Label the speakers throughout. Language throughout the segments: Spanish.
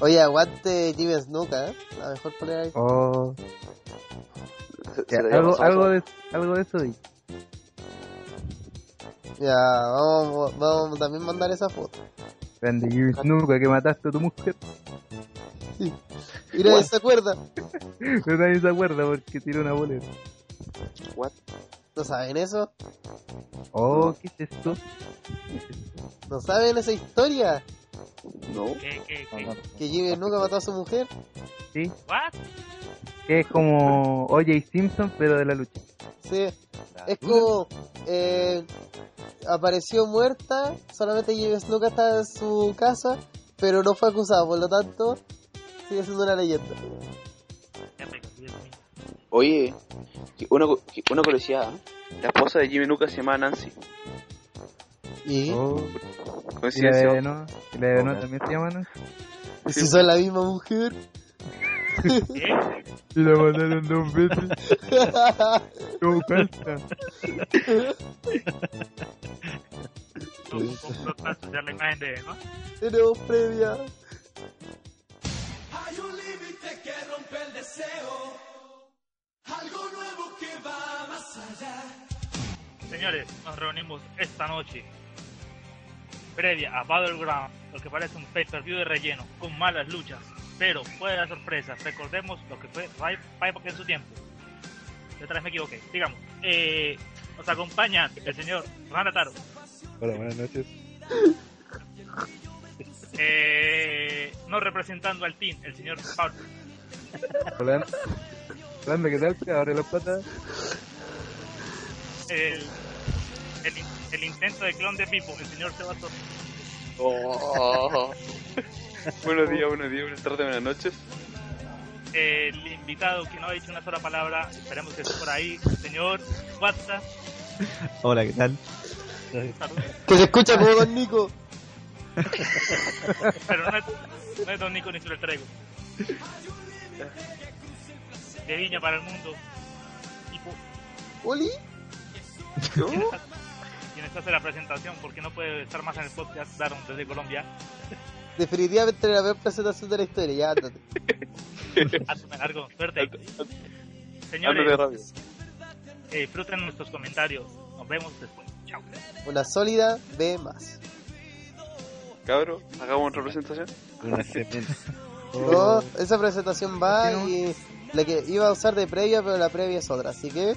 Speaker 1: Oye, aguante Jimmy Snuka, ¿eh? la mejor polera que-
Speaker 2: Oh,
Speaker 3: Se-
Speaker 2: ya,
Speaker 3: se le dio
Speaker 2: algo,
Speaker 3: razón.
Speaker 2: algo, de, algo de eso. y-
Speaker 1: Ya, vamos, vamos a también mandar esa foto.
Speaker 2: Grande Jimmy Snuka que mataste a tu mujer.
Speaker 1: Y nadie se acuerda.
Speaker 2: Pero nadie se acuerda porque tiró una bolera.
Speaker 3: What?
Speaker 1: ¿No saben eso?
Speaker 2: Oh, ¿qué es esto?
Speaker 1: ¿No saben esa historia?
Speaker 3: No.
Speaker 4: ¿Qué, qué,
Speaker 2: No,
Speaker 4: qué?
Speaker 2: no.
Speaker 1: Que Jimmy nunca mató a su mujer.
Speaker 2: Sí,
Speaker 4: ¿What?
Speaker 2: que es como OJ Simpson, pero de la lucha.
Speaker 1: Sí. Es como. eh, apareció muerta, solamente Jimmy Snuka está en su casa, pero no fue acusado, por lo tanto, sigue siendo una leyenda.
Speaker 4: Ya me cambié el mío.
Speaker 3: Oye, que una, cu- que una curiosidad. ¿eh? La esposa de Jimmy Lucas se llama Nancy.
Speaker 1: ¿Y?
Speaker 2: Oh, y la
Speaker 3: Coincidencia.
Speaker 2: de no, y la de no también se llama, ¿no?
Speaker 1: Si son la misma mujer.
Speaker 4: ¿Qué?
Speaker 2: Y la mandaron dos veces. No falta.
Speaker 4: Tú complotas ya la imagen de, ¿no?
Speaker 1: Tenemos previa.
Speaker 5: Hay un límite que rompe el deseo, algo nuevo que va más allá.
Speaker 4: Señores, nos reunimos esta noche. Previa a Battleground, lo que parece un pay-per-view de relleno, con malas luchas, pero puede dar sorpresas. Recordemos lo que fue Ryback en su tiempo. Yo otra vez me equivoqué. Digamos, eh, nos acompaña el señor Rana Taro.
Speaker 6: Hola, buenas noches.
Speaker 4: Eh, no representando al team, el señor Pablo.
Speaker 2: Hola. Hola, ¿qué tal? Te Abre las patas.
Speaker 4: El, el in- el intento de clon de Pipo, el señor Sebastián.
Speaker 3: Oh. buenos días, buenos días, buenas tardes, buenas noches.
Speaker 4: El invitado que no ha dicho una sola palabra, esperemos que esté por ahí, el señor WhatsApp.
Speaker 6: Hola, ¿qué tal?
Speaker 1: Que se escucha como Don Nico.
Speaker 4: Pero no es, no es Don Nico ni se lo traigo. De viña para el mundo. Pipo,
Speaker 1: ¿Oli?
Speaker 4: quienes hace la presentación, porque no puede estar más en el podcast, Daron, desde Colombia.
Speaker 1: Definitivamente la peor presentación de la historia, ya ándate.
Speaker 4: Hazme largo, suerte.
Speaker 3: Ándate
Speaker 4: Señores,
Speaker 3: rápido.
Speaker 4: eh, disfruten nuestros comentarios. Nos vemos después. Chao.
Speaker 1: Una sólida B más.
Speaker 3: Cabro, hagamos otra presentación.
Speaker 6: Una semana.
Speaker 1: No, Oh, esa presentación va y la que iba a usar de previa, pero la previa es otra, así que.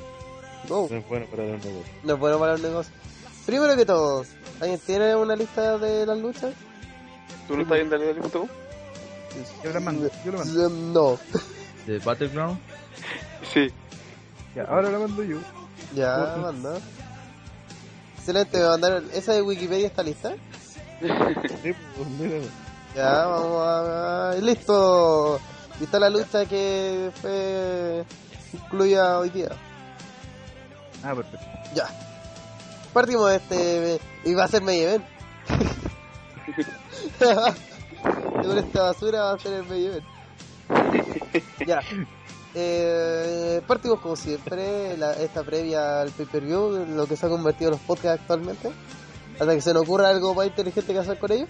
Speaker 1: Go.
Speaker 6: No es bueno para los nuevos.
Speaker 1: No podemos parar el negocio. Primero que todo, ¿alguien tiene una lista de las luchas?
Speaker 3: ¿Tú no estás viendo el dale.com?
Speaker 2: Yo la mando, yo la mando.
Speaker 1: No.
Speaker 7: de Battleground.
Speaker 3: Sí.
Speaker 2: Ya, ahora la mando yo.
Speaker 1: Ya, manda. Excelente, me mandaron. ¿Esa de Wikipedia está lista?
Speaker 6: Sí, pues, míralo.
Speaker 1: Ya, vamos a... ¡Listo! Y está la lucha que fue incluida hoy día.
Speaker 2: Ah, perfecto.
Speaker 1: Ya. Partimos de este... Y va a ser main event. Según esta basura va a ser el main event. Ya. Eh, partimos como siempre, la- esta previa al pay-per-view, lo que se ha convertido en los podcasts actualmente. Hasta que se nos ocurra algo más inteligente que hacer con ellos.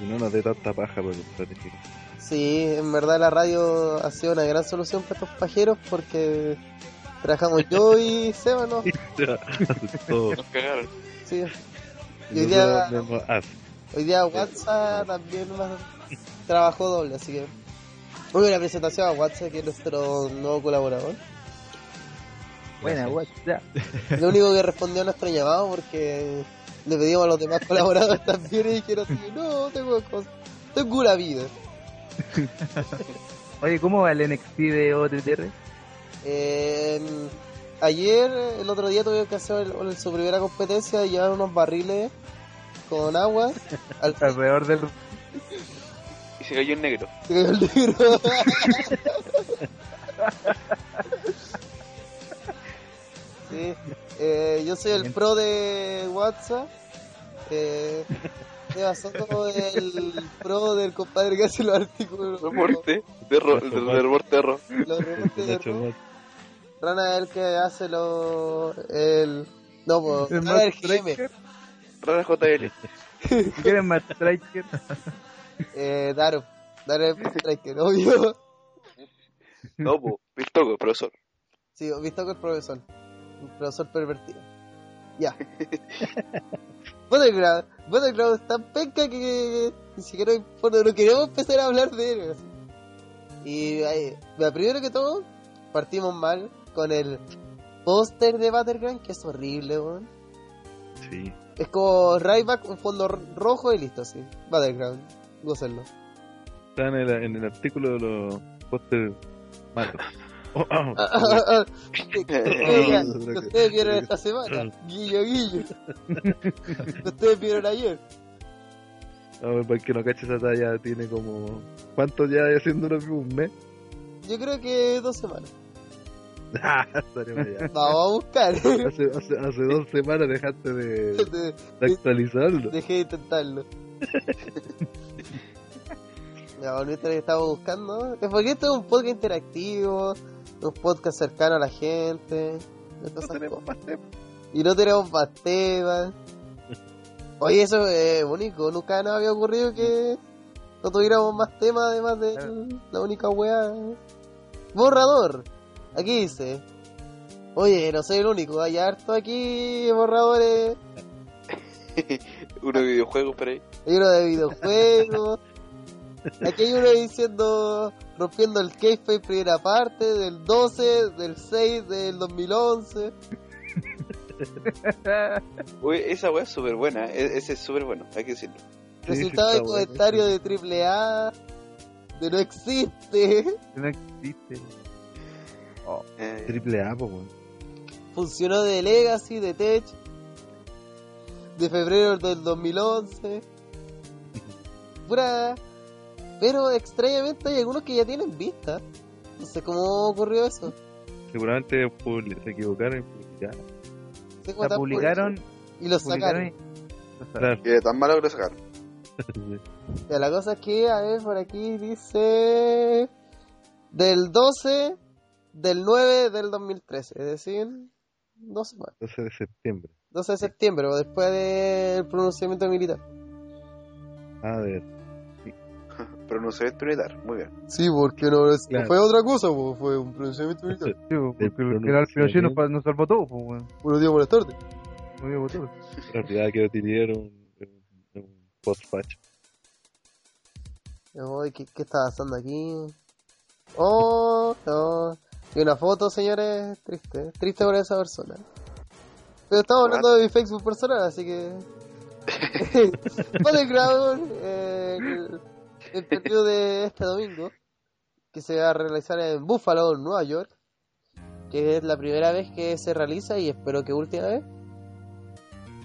Speaker 6: Y no nos dé tanta paja por estrategia.
Speaker 1: Sí, en verdad la radio ha sido una gran solución para estos pajeros porque trabajamos yo y Seba, ¿no?
Speaker 6: Todo.
Speaker 3: Nos cagaron.
Speaker 1: Sí. Y hoy día,
Speaker 6: Nosotros vemos Ah, as.
Speaker 1: hoy día WhatsApp también más- trabajó doble, así que. Muy buena presentación a WhatsApp, que es nuestro nuevo colaborador.
Speaker 2: Buena, WhatsApp.
Speaker 1: Lo único que respondió a nuestro llamado porque le pedimos a los demás colaboradores también y dijeron así: No, tengo cosas. Tengo una vida.
Speaker 2: Oye, ¿cómo va el NXT de OTTR?
Speaker 1: Eh, ayer, el otro día, tuvieron que hacer el- su primera competencia y llevar unos barriles con agua al
Speaker 2: Alrededor del.
Speaker 3: Y se cayó en negro.
Speaker 1: que cayó el negro. Sí, eh, yo soy el pro de WhatsApp. Eh, Seba Soto, el pro del compadre que hace los artículos.
Speaker 3: Reporte de ro- de- de reporte de ro.
Speaker 1: Los reportes de
Speaker 6: Nacho
Speaker 1: rock.
Speaker 6: Mot.
Speaker 1: "Oh, Rana es el que hace lo. El. No, pues.
Speaker 2: el
Speaker 1: Rana es
Speaker 2: Matt
Speaker 1: el GM.
Speaker 2: Striker.
Speaker 3: Rara JL.
Speaker 2: Si quieren más striker,
Speaker 1: Eh, Daro. Daro es striker, obvio.
Speaker 3: No, po. Vistoco, profesor.
Speaker 1: Sí, visto que el profesor. Un profesor pervertido. Ya. Battleground. Battleground es tan penca que ni siquiera bueno, no queremos empezar a hablar de él. Y ahí, mira, primero que todo, partimos mal con el póster de Battleground, que es horrible, weón.
Speaker 6: Sí.
Speaker 1: Es como Ryback, un fondo ro- rojo y listo, así. Battleground. Gócenlo.
Speaker 6: Está en el, en el artículo de los póster malos. Oh, oh.
Speaker 1: Ah, ah, ah,
Speaker 7: Eh,
Speaker 1: Oiga, que ustedes vieron
Speaker 6: creo que-
Speaker 1: esta semana. Guillo, guillo. Que ustedes vieron ayer.
Speaker 6: No, para el que no cache esa talla, tiene como. ¿Cuánto ya haciéndolo? ¿Un mes?
Speaker 1: Yo creo que dos semanas.
Speaker 6: Ah, estaremos allá.
Speaker 1: Vamos a buscar.
Speaker 6: Hace, hace, hace dos semanas dejaste de,
Speaker 1: De-
Speaker 6: de actualizarlo.
Speaker 1: Dejé de intentarlo. Ya, volviste a lo que estaba buscando. Es porque esto es un podcast interactivo, un podcast cercano a la gente. de todas esas cosas.
Speaker 6: más temas.
Speaker 1: Y no tenemos más temas. Oye, eso es único. Nunca nos había ocurrido que no tuviéramos más temas además de la única weá. Borrador. Aquí dice. Oye, no soy el único. Hay harto aquí borradores.
Speaker 3: Unos videojuegos por ahí.
Speaker 1: Hay uno de videojuegos. Aquí hay uno diciendo rompiendo el K-Face primera parte del 12, del 6, del 2011.
Speaker 3: Oye, esa weá es súper buena. e- Ese es súper bueno, hay que decirlo.
Speaker 6: Sí, sí,
Speaker 1: Resultado de
Speaker 6: está bueno.
Speaker 1: comentario de triple A. De no existe.
Speaker 2: no existe.
Speaker 3: Eh,
Speaker 6: Triple A, po, weón.
Speaker 1: Funcionó de Legacy, de Tech. De febrero del 2011. Pura. Pero extrañamente hay algunos que ya tienen vista. No sé cómo ocurrió eso.
Speaker 6: Seguramente publi- se equivocaron en publicidad.
Speaker 1: No sé cómo
Speaker 2: La
Speaker 1: tan
Speaker 2: publicaron,
Speaker 1: publicado. Y los sacaron.
Speaker 2: publicaron
Speaker 6: Claro.
Speaker 7: Que tan malo que lo sacaron.
Speaker 1: Ya, la cosa es que, a ver, por aquí dice. Del 12 del 9 del 2013, es decir, no sé más,
Speaker 6: 12 de septiembre.
Speaker 1: 12 de septiembre, o después del pronunciamiento militar.
Speaker 6: A ver.
Speaker 7: Pero no se ve militar. Muy bien.
Speaker 1: Sí, porque no, es-
Speaker 6: Claro.
Speaker 1: fue otra cosa, po, fue un pronunciamiento militar.
Speaker 2: Sí, po,
Speaker 6: El
Speaker 2: porque el general Pinochet
Speaker 6: pronunciamiento.
Speaker 2: nos, pa- nos salvó todo, pues, weón.
Speaker 1: Buenos días, buenas tardes.
Speaker 2: No dio futuro.
Speaker 6: En realidad quiero tirar un, un, un postfacho.
Speaker 1: Yo, ay, ¿Qué, ¿Qué está pasando aquí? Oh, no. Y una foto, señores, triste. Triste por esa persona. Pero estamos hablando de mi Facebook personal, así que. Battleground, eh, el- el partido de este domingo, que se va a realizar en Buffalo, Nueva York, que es la primera vez que se realiza y espero que última vez.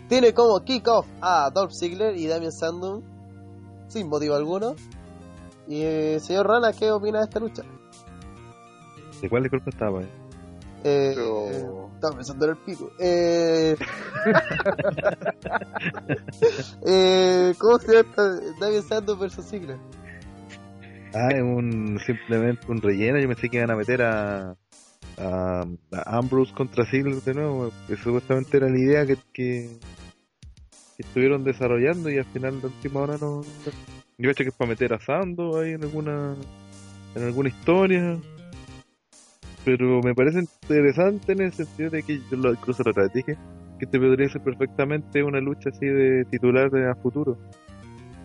Speaker 1: Tiene como kickoff a Dolph Ziggler y Damian Sandum, sin motivo alguno. Y eh, señor Rana, ¿qué opina de esta lucha?
Speaker 6: ¿De cuál disculpa estaba, eh?
Speaker 1: Eh,
Speaker 7: Pero-
Speaker 1: eh, estaba pensando en el pico. Eh, eh, ¿Cómo se llama? esta- Damian Sandow versus Ziggler.
Speaker 6: Ah, es un, simplemente un relleno. Yo pensé que iban a meter a, a, a Ambrose contra Ziggler de nuevo. Que supuestamente era la idea que, que, que estuvieron desarrollando y al final de última hora no. no- Yo hecho que es para meter a Sando ahí en alguna, en alguna historia. Pero me parece interesante en el sentido de que yo lo, incluso lo otra vez dije que te podría ser perfectamente una lucha así de titular de a futuro.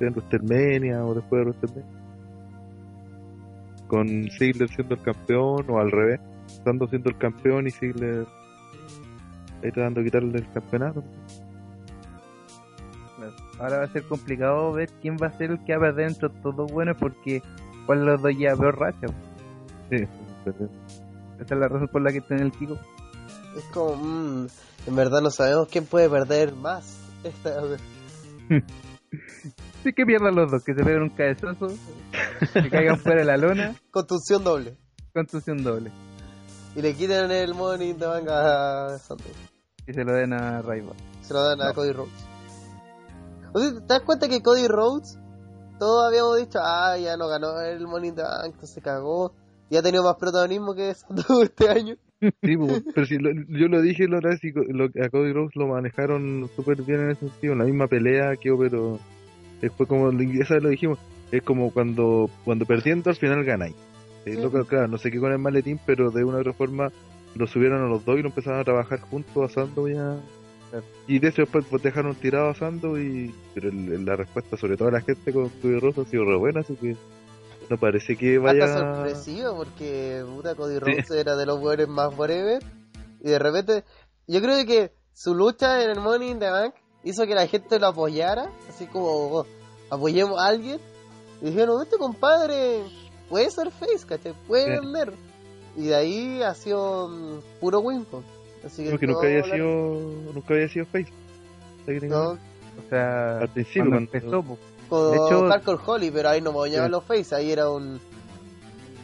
Speaker 6: En WrestleMania o después de WrestleMania con Ziggler siendo el campeón o al revés, Sando siendo el campeón y Ziggler ahí tratando de quitarle el campeonato.
Speaker 2: Claro. Ahora va a ser complicado ver quién va a ser el que va a perder entre estos dos buenos porque cuál de los dos ya peor racha. pues.
Speaker 6: Sí,
Speaker 2: Esa es la razón por la que está en el Kiko.
Speaker 1: Es como, mm, en verdad no sabemos quién puede perder más. Esta vez.
Speaker 2: Sí que pierdan los dos, que se peguen un cabezazo, que caigan fuera de la lona,
Speaker 1: Contusión doble.
Speaker 2: contusión doble.
Speaker 1: Y le quitan el money de manga a Sandow.
Speaker 2: Y se lo den a Raiva.
Speaker 1: Se lo dan a Cody Rhodes. O sea, ¿Te das cuenta que Cody Rhodes? Todos habíamos dicho, ah, ya no ganó el Money in the Bank, se cagó. Y ha tenido más protagonismo que Sandow este año.
Speaker 6: Sí, pues, pero si lo- yo lo dije la otra vez y co- lo- a Cody Rhodes lo manejaron súper bien en ese sentido, en la misma pelea que pero después como esa vez lo dijimos, es como cuando cuando perdiendo al final ganáis. Eh,
Speaker 1: Sí.
Speaker 6: loco, claro, no sé qué con el maletín, pero de una u otra forma lo subieron a los dos y lo empezaron a trabajar juntos a Sandow y a- Y de hecho después pues, dejaron tirado a Sandow y pero el- la respuesta sobre todo de la gente con Cody Rhodes ha sido re buena, así que no parece que vaya...
Speaker 1: Hasta sorpresivo porque puta Cody Rhodes era de los jugadores más forever y de repente yo creo que su lucha en el Money in the Bank hizo que la gente lo apoyara, así como oh, apoyemos a alguien y dijeron, este compadre puede ser face, ¿cachai? Puede
Speaker 6: Sí.
Speaker 1: vender. Y de ahí ha sido mm, puro Winco. Así que,
Speaker 6: No, que
Speaker 1: todo
Speaker 6: nunca había
Speaker 1: la-
Speaker 6: sido, nunca había sido Face. técnicamente.
Speaker 1: no,
Speaker 2: O sea,
Speaker 6: Al principio,
Speaker 2: cuando
Speaker 6: cuando-
Speaker 2: empezó, pues, po.
Speaker 1: con
Speaker 2: De hecho-
Speaker 1: Hardcore Holly, pero ahí no podían
Speaker 6: Sí.
Speaker 1: los face, ahí era un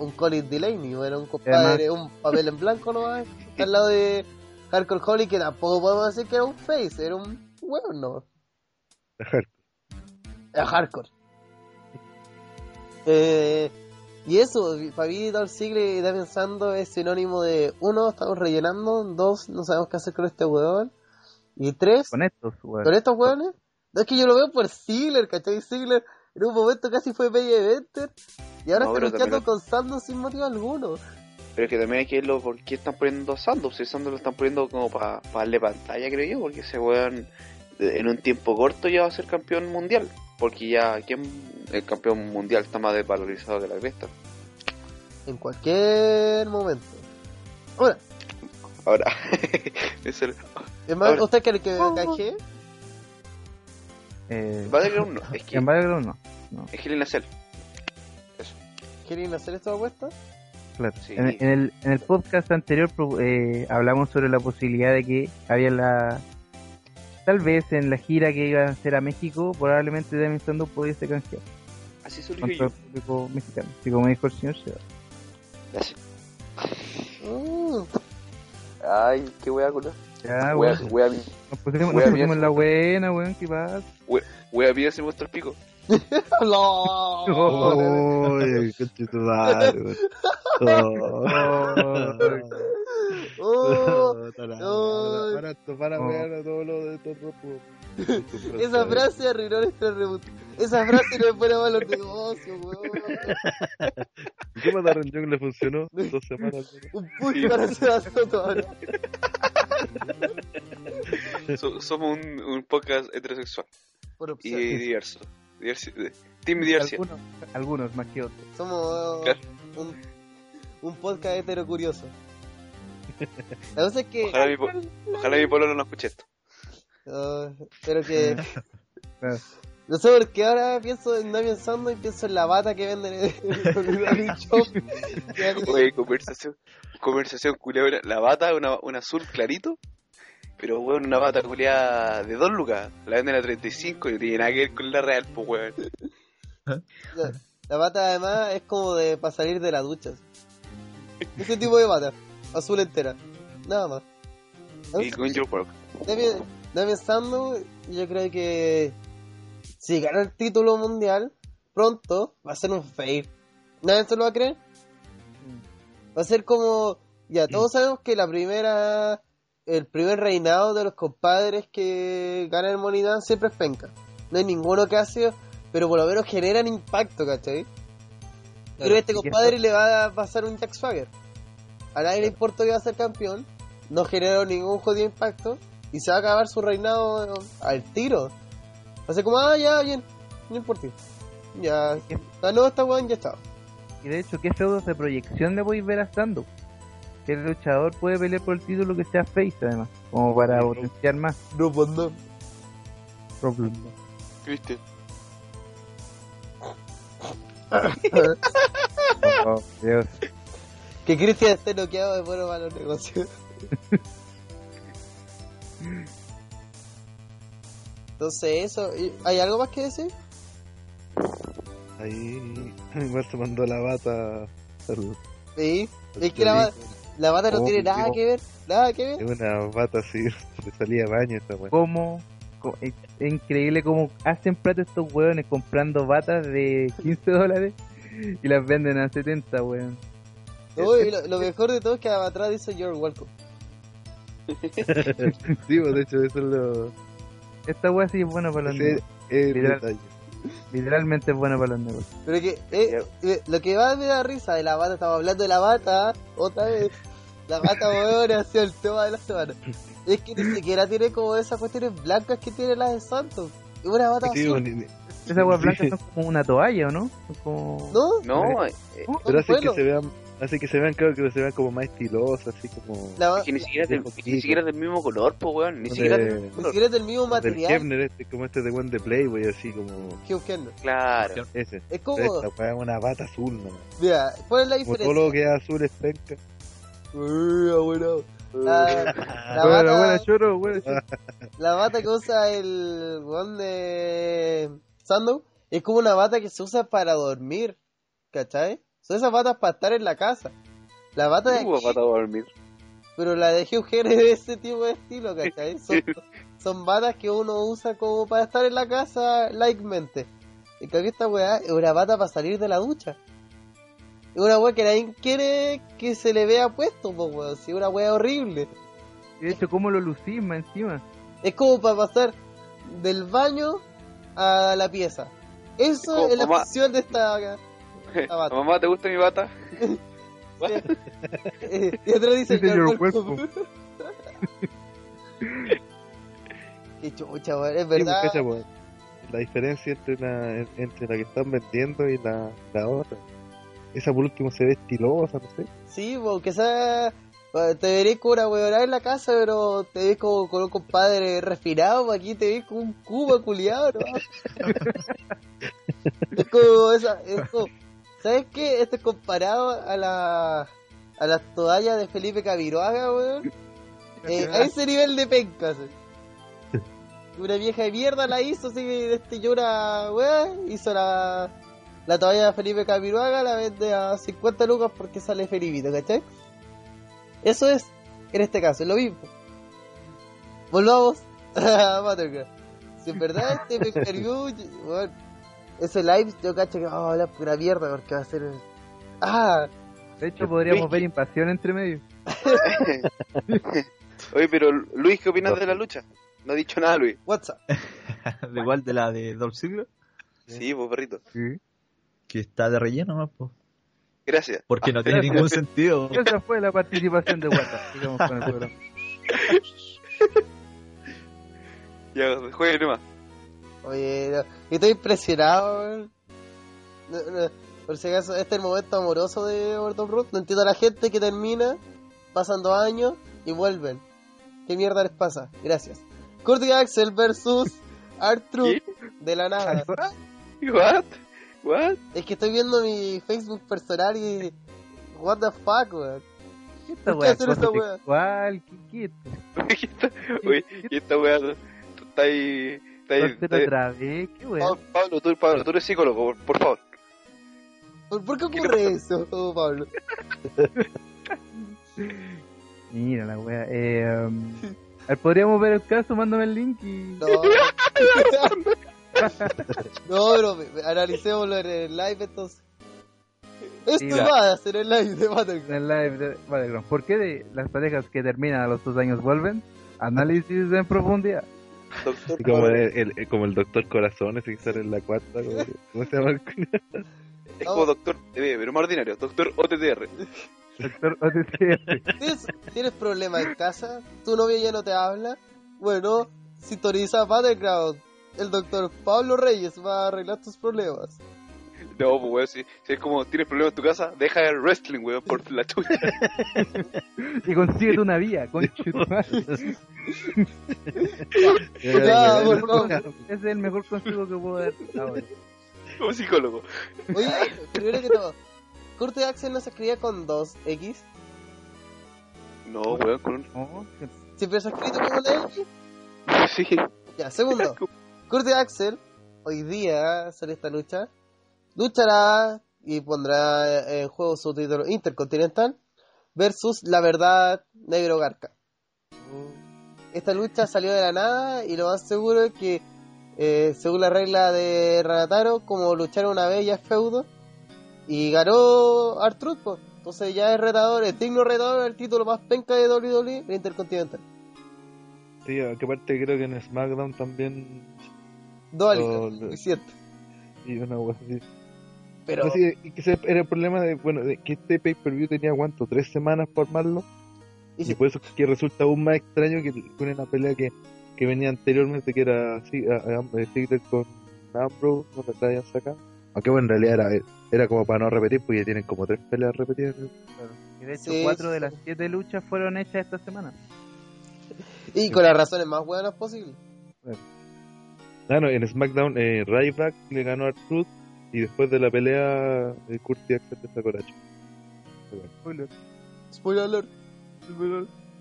Speaker 1: un Colin Delaney, era un compadre, un papel en blanco nomás, al lado de Hardcore Holly que tampoco podemos decir que era un face, era un bueno no,
Speaker 6: Dejar.
Speaker 1: era hardcore. Eh, y eso, para mí Dolph Ziggler está pensando es sinónimo de uno, estamos rellenando, dos, no sabemos qué hacer con este weón, y tres,
Speaker 2: con estos, weón.
Speaker 1: con estos hueones. No, es que yo lo veo por Ziggler, ¿cachai? Ziggler en un momento casi fue media eventer y ahora
Speaker 7: No,
Speaker 1: está
Speaker 7: pero
Speaker 1: luchando
Speaker 7: también-
Speaker 1: con Sandow sin motivo alguno.
Speaker 7: Pero es que también hay que verlo por qué están poniendo a Sandow. Si Sandow lo están poniendo como para darle pantalla, creo yo, porque ese weón de- en un tiempo corto ya va a ser campeón mundial. Porque ya ¿quién, el campeón mundial está más desvalorizado que la cresta.
Speaker 1: En cualquier momento. Ahora,
Speaker 7: Ahora, eso lo-
Speaker 1: es más,
Speaker 7: Ahora-
Speaker 1: ¿usted quiere que canje?
Speaker 2: Eh,
Speaker 7: Battleground no, es que
Speaker 2: en Battleground no.
Speaker 7: es que Nacel.
Speaker 1: ¿Quieren hacer esta apuesta?
Speaker 2: Claro.
Speaker 7: Sí.
Speaker 2: En, en el, en el podcast anterior pro- eh, hablamos sobre la posibilidad de que había la. Tal vez en la gira que iba a hacer a México, probablemente Damien Sandow pudiese canjear
Speaker 7: Así surgió
Speaker 2: contra
Speaker 7: yo.
Speaker 2: el público mexicano. Así como dijo el señor Seba.
Speaker 7: Así.
Speaker 1: Mm,
Speaker 7: Ay, qué wea, culo.
Speaker 2: Ya,
Speaker 7: Wea,
Speaker 2: weón,
Speaker 7: wea, mía.
Speaker 2: Nos pusimos, nos
Speaker 7: wea,
Speaker 2: pusimos
Speaker 7: mía.
Speaker 2: en la buena, weón, ¿qué pasa?
Speaker 7: wea, mía, se muestra el pico.
Speaker 1: no.
Speaker 6: Oh,
Speaker 1: Oh, no.
Speaker 2: Oh.
Speaker 1: esa frase arruinó nuestra reboot. Esa frase no es buena para los negocios, weón.
Speaker 6: ¿Cómo a Darren Young le funcionó? Dos semanas.
Speaker 1: Un push para Seba Soto ahora.
Speaker 7: So- somos un, un podcast heterosexual
Speaker 1: Por
Speaker 7: y
Speaker 1: opción.
Speaker 7: diverso. Diversi- de- team diversidad.
Speaker 2: Algunos, algunos más que otros.
Speaker 1: Somos
Speaker 7: Claro.
Speaker 1: un, un podcast hetero curioso. La cosa es que.
Speaker 7: Ojalá mi, po- ojalá mi pololo no escuche esto.
Speaker 1: Ah, pero que.
Speaker 2: Claro.
Speaker 1: No sé por qué ahora pienso en Damien Sando y pienso en la bata que venden en el shop.
Speaker 7: Oye, conversación, conversación culebra. La bata, una, un azul clarito. Pero, weón, una bata culeada de 2 lucas. La venden a 35 y no tiene nada que ver con la real, pues, weón.
Speaker 1: La, la bata además es como de para salir de la ducha. Ese tipo de bata, azul entera. Nada más.
Speaker 7: Y con your work.
Speaker 1: Damien, Damien Sandow, yo creo que si gana el título mundial, pronto va a ser un fail. ¿Nadie se lo va a creer?
Speaker 2: Mm.
Speaker 1: Va a ser como. Ya, todos sabemos que la primera. El primer reinado de los compadres que ganan el Money Dance siempre es penca. No hay ninguno que ha sido, pero por lo menos generan impacto, ¿cachai? Creo que este
Speaker 2: y que
Speaker 1: compadre le va a pasar un Jack Swagger. A nadie le importa que va a ser campeón, no generó ningún jodido impacto y se va a acabar su reinado eh, al tiro. Va a ser como, ah, ya, bien, no importa. Ya, ganó esta weón, ya está.
Speaker 2: Y de hecho, ¿qué feudos de proyección le voy a ver a Sandow? Que el luchador puede pelear por el título que sea face, además, como para
Speaker 6: Sí, no.
Speaker 2: potenciar más.
Speaker 1: No, pues no.
Speaker 2: Problema.
Speaker 7: Cristian.
Speaker 2: Oh, Dios.
Speaker 1: Que Cristian esté noqueado es bueno para los negocios. Entonces, eso. ¿y- ¿Hay algo más que decir?
Speaker 6: Ahí igual se mandó la bata. al-
Speaker 1: Sí.
Speaker 6: al
Speaker 1: Es que la, ba-
Speaker 6: chorizo.
Speaker 1: la bata no
Speaker 6: Oh,
Speaker 1: tiene nada
Speaker 6: Dios.
Speaker 1: que ver. Nada que ver.
Speaker 6: Es una bata así. Le salía baño esta weón.
Speaker 2: cómo co- es, es increíble cómo hacen plata estos hueones comprando batas de 15 dólares y las venden a 70, weón.
Speaker 1: No, y lo, lo mejor de todo es que atrás dice You're Welcome.
Speaker 6: sí, pues, de hecho, eso es lo.
Speaker 2: Esta wea sí es buena para los
Speaker 6: Ese es
Speaker 2: negocios.
Speaker 6: el
Speaker 2: Literal.
Speaker 6: detalle.
Speaker 2: Literalmente es buena para los negocios.
Speaker 1: Pero que eh, eh, lo que va a me da risa de la bata, estamos hablando de la bata otra vez. La bata weón ha sido el tema de la semana. Es que ni siquiera tiene como esas cuestiones blancas que tiene las de Santos. Es una bata
Speaker 6: Sí,
Speaker 1: azul,
Speaker 6: pues, ni-
Speaker 2: Esas weas blancas son como una toalla, ¿o no? Son como...
Speaker 1: ¿no?
Speaker 7: No, eh, eh,
Speaker 1: Son
Speaker 6: pero hace que
Speaker 1: vuelos.
Speaker 6: se vean, hace que se vean, claro, que se vean como más estilosas, así como.
Speaker 1: La,
Speaker 7: que ni siquiera, es del,
Speaker 6: Viejo
Speaker 7: ni siquiera es del mismo color, pues, weón. Ni
Speaker 6: de-
Speaker 7: siquiera es del mismo
Speaker 1: ni
Speaker 7: color.
Speaker 1: siquiera es del mismo
Speaker 6: del
Speaker 1: material
Speaker 6: Kevner, este, como este de One de Playboy, así como.
Speaker 1: que buscando.
Speaker 7: Claro.
Speaker 6: Ese.
Speaker 1: Es
Speaker 6: Pero
Speaker 1: como,
Speaker 6: Esta weá es una bata azul, ¿no?
Speaker 1: mira, ¿cuál es la
Speaker 6: Como todo lo
Speaker 1: diferencia?
Speaker 6: que es azul es penca.
Speaker 1: Uh, abuelo. Ah, La, la
Speaker 2: Bueno,
Speaker 1: bata-
Speaker 2: bueno, choro, bueno, choro.
Speaker 1: La bata que usa el weón de Sandow es como una bata que se usa para dormir, ¿cachai? Son esas batas para estar en la casa. La bata de
Speaker 6: pues,
Speaker 7: Uy,
Speaker 1: aquí,
Speaker 7: papá, te voy a dormir.
Speaker 1: pero la de Hugh Hefner es de ese tipo de estilo, ¿cachai? Son, son batas que uno usa como para estar en la casa, likemente. En cambio esta weá es una bata para salir de la ducha. Es una weá que nadie quiere que se le vea puesto, po, weón. Si es una weá horrible.
Speaker 2: De hecho, ¿cómo lo lucís más encima?
Speaker 1: Es como para pasar del baño a la pieza. Eso
Speaker 7: Es como,
Speaker 1: es la
Speaker 7: mamá.
Speaker 1: función de esta. esta bata.
Speaker 7: Mamá, ¿te gusta mi bata?
Speaker 1: Eh, y otro dice:
Speaker 2: Dice,
Speaker 1: "Your
Speaker 2: "Your
Speaker 1: welcome". Qué chucha, weón. Es verdad.
Speaker 6: Sí, pues, cacha, pues, la diferencia entre la, entre la que están vendiendo y la, la otra. Esa por último se ve estilosa, no sé.
Speaker 1: Sí, porque sea. bueno, Te veré con una weoná en la casa, pero te ves como con un compadre refinado. pues, Aquí te ves con un cuba culiado, ¿no? es como esa. Es como, ¿Sabes qué? Esto es comparado a la. A las toallas de Felipe Caviroaga, weón. Eh, a ese nivel de pencas. Una vieja de mierda la hizo, así que este llora, weón. Hizo la, la toalla de Felipe Camiroaga, la vende a 50 lucas porque sale Felipito, ¿cachai? Eso es, en este caso, es lo mismo. Volvamos a Battleground. Si en verdad este pay per view, weón, ese live, yo cacho que vamos a hablar pura mierda porque va a ser. ¡Ah!
Speaker 2: De hecho, podríamos ver invasión entre medio.
Speaker 7: Oye, pero Luis, ¿qué opinas de la lucha? No ha dicho nada, Luis.
Speaker 1: WhatsApp.
Speaker 8: de igual de la de Dolph Ziggler,
Speaker 7: Sí, pues, perrito.
Speaker 2: Sí.
Speaker 8: que está de relleno más, po,
Speaker 7: Gracias.
Speaker 8: porque no tiene ningún sentido.
Speaker 2: Esa fue la participación de WhatsApp. Sigamos con el programa.
Speaker 7: Ya, juegue nomás.
Speaker 1: Oye, no, estoy impresionado, weón. No, no, por si acaso, este es el momento amoroso de Orton Road. No entiendo a la gente que termina, pasan dos años y vuelven. ¿Qué mierda les pasa? Gracias. Curtis Axel versus Artruth de la nada.
Speaker 7: ¿What? ¿What?
Speaker 1: Es que estoy viendo mi Facebook personal y. What the fuck, weón.
Speaker 2: Esta
Speaker 1: ¿Por qué
Speaker 2: wea
Speaker 1: hacer esa wea?
Speaker 2: ¿Cuál?
Speaker 1: Eh,
Speaker 2: ¿Qué, qué, qué,
Speaker 7: ¿Qué está? Oye, ¿y esta weá? Tú Está ahí... Está ahí...
Speaker 2: hacer
Speaker 7: está
Speaker 1: eh,
Speaker 7: ahí-
Speaker 2: otra vez? ¿Qué wea?
Speaker 1: oh.
Speaker 7: Pa- Pablo, tú, Pablo, tú eres psicólogo, por, por favor.
Speaker 1: ¿Por, por qué ocurre eso, oh, Pablo?
Speaker 2: Mira la wea. Eh, um, a ver, podríamos ver el caso, mándame el link y.
Speaker 1: No. no, pero me- me- analicémoslo en el live entonces.
Speaker 2: Sí,
Speaker 1: Esto
Speaker 2: va.
Speaker 1: va a ser el live de
Speaker 2: en
Speaker 1: Battleground.
Speaker 2: el live de Battleground. ¿Por qué de las parejas que terminan a los dos años vuelven? Análisis en profundidad.
Speaker 7: Doctor,
Speaker 6: Y como,
Speaker 7: Pablo.
Speaker 6: el, el- como el Doctor Corazón, ese que sale en la cuarta. Como, ¿Cómo se llama? el culo?
Speaker 7: es como doctor TV, pero más ordinario. Doctor OTTR.
Speaker 2: Doctor OTCR.
Speaker 1: ¿Tienes, ¿Tienes problemas en casa? ¿Tu novia ya no te habla? Bueno, sintoniza Battleground. El doctor Pablo Reyes va a arreglar tus problemas.
Speaker 7: No, pues weón, si, si es como tienes problemas en tu casa, deja el wrestling, weón, por la chucha.
Speaker 2: Y consíguete una vía, conchetumare.
Speaker 1: Ya,
Speaker 6: Eh,
Speaker 1: por
Speaker 6: no,
Speaker 1: favor.
Speaker 2: Ese es el mejor consejo que puedo dar Ah, ahora.
Speaker 7: Como psicólogo.
Speaker 1: Oye, primero que todo, Curtis Axel no se escribía con 2X.
Speaker 7: No, weón, con un...
Speaker 2: No, que-
Speaker 1: Siempre se ha escrito con una X.
Speaker 7: Sí.
Speaker 1: Ya, segundo. Curtis Axel, hoy día sale esta lucha. Luchará y pondrá eh, en juego su título intercontinental versus la verdad negro garca. Esta lucha salió de la nada y lo más seguro es que, eh, según la regla de Ranataro, como lucharon una vez ya es feudo y ganó Artruth, po. Entonces ya es retador, el digno retador, el título más penca de WWE, el Intercontinental.
Speaker 6: Sí, que aparte creo que en SmackDown también.
Speaker 1: Dos
Speaker 6: Oh,
Speaker 1: alitas,
Speaker 6: no.
Speaker 1: es cierto.
Speaker 6: Y una wea así.
Speaker 1: Pero
Speaker 6: No, sí, y que ese era el problema de, bueno, de que este pay-per-view tenía cuánto, tres semanas para armarlo.
Speaker 1: Y
Speaker 6: Y
Speaker 1: sí.
Speaker 6: por eso es que resulta aún más extraño que con una pelea que, que venía anteriormente, que era así, a- a- eh, Ziggler con Ambrose, no la habían sacado. Aunque bueno, en realidad era, era como para no repetir, porque ya tienen como tres peleas repetidas.
Speaker 2: Y de hecho,
Speaker 1: Sí,
Speaker 2: cuatro
Speaker 1: sí,
Speaker 2: de
Speaker 1: sí.
Speaker 2: las siete luchas fueron hechas esta semana.
Speaker 1: y con las razones más buenas posibles.
Speaker 6: Ah, no, en SmackDown, eh, Ryback le ganó a Truth y después de la pelea, eh, Curtis Axel le sacó la chucha.
Speaker 1: Spoiler alert.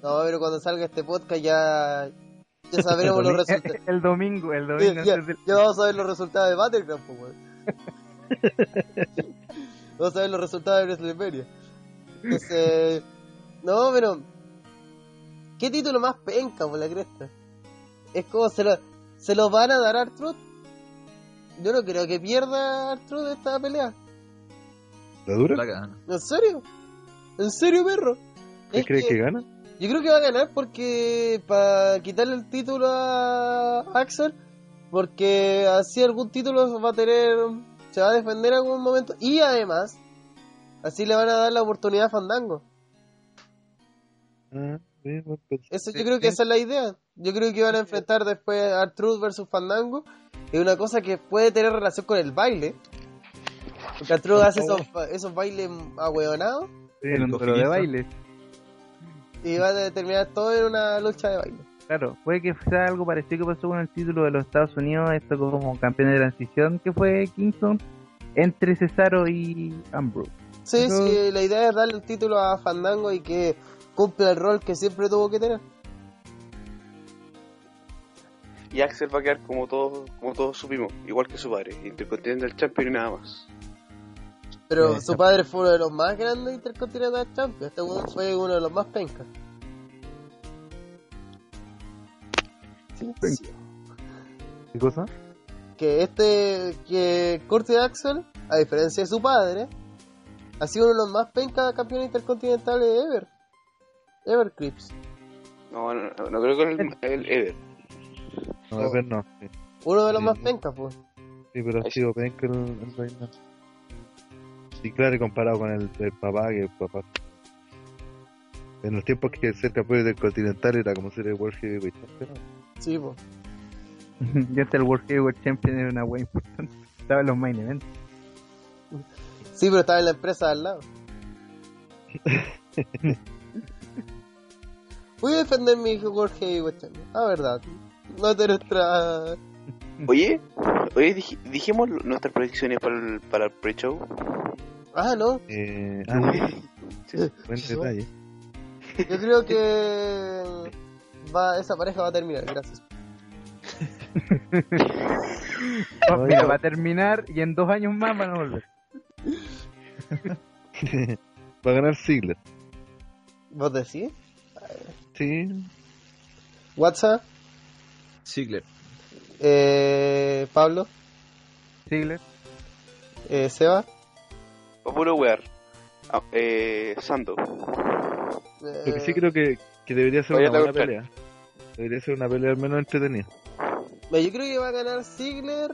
Speaker 1: No, pero cuando salga este podcast ya, ya sabremos los resultados.
Speaker 2: El domingo, el
Speaker 1: Sí,
Speaker 2: domingo
Speaker 1: ya,
Speaker 2: antes del-
Speaker 1: ya vamos a ver los resultados de Battleground, pues, weón. Vamos a ver los resultados de WrestleMania. Entonces, no, pero. ¿Qué título más penca, por la cresta? Es como se lo, se lo van a dar a Artruth. Yo no creo que pierda Artruth esta pelea.
Speaker 6: ¿La dura?
Speaker 8: La gana.
Speaker 1: ¿En serio? ¿En serio, perro?
Speaker 6: ¿Usted
Speaker 1: Es
Speaker 6: cree
Speaker 1: que-
Speaker 6: que gana?
Speaker 1: yo creo que va a ganar porque para quitarle el título a Axel, porque así algún título va a tener, se va a defender en algún momento y además así le van a dar la oportunidad a Fandango.
Speaker 6: Ah, sí, buen pensamiento.
Speaker 1: Eso
Speaker 8: Sí,
Speaker 1: yo creo que
Speaker 8: sí.
Speaker 1: esa es la idea. Yo creo que van a enfrentar después a Artruth versus Fandango y una cosa que puede tener relación con el baile. Porque Artruth hace esos, esos bailes ahueonados
Speaker 2: sí, el
Speaker 8: los
Speaker 2: número de
Speaker 8: finistas.
Speaker 2: bailes.
Speaker 1: y va a terminar todo en una lucha de baile.
Speaker 2: Claro, puede que sea algo parecido que pasó con el título de los Estados Unidos, esto como campeón de transición que fue Kingston entre Cesaro y Ambrose.
Speaker 1: Sí,
Speaker 2: Pero-
Speaker 1: sí, la idea es darle el título a Fandango y que cumpla el rol que siempre tuvo que tener.
Speaker 7: Y Axel va a quedar como todos, como todos supimos, igual que su padre, Intercontinental Champion y nada más.
Speaker 1: Pero
Speaker 8: Eh,
Speaker 1: su padre fue uno de los más grandes Intercontinental Champions, este weón fue uno de los más pencas. Sí,
Speaker 6: ¿Qué cosa?
Speaker 1: Que este, que Curtis Axel, a diferencia de su padre, ha sido uno de los más pencas campeones intercontinentales de ever. Ever Crips.
Speaker 7: No, no, no, no creo que el, el Ever.
Speaker 1: Oh.
Speaker 6: No, a ver, no. Sí,
Speaker 1: Uno de los
Speaker 6: Sí.
Speaker 1: más pencas, pues.
Speaker 6: Sí, pero ha sido penca el, el reinado. Sí, claro, y comparado con el, el papá, que el papá. En los tiempos que ser campeón del continental era como ser el World Heavyweight Champion.
Speaker 1: Sí, pues.
Speaker 2: Yo hasta el World Heavyweight Champion era una wea importante. Estaba en los main events.
Speaker 1: Sí, pero estaba en la empresa de al lado. Voy a defender mi World Heavyweight Champion. Ah, verdad. No te nuestra.
Speaker 7: Oye, oye, dij- dijimos nuestras predicciones para el, para el pre-show.
Speaker 1: Ah, no.
Speaker 6: Eh, ah, buen detalle.
Speaker 1: Yo creo que. Va, esa pareja va a terminar, gracias.
Speaker 2: Oh, mira, va a terminar y en dos años más van a volver.
Speaker 6: Va a ganar Ziggler.
Speaker 1: ¿Vos decís?
Speaker 6: Sí,
Speaker 1: WhatsApp,
Speaker 8: Ziggler.
Speaker 1: eh, Pablo,
Speaker 2: Ziggler,
Speaker 1: eh, Seba,
Speaker 7: Va puro wear. Ah, eh, Sando.
Speaker 1: eh,
Speaker 6: lo que sí creo que, que debería ser
Speaker 7: Oye,
Speaker 6: una
Speaker 7: la
Speaker 6: buena
Speaker 7: buscar.
Speaker 6: pelea. Debería ser una pelea al menos entretenida.
Speaker 1: yo creo que va a ganar Ziggler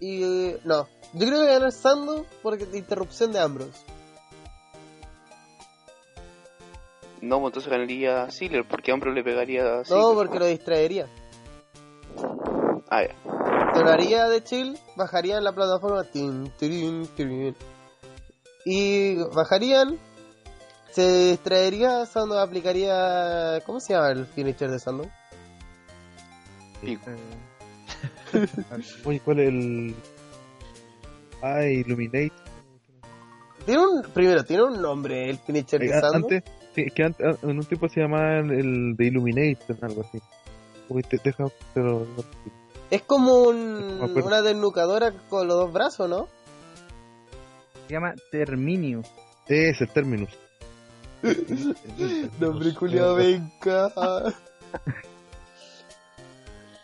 Speaker 1: y. No, yo creo que va a ganar Sando por interrupción de Ambrose.
Speaker 7: No, pues entonces ganaría Ziggler porque Ambro le pegaría a Ziggler.
Speaker 1: No, porque lo distraería.
Speaker 7: Ah, ya.
Speaker 1: Sonaría de chill, bajaría en la plataforma. tin, tirin, tirin. y bajarían. Se distraería, Sando aplicaría. ¿Cómo se llama el finisher de Sando?
Speaker 7: Pico.
Speaker 6: Oye, ¿cuál es el. Ah, Illuminate.
Speaker 1: Tiene un, primero, tiene un nombre el finisher de
Speaker 6: Eh,
Speaker 1: Sando.
Speaker 6: antes, sí, que antes, ah, en un tiempo se llamaba el, el de Illumination, algo así. Uy, te, deja, pero
Speaker 1: Es como un-
Speaker 6: Me acuerdo.
Speaker 1: una desnucadora con los dos brazos, ¿no?
Speaker 2: se llama Terminius.
Speaker 6: eh, es el Terminus.
Speaker 1: Nombre culiado,
Speaker 6: Eh,
Speaker 1: venga.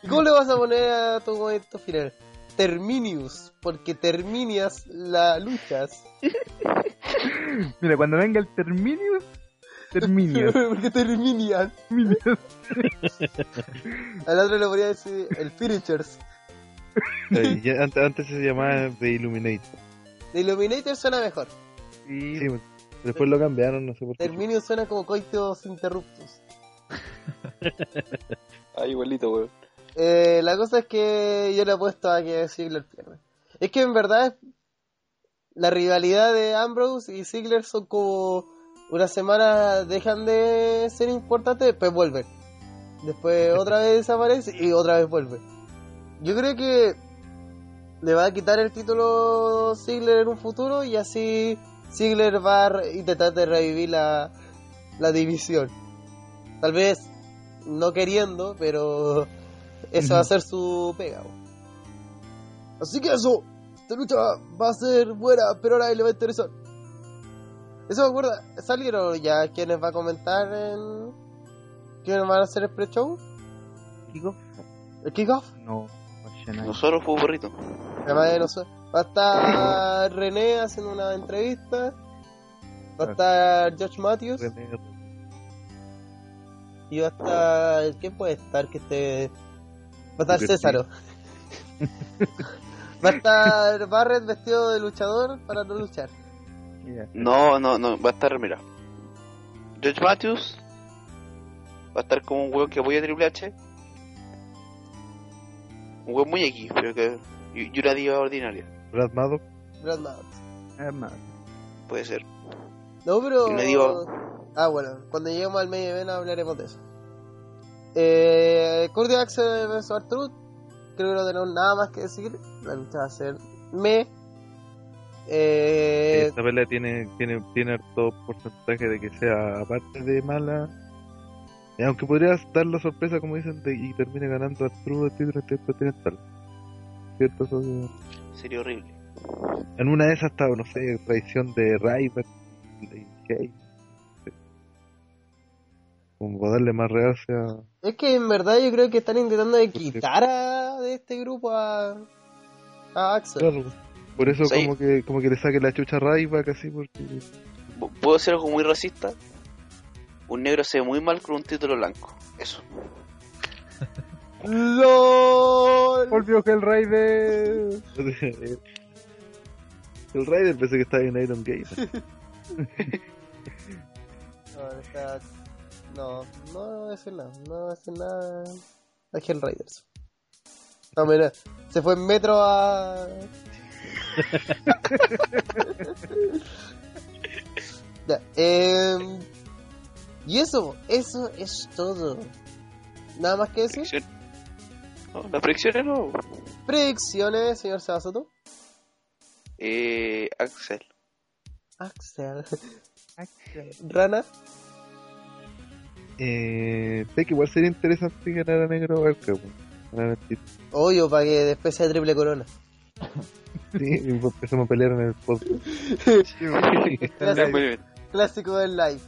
Speaker 1: ¿Y cómo le vas a poner a tu momento final? Terminius, porque terminas las luchas.
Speaker 2: Mira, cuando venga el Terminius, Terminius.
Speaker 1: porque terminas.
Speaker 2: Terminius.
Speaker 1: Al otro le podría decir el Finishers.
Speaker 6: Eh, ya ante- antes se llamaba The Illuminate.
Speaker 1: The Illuminator suena mejor.
Speaker 2: Sí,
Speaker 6: Sí, después lo cambiaron, no sé por qué.
Speaker 1: Terminius suena como coitos interruptus.
Speaker 7: Ah, igualito, weón.
Speaker 1: Eh, la cosa es que yo le apuesto a que Ziggler pierde. Es que en verdad la rivalidad de Ambrose y Ziggler son como una semana dejan de ser importantes, después vuelven. Después otra vez desaparece y otra vez vuelve. Yo creo que le va a quitar el título Ziggler en un futuro y así Ziggler va a re- intentar de revivir la, la división. Tal vez no queriendo, pero esa va a ser su pega. bo. Así que eso, esta lucha va a ser buena, pero ahora le va a interesar. Eso me acuerda, salieron ya quienes va a comentar en... ¿Quiénes van a hacer el pre-show?
Speaker 2: chico.
Speaker 1: ¿El kickoff?
Speaker 2: No, no, no.
Speaker 7: Nosotros fue un burrito.
Speaker 1: Además de nosotros. Va a estar René haciendo una entrevista. Va a estar George Matthews. Y va a estar. ¿Quién puede estar que esté.? Va a estar
Speaker 6: Vestido.
Speaker 1: Césaro. va a estar Barret vestido de luchador para no luchar.
Speaker 2: Ya.
Speaker 7: No, no, no, va a estar, mira. George Matthews va a estar como un weón que apoya a Triple H. Un weón muy X, pero que. Y y una diva ordinaria,
Speaker 6: Brad Maddox,
Speaker 1: Brad Maddox.
Speaker 2: Ah, madre.
Speaker 7: puede ser.
Speaker 1: No, pero.
Speaker 7: Y me digo-
Speaker 1: Ah, bueno, cuando lleguemos al medio evento hablaremos de eso. Eh, Cordy Axel vs Artruth. Creo que no tenemos nada más que decir. La lucha va a ser me. Eh,
Speaker 6: esta pelea tiene, tiene, tiene harto porcentaje de que sea, aparte de mala. y aunque podría dar la sorpresa, como dicen, de- y termine ganando Arturo el título intercontinental. ¿Cierto? Eso es-
Speaker 7: Sería horrible.
Speaker 6: En una de esas estaba, no sé, traición de Ryback y Kay. Como para darle más realce a.
Speaker 1: Es que en verdad yo creo que están intentando de
Speaker 6: Porque-
Speaker 1: quitar a, de este grupo a, a Axel.
Speaker 6: Claro, pues. por eso
Speaker 7: Sí.
Speaker 6: como que como que le saque la chucha a Ryback así, porque
Speaker 7: Pu- Puedo ser algo muy racista. Un negro se ve muy mal con un título blanco. Eso.
Speaker 1: ¡LOL!
Speaker 2: Volvió que el rey de.
Speaker 6: El Raider pensé que estaba en Iron Gate.
Speaker 1: No, o sea, no, no voy a decir nada, no voy a decir nada a Hellriders. No, mira, se fue en metro a... Ya, em, y eso, eso es todo. Nada más que decir.
Speaker 7: Fricción. No, la fricción es no.
Speaker 1: Predicciones, señor Sabasoto.
Speaker 7: Eh, Axel.
Speaker 1: Axel. Rana.
Speaker 6: Eh, sé que igual sería interesante que ganara Negro pues. Barca, weón. Ganara el título.
Speaker 1: Hoyo para que después sea triple corona.
Speaker 6: Sí, y empezamos a pelear en el podcast.
Speaker 7: Ya, muy
Speaker 1: Clásico,
Speaker 7: bien.
Speaker 1: clásico del live.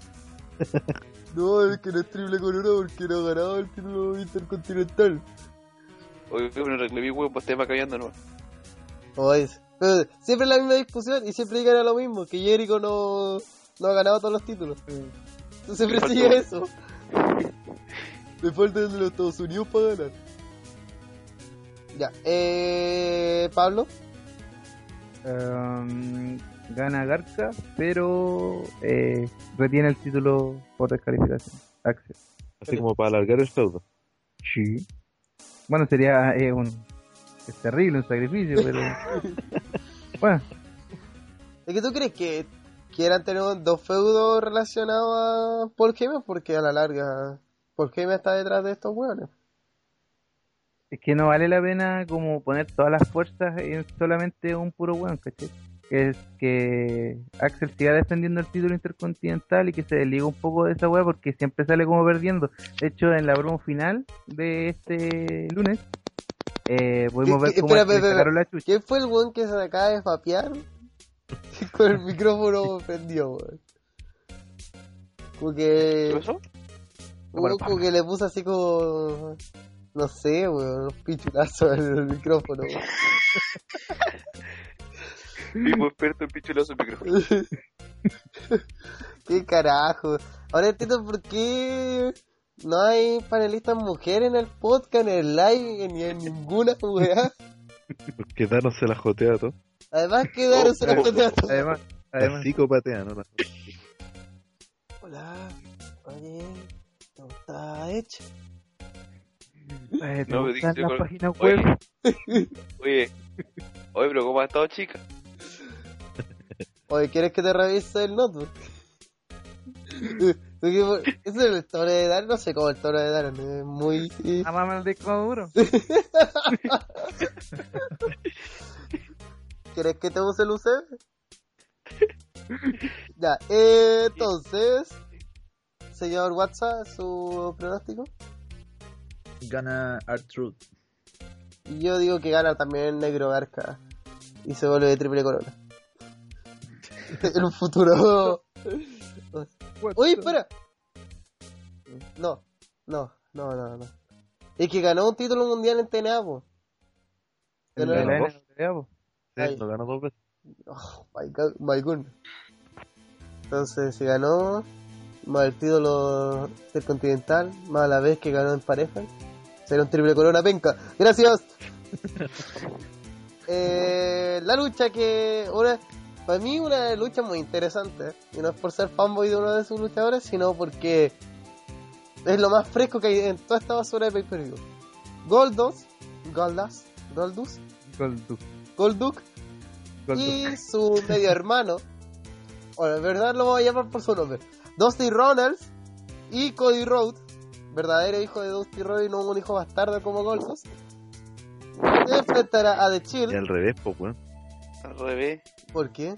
Speaker 1: No, es que no es triple corona porque no ha ganado el título intercontinental.
Speaker 7: Hoy me reclamé, weón, pues tema cambiando nomás.
Speaker 1: Como Oh, es. Pero siempre la misma discusión y siempre gana lo mismo, que Jericho no, no ha ganado todos los títulos. Entonces siempre
Speaker 7: Le
Speaker 1: sigue
Speaker 7: falta-
Speaker 1: eso. Le falta el de los Estados Unidos para ganar. Ya, eh, Pablo.
Speaker 2: Em, gana Garza, pero eh, retiene el título por descalificación. Axel.
Speaker 6: Así como para alargar el feudo.
Speaker 2: Sí. Bueno, sería eh, un. Es terrible un sacrificio, pero. bueno,
Speaker 1: ¿Es que tú crees que quieran tener dos feudos relacionados a Paul Heyman? Porque a la larga Paul Heyman está detrás de estos hueones.
Speaker 2: es que no vale la pena como poner todas las fuerzas en solamente un puro weón, ¿cachai? Que es que Axel siga defendiendo el título intercontinental y que se desliga un poco de esa weá porque siempre sale como perdiendo. De hecho, en la promo final de este lunes, eh, pudimos
Speaker 1: Que-
Speaker 2: ver
Speaker 1: que-
Speaker 2: cómo
Speaker 1: espera,
Speaker 2: Axel
Speaker 1: espera,
Speaker 2: le sacaron la chucha.
Speaker 1: ¿Quién fue el hueón que se acaba de vapear? Con el micrófono prendido, weón. Como
Speaker 7: ¿Qué
Speaker 1: que.
Speaker 7: pasó?
Speaker 1: Hubo como que le puso así como. No sé, weón, un pichulazo al micrófono, weón.
Speaker 7: Mismo experto en pichulazo en micrófono.
Speaker 1: Qué carajo. Ahora entiendo por qué no hay panelistas mujeres en el podcast, en el live, ni en ninguna weá.
Speaker 6: Porque Dano se la jotea a todo.
Speaker 1: Además
Speaker 7: Oh,
Speaker 1: quedaron se las conté a todos.
Speaker 2: Además,
Speaker 6: La
Speaker 2: además
Speaker 6: psicopatea, ¿no? La-
Speaker 1: Hola. Oye, ¿te gusta hecho?
Speaker 2: eh, ¿te
Speaker 7: No, pero
Speaker 2: gustan
Speaker 7: dice
Speaker 2: las
Speaker 7: con-
Speaker 2: páginas
Speaker 7: Oye,
Speaker 2: web?
Speaker 7: oye, oye, pero ¿cómo ha estado chica?
Speaker 1: Oye, ¿quieres que te revise el notebook? Porque por- Ese es el tono de Dark, no sé cómo el tono de Dark, es muy...
Speaker 2: Ah, mamá, el disco duro.
Speaker 1: ¿Quieres que te use el UCB? ya, eh, entonces, señor WhatsApp, su pronóstico.
Speaker 8: Gana Artruth.
Speaker 1: Y yo digo que gana también el negro Garca y se vuelve de triple corona. en un futuro. Uy, espera. No, no, no, no, no. Es que ganó un título mundial en TNA, po.
Speaker 6: En
Speaker 1: Ganó-
Speaker 2: De la
Speaker 6: voz.
Speaker 2: NWA, po.
Speaker 1: Ay.
Speaker 6: Sí, lo ganó dos veces.
Speaker 1: Oh, my God, my goodness. Entonces se ganó más el título intercontinental, más la vez que ganó en pareja. Será un triple corona penca. Gracias. Eh, la lucha que ahora para mí una lucha muy interesante y no es por ser fanboy de uno de sus luchadores, sino porque es lo más fresco que hay en toda esta basura de pay-per-view. Goldos, Goldas, Goldus,
Speaker 2: Golduk,
Speaker 1: Golduk
Speaker 2: Golduk.
Speaker 1: y su medio hermano. Bueno, en verdad lo voy a llamar por su nombre. Dusty Ronalds y Cody Rhodes, verdadero hijo de Dusty Rhodes y no un hijo bastardo como Golfos, se enfrentará a The
Speaker 6: Y
Speaker 1: Chill.
Speaker 6: al revés, pues, weón.
Speaker 7: Al revés.
Speaker 1: ¿Por qué?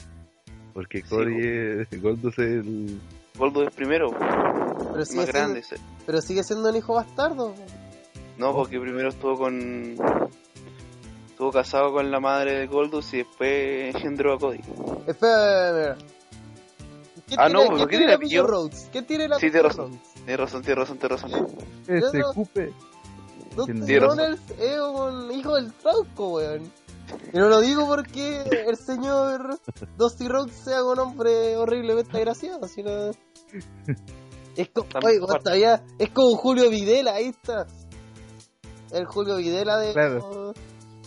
Speaker 6: Porque
Speaker 7: Sí,
Speaker 6: Cody es. Goldus es el.
Speaker 7: Goldo es primero,
Speaker 1: Pero
Speaker 7: el
Speaker 1: sigue,
Speaker 7: más
Speaker 1: siendo,
Speaker 7: grande. ese.
Speaker 1: pero sigue siendo un hijo bastardo.
Speaker 7: No, porque primero estuvo con. Estuvo casado con la madre de Goldus y después engendró a Cody.
Speaker 1: Espera, espera, espera. ¿Qué
Speaker 7: Ah,
Speaker 1: tiene,
Speaker 7: no,
Speaker 1: ¿qué
Speaker 7: ¿por qué
Speaker 1: tiene
Speaker 7: tiene
Speaker 1: el apellido
Speaker 7: apellido?
Speaker 1: Rhodes? ¿Qué tiene el
Speaker 7: Sí,
Speaker 1: apellido
Speaker 7: tiene razón.
Speaker 1: Rhodes?
Speaker 7: Tienes razón, tienes razón, tienes razón.
Speaker 2: Ese
Speaker 1: no-
Speaker 2: cupe.
Speaker 1: Dusty
Speaker 2: Tiene
Speaker 7: razón.
Speaker 1: Ronalds es un hijo del trauco, weón. Y no lo digo porque el señor Dusty Rhodes sea un hombre horriblemente agraciado, sino. Es como.
Speaker 7: También
Speaker 1: Oye, weón,
Speaker 7: aparte.
Speaker 1: todavía- Es como Julio Videla, ahí está. El Julio Videla de.
Speaker 2: Claro.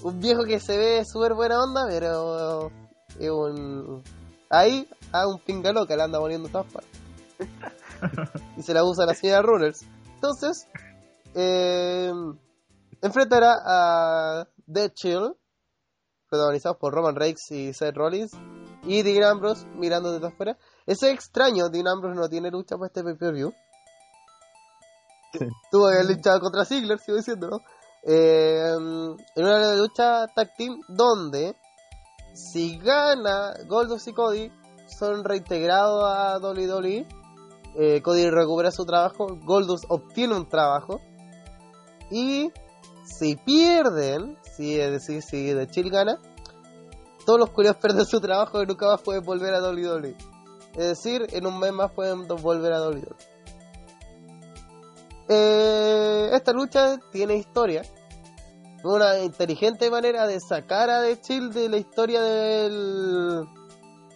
Speaker 1: Un viejo que se ve súper buena onda, pero. Es un. Ahí, a un pinga loca le anda poniendo tapa. y se la usa la señora Ronalds. Entonces. Eh enfrentará a The Chill, protagonizados por Roman Reigns y Seth Rollins, y Dean Ambrose mirando desde afuera. Eso es extraño, Dean Ambrose no tiene lucha para este pay-per-view. Tuvo que haber luchado contra Ziggler, sigo diciendo, ¿no? Eh, en una lucha tag team donde si gana Goldust y Cody son reintegrados a WWE. Eh, Cody recupera su trabajo, Goldust obtiene un trabajo y si pierden, si es decir, si de Chill gana, todos los curiosos pierden su trabajo y nunca más pueden volver a WWE. Es decir, en un mes más pueden do- volver a WWE. Eh, esta lucha tiene historia. Una inteligente manera de sacar a The Chill de la historia del,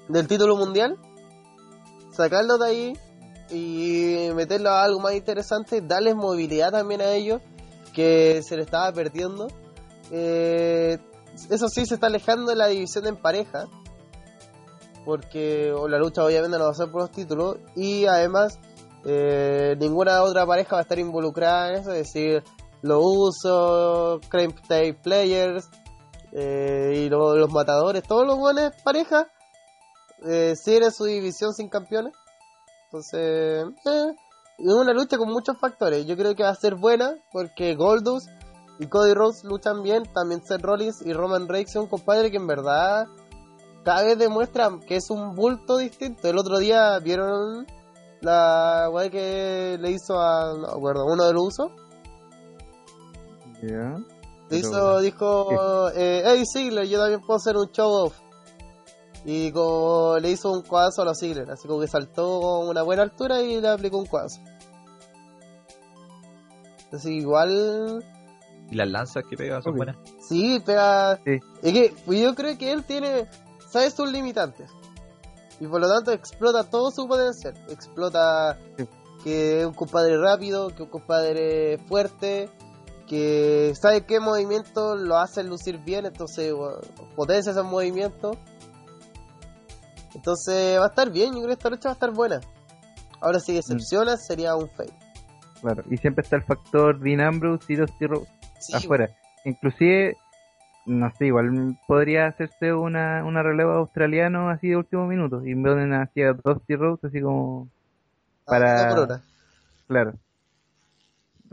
Speaker 1: del título mundial. Sacarlo de ahí y meterlo a algo más interesante. Darles movilidad también a ellos que se le estaba perdiendo. Eh, eso sí, se está alejando de la división en pareja. Porque o la lucha obviamente no va a ser por los títulos. Y además, eh, ninguna otra pareja va a estar involucrada en eso. Es decir, los usos, Crimp Tape Players eh, y lo- los matadores, todos los buenos pareja. Eh, cierra su división sin campeones. Entonces, eh, es una lucha con muchos factores. Yo creo que va a ser buena porque Goldust y Cody Rhodes luchan bien. También Seth Rollins y Roman Reigns son un compadre que en verdad cada vez demuestran que es un bulto distinto. El otro día vieron la weá que le hizo a no me acuerdo, uno de los usos.
Speaker 2: Ya.
Speaker 1: Le
Speaker 2: Pero-
Speaker 1: hizo, dijo, eh, hey Ziggler, yo también puedo hacer un show off. Y como le hizo un cuadazo a los Ziggler, así como que saltó a una buena altura y le aplicó un cuadazo. Entonces igual,
Speaker 8: Y las lanzas que pega son
Speaker 2: Obvio.
Speaker 8: buenas.
Speaker 1: sí, pega...
Speaker 2: Sí.
Speaker 1: Es que pues, yo creo que él tiene... sabe sus limitantes. Y por lo tanto explota todo su potencial. Explota que es un compadre rápido, que es un compadre fuerte, que sabe qué movimiento lo hace lucir bien, entonces bueno, potencia esos movimientos. Entonces va a estar bien, yo creo que esta lucha va a estar buena. Ahora
Speaker 2: Mm.
Speaker 1: si decepciona sería un fail.
Speaker 2: Claro, y siempre está el factor Dean Ambrose y Dusty Rhodes
Speaker 1: Sí,
Speaker 2: afuera. Inclusive, no sé, igual podría hacerse una, una releva australiano así de último minuto y ponen hacia Dusty Rhodes así como, para-
Speaker 1: la corona.
Speaker 2: claro.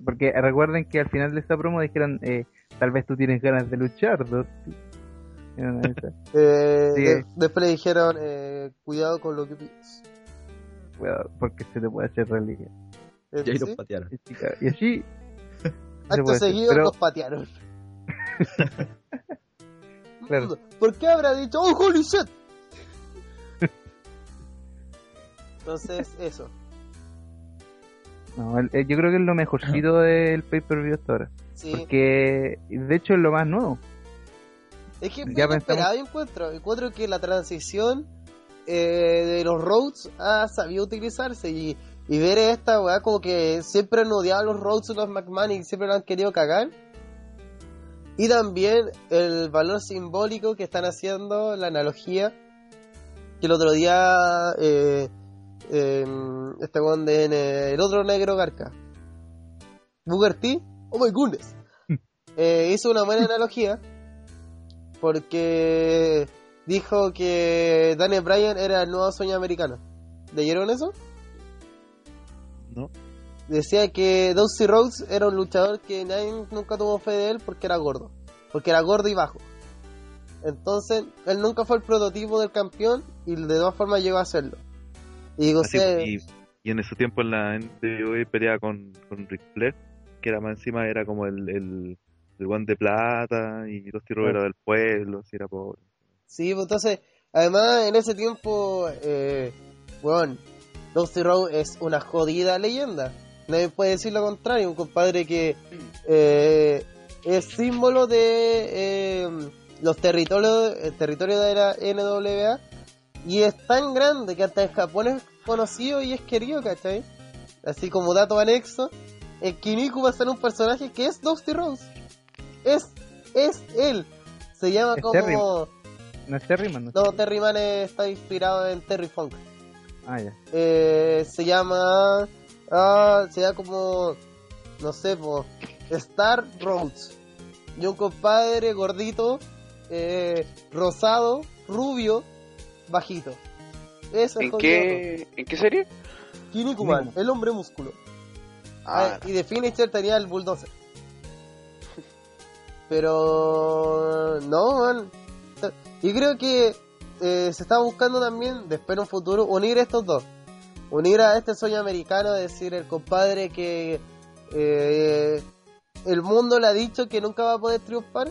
Speaker 2: Porque recuerden que al final de esta promo dijeron, eh, tal vez tú tienes ganas de luchar, Dusty. Era una de esas.
Speaker 1: Eh,
Speaker 2: Sí.
Speaker 1: de- después le dijeron, eh, cuidado con lo que pides.
Speaker 2: Cuidado, porque se te puede hacer realidad.
Speaker 1: Eh,
Speaker 8: Y ahí los
Speaker 1: ¿sí?
Speaker 8: patearon.
Speaker 2: Y chica, Y así... se
Speaker 1: Acto
Speaker 2: puede hacer,
Speaker 1: seguido
Speaker 2: pero-
Speaker 1: los patearon.
Speaker 2: Claro.
Speaker 1: ¿Por qué habrá dicho, oh, holy shit? Entonces, eso.
Speaker 2: No, el- el- yo creo que es lo mejorcito del pay-per-view hasta ahora.
Speaker 1: Sí.
Speaker 2: Porque, de hecho, es lo más nuevo.
Speaker 1: Es que
Speaker 2: Ya
Speaker 1: ya
Speaker 2: pensamos-
Speaker 1: esperaba encuentro. Encuentro que la transición eh, de los roads ha sabido utilizarse y, y ver esta weá como que siempre han odiado a los roads los McMahon y siempre lo han querido cagar. Y también el valor simbólico que están haciendo, la analogía. Que el otro día, eh, eh, este weón de N- el otro negro garca, Booker T, oh my goodness, eh, hizo una buena analogía porque dijo que Daniel Bryan era el nuevo sueño americano. ¿Leyeron eso?
Speaker 6: No.
Speaker 1: Decía que Dusty Rhodes era un luchador que nadie nunca tuvo fe de él porque era gordo. Porque era gordo y bajo. Entonces, él nunca fue el prototipo del campeón y de todas formas llegó a serlo. Y digo,
Speaker 6: Así,
Speaker 1: "Sé-
Speaker 6: y, y en ese tiempo en la NWA peleaba con, con Ric Flair, que era más encima era como el, el, el guante de plata y los tiros era del pueblo, si era pobre.
Speaker 1: Sí, pues entonces, además en ese tiempo, eh, weón, Dusty Rhodes es una jodida leyenda. Nadie puede decir lo contrario, un compadre que eh, es símbolo de eh, los territorios, el territorio de la NWA y es tan grande que hasta en Japón es conocido y es querido, ¿cachai? Así como dato anexo, el Kiniku va a ser un personaje que es Dusty Rhodes. Es, es él. Se llama
Speaker 2: Es
Speaker 1: como...
Speaker 2: Terry. No está rimando.
Speaker 1: No, Terry Man está inspirado en Terry Funk.
Speaker 2: Ah, ya.
Speaker 1: Eh, se llama. Ah, se llama como. No sé, po, Star Rhodes. Y un compadre gordito, eh, rosado, rubio, bajito. Eso es
Speaker 7: ¿En qué, ¿En qué serie?
Speaker 1: Kinnikuman, el hombre músculo. Ah,
Speaker 7: Ah,
Speaker 1: y de finisher tenía el bulldozer. Pero no, man. Yo creo que eh, se está buscando también, después en un futuro, unir estos dos. Unir a este sueño americano, es decir, el compadre que eh, el mundo le ha dicho que nunca va a poder triunfar,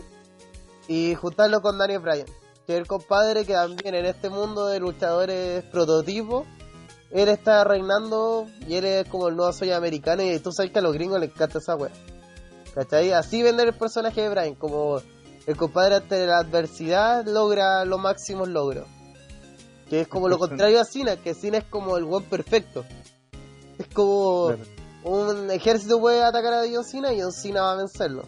Speaker 1: y juntarlo con Daniel Bryan, que es el compadre que también en este mundo de luchadores prototipos él está reinando y él es como el nuevo sueño americano y tú sabes que a los gringos les encanta esa wea. ¿Cachai? Así vender el personaje de Brian, como el compadre ante la adversidad logra los máximos logros. Que es como lo contrario a Cena, que Cena es como el buen perfecto. Es como
Speaker 2: Claro.
Speaker 1: un ejército puede atacar a John Cena y John Cena va a vencerlo.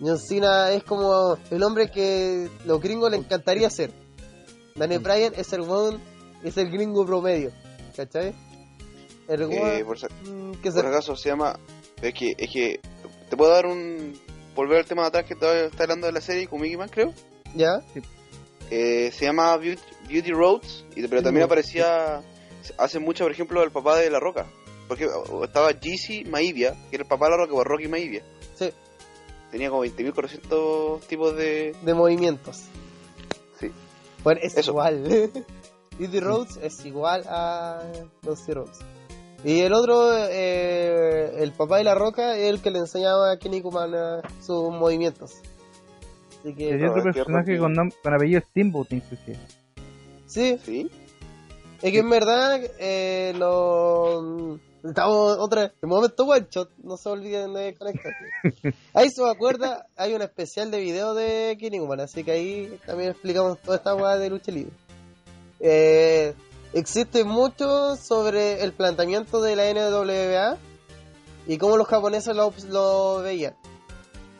Speaker 1: John Cena es como el hombre que los gringos le encantaría ser.
Speaker 7: Mm.
Speaker 1: Daniel Bryan es el buen, es el gringo promedio. ¿Cachai? El
Speaker 7: eh,
Speaker 1: weón,
Speaker 7: por, si-
Speaker 1: mm, que se...
Speaker 7: por acaso se llama. Es que, es que. Te puedo dar un. Volver al tema de atrás que estaba está hablando de la serie con Mickey Man, creo.
Speaker 1: ¿Ya?
Speaker 7: Eh, se llama Beauty, Beauty Roads, y, pero también aparecía hace mucho, por ejemplo, el papá de La Roca. Porque o- estaba Jeezy Maivia, que era el papá de La Roca, o Rocky Maivia.
Speaker 1: Sí,
Speaker 7: Tenía como 20.400 tipos de...
Speaker 1: de movimientos.
Speaker 7: Sí.
Speaker 1: Bueno, es
Speaker 7: Eso. Mm.
Speaker 1: igual. Diddy Rhodes es igual a Dusty Rhodes. Y el otro, eh, el papá de la roca, es el que le enseñaba a Kenny Kuman a sus movimientos. Así
Speaker 2: Y
Speaker 1: que,
Speaker 2: hay otro
Speaker 7: Robert
Speaker 2: personaje
Speaker 7: Kirkman.
Speaker 2: con, nom- con apellido Steamboat, inclusive.
Speaker 1: sí,
Speaker 7: ¿Sí?
Speaker 1: Es que en verdad, eh, lo. Estamos otra El momento one shot, no se olviden de conectarse. Ahí se me acuerda, hay un especial de video de Kinnikuman, así que ahí también explicamos toda esta weá de lucha libre. Eh, existe mucho sobre el planteamiento de la NWA y cómo los japoneses lo, lo veían.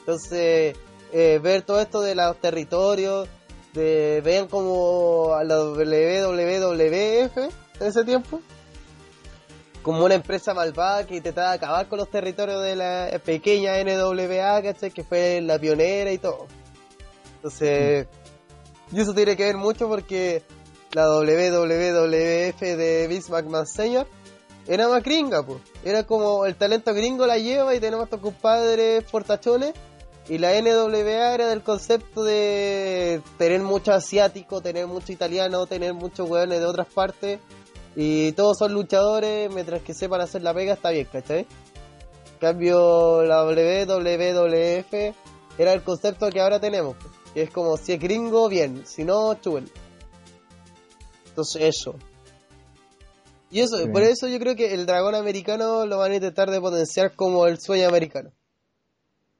Speaker 1: Entonces, eh, ver todo esto de los territorios, de este, vean como a la WWF en ese tiempo, como una empresa malvada que intentaba acabar con los territorios de la pequeña NWA, ¿cachai? que fue la pionera y todo. Entonces, y eso tiene que ver mucho porque la WWF de Vince McMahon Sr. era más gringa, pues. Era como el talento gringo la lleva y tenemos a estos compadres portachones. Y la NWA era del concepto de tener mucho asiático, tener mucho italiano, tener muchos hueones de otras partes. Y todos son luchadores, mientras que sepan hacer la pega está bien, ¿cachai? En cambio, la WWF era el concepto que ahora tenemos. Que es como, si es gringo, bien. Si no, chúbenlo. Entonces, eso. Y eso,
Speaker 2: Sí.
Speaker 1: por eso yo creo que el dragón americano lo van a intentar de potenciar como el sueño americano.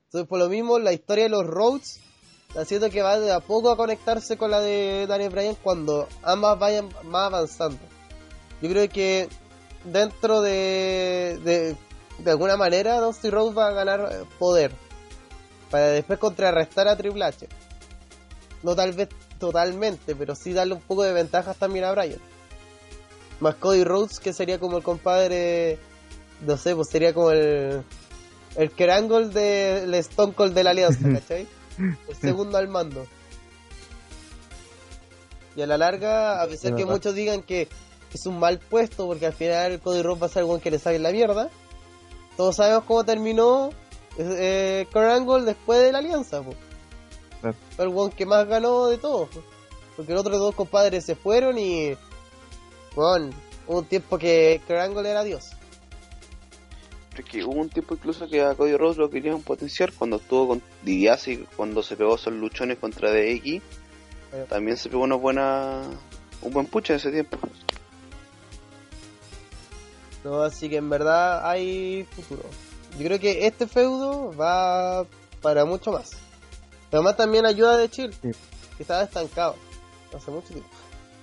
Speaker 1: Entonces, por lo mismo, la historia de los Rhodes la siento que va de a poco a conectarse con la de Daniel Bryan cuando ambas vayan más avanzando. Yo creo que dentro de. de, de alguna manera, Dusty Rhodes va a ganar eh, poder para después contrarrestar a Triple H. No tal vez totalmente, pero sí darle un poco de ventajas también a Bryan. Más Cody Rhodes, que sería como el compadre, no sé, pues sería como el el Kerangol del Stone Cold de la Alianza, ¿cachai? El segundo al mando. Y a la larga, a pesar
Speaker 6: Es
Speaker 1: que
Speaker 6: verdad.
Speaker 1: muchos digan que es un mal puesto, porque al final Cody Rhodes va a ser el weón que le saque la mierda, todos sabemos cómo terminó eh, Kerangol después de la Alianza, po.
Speaker 2: Claro.
Speaker 1: Fue el weón que más ganó de todos, po. porque los otros dos compadres se fueron y. Bueno, hubo un tiempo que Kerangol era Dios.
Speaker 7: Porque hubo un tiempo incluso que a Cody Rhodes lo querían potenciar cuando estuvo con DiBiase, cuando se pegó esos luchones contra DX.
Speaker 1: Eh.
Speaker 7: También se pegó una buena. un buen pucha en ese tiempo.
Speaker 1: No, así que en verdad hay futuro. Yo creo que este feudo va para mucho más. Además también ayuda de Chile,
Speaker 2: Sí.
Speaker 1: que estaba estancado hace mucho tiempo.